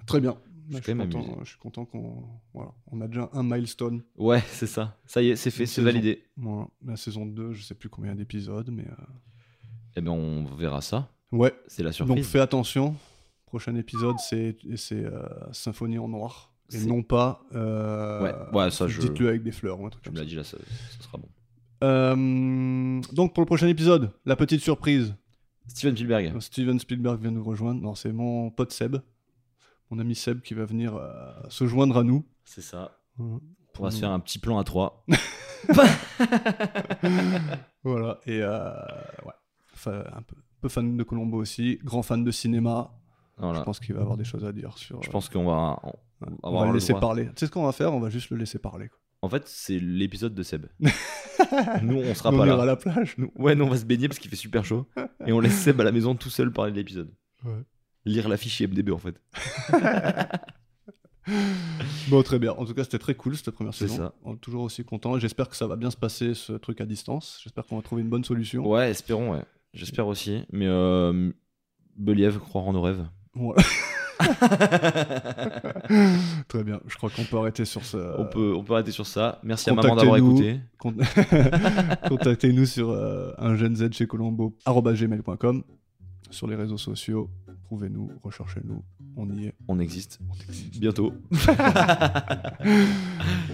S4: Très bien.
S5: Je suis
S4: Là,
S5: quand même
S4: content,
S5: amusé.
S4: je suis content qu'on voilà, on a déjà un milestone.
S5: Ouais, c'est ça. Ça y est, c'est fait,
S4: Une
S5: c'est
S4: saison.
S5: validé.
S4: Voilà. La saison 2, je sais plus combien d'épisodes, mais. euh,
S5: Eh ben, on verra ça.
S4: Ouais,
S5: C'est la
S4: donc
S5: surprise.
S4: fais attention. Prochain épisode, c'est c'est, euh, Symphonie en noir. et
S5: C'est-
S4: non pas. euh,
S5: Ouais, ouais, ça, je-
S4: Dites-le avec des fleurs ou un truc
S5: Tu
S4: comme
S5: me
S4: ça.
S5: l'as dit là, ça, ça sera bon.
S4: Euh, donc pour le prochain épisode, la petite surprise.
S5: Steven Spielberg.
S4: Steven Spielberg vient nous rejoindre. Non, c'est mon pote Seb, mon ami Seb qui va venir euh, se joindre à nous.
S5: C'est ça.
S4: Mhm.
S5: On pourra se faire un petit plan à trois.
S4: Voilà. Et euh, ouais, Fa- un peu, peu fan de Colombo aussi, grand fan de cinéma. Je
S5: Voilà.
S4: pense qu'il va avoir des choses à dire sur.
S5: Je
S4: euh,
S5: pense qu'on va. on-
S4: ouais.
S5: va
S4: on
S5: avoir
S4: va le
S5: le
S4: laisser
S5: droit.
S4: parler. Tu sais ce qu'on va faire On va juste le laisser parler. quoi.
S5: En fait, c'est l'épisode de Seb. Nous, on sera
S4: Nous, on
S5: Ah, pas là.
S4: ira à la plage.
S5: Nous- ouais, nous, on va se baigner parce qu'il fait super chaud. Et on laisse Seb à la maison tout seul parler de l'épisode.
S4: Ouais.
S5: Lire la fiche IMDB en fait.
S4: Bon, très bien. En tout cas, c'était très cool cette première
S5: C'est
S4: saison.
S5: ça.
S4: On est toujours aussi content. J'espère que ça va bien se passer ce truc à distance. J'espère qu'on va trouver une bonne solution.
S5: Ouais, espérons, ouais. J'espère aussi. Mais euh, Believ, croire en nos rêves.
S4: Ouais. très bien. Je crois qu'on peut arrêter sur ce.
S5: On, peut, on peut arrêter sur ça. Merci à maman d'avoir
S4: contactez-nous.
S5: écouté.
S4: Con- Contactez-nous sur euh, un jeune Z chez Colombo, gmail.com, sur les réseaux sociaux. Trouvez-nous, recherchez-nous, on y est.
S5: On existe. Bientôt.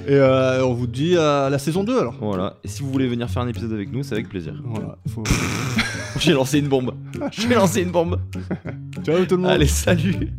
S4: Et euh, on vous dit à la saison 2 alors.
S5: Voilà. Et si vous voulez venir faire un épisode avec nous, c'est avec plaisir.
S4: Voilà, faut-
S5: J'ai lancé une bombe. J'ai lancé une bombe.
S4: Ciao tout le monde.
S5: Allez, salut.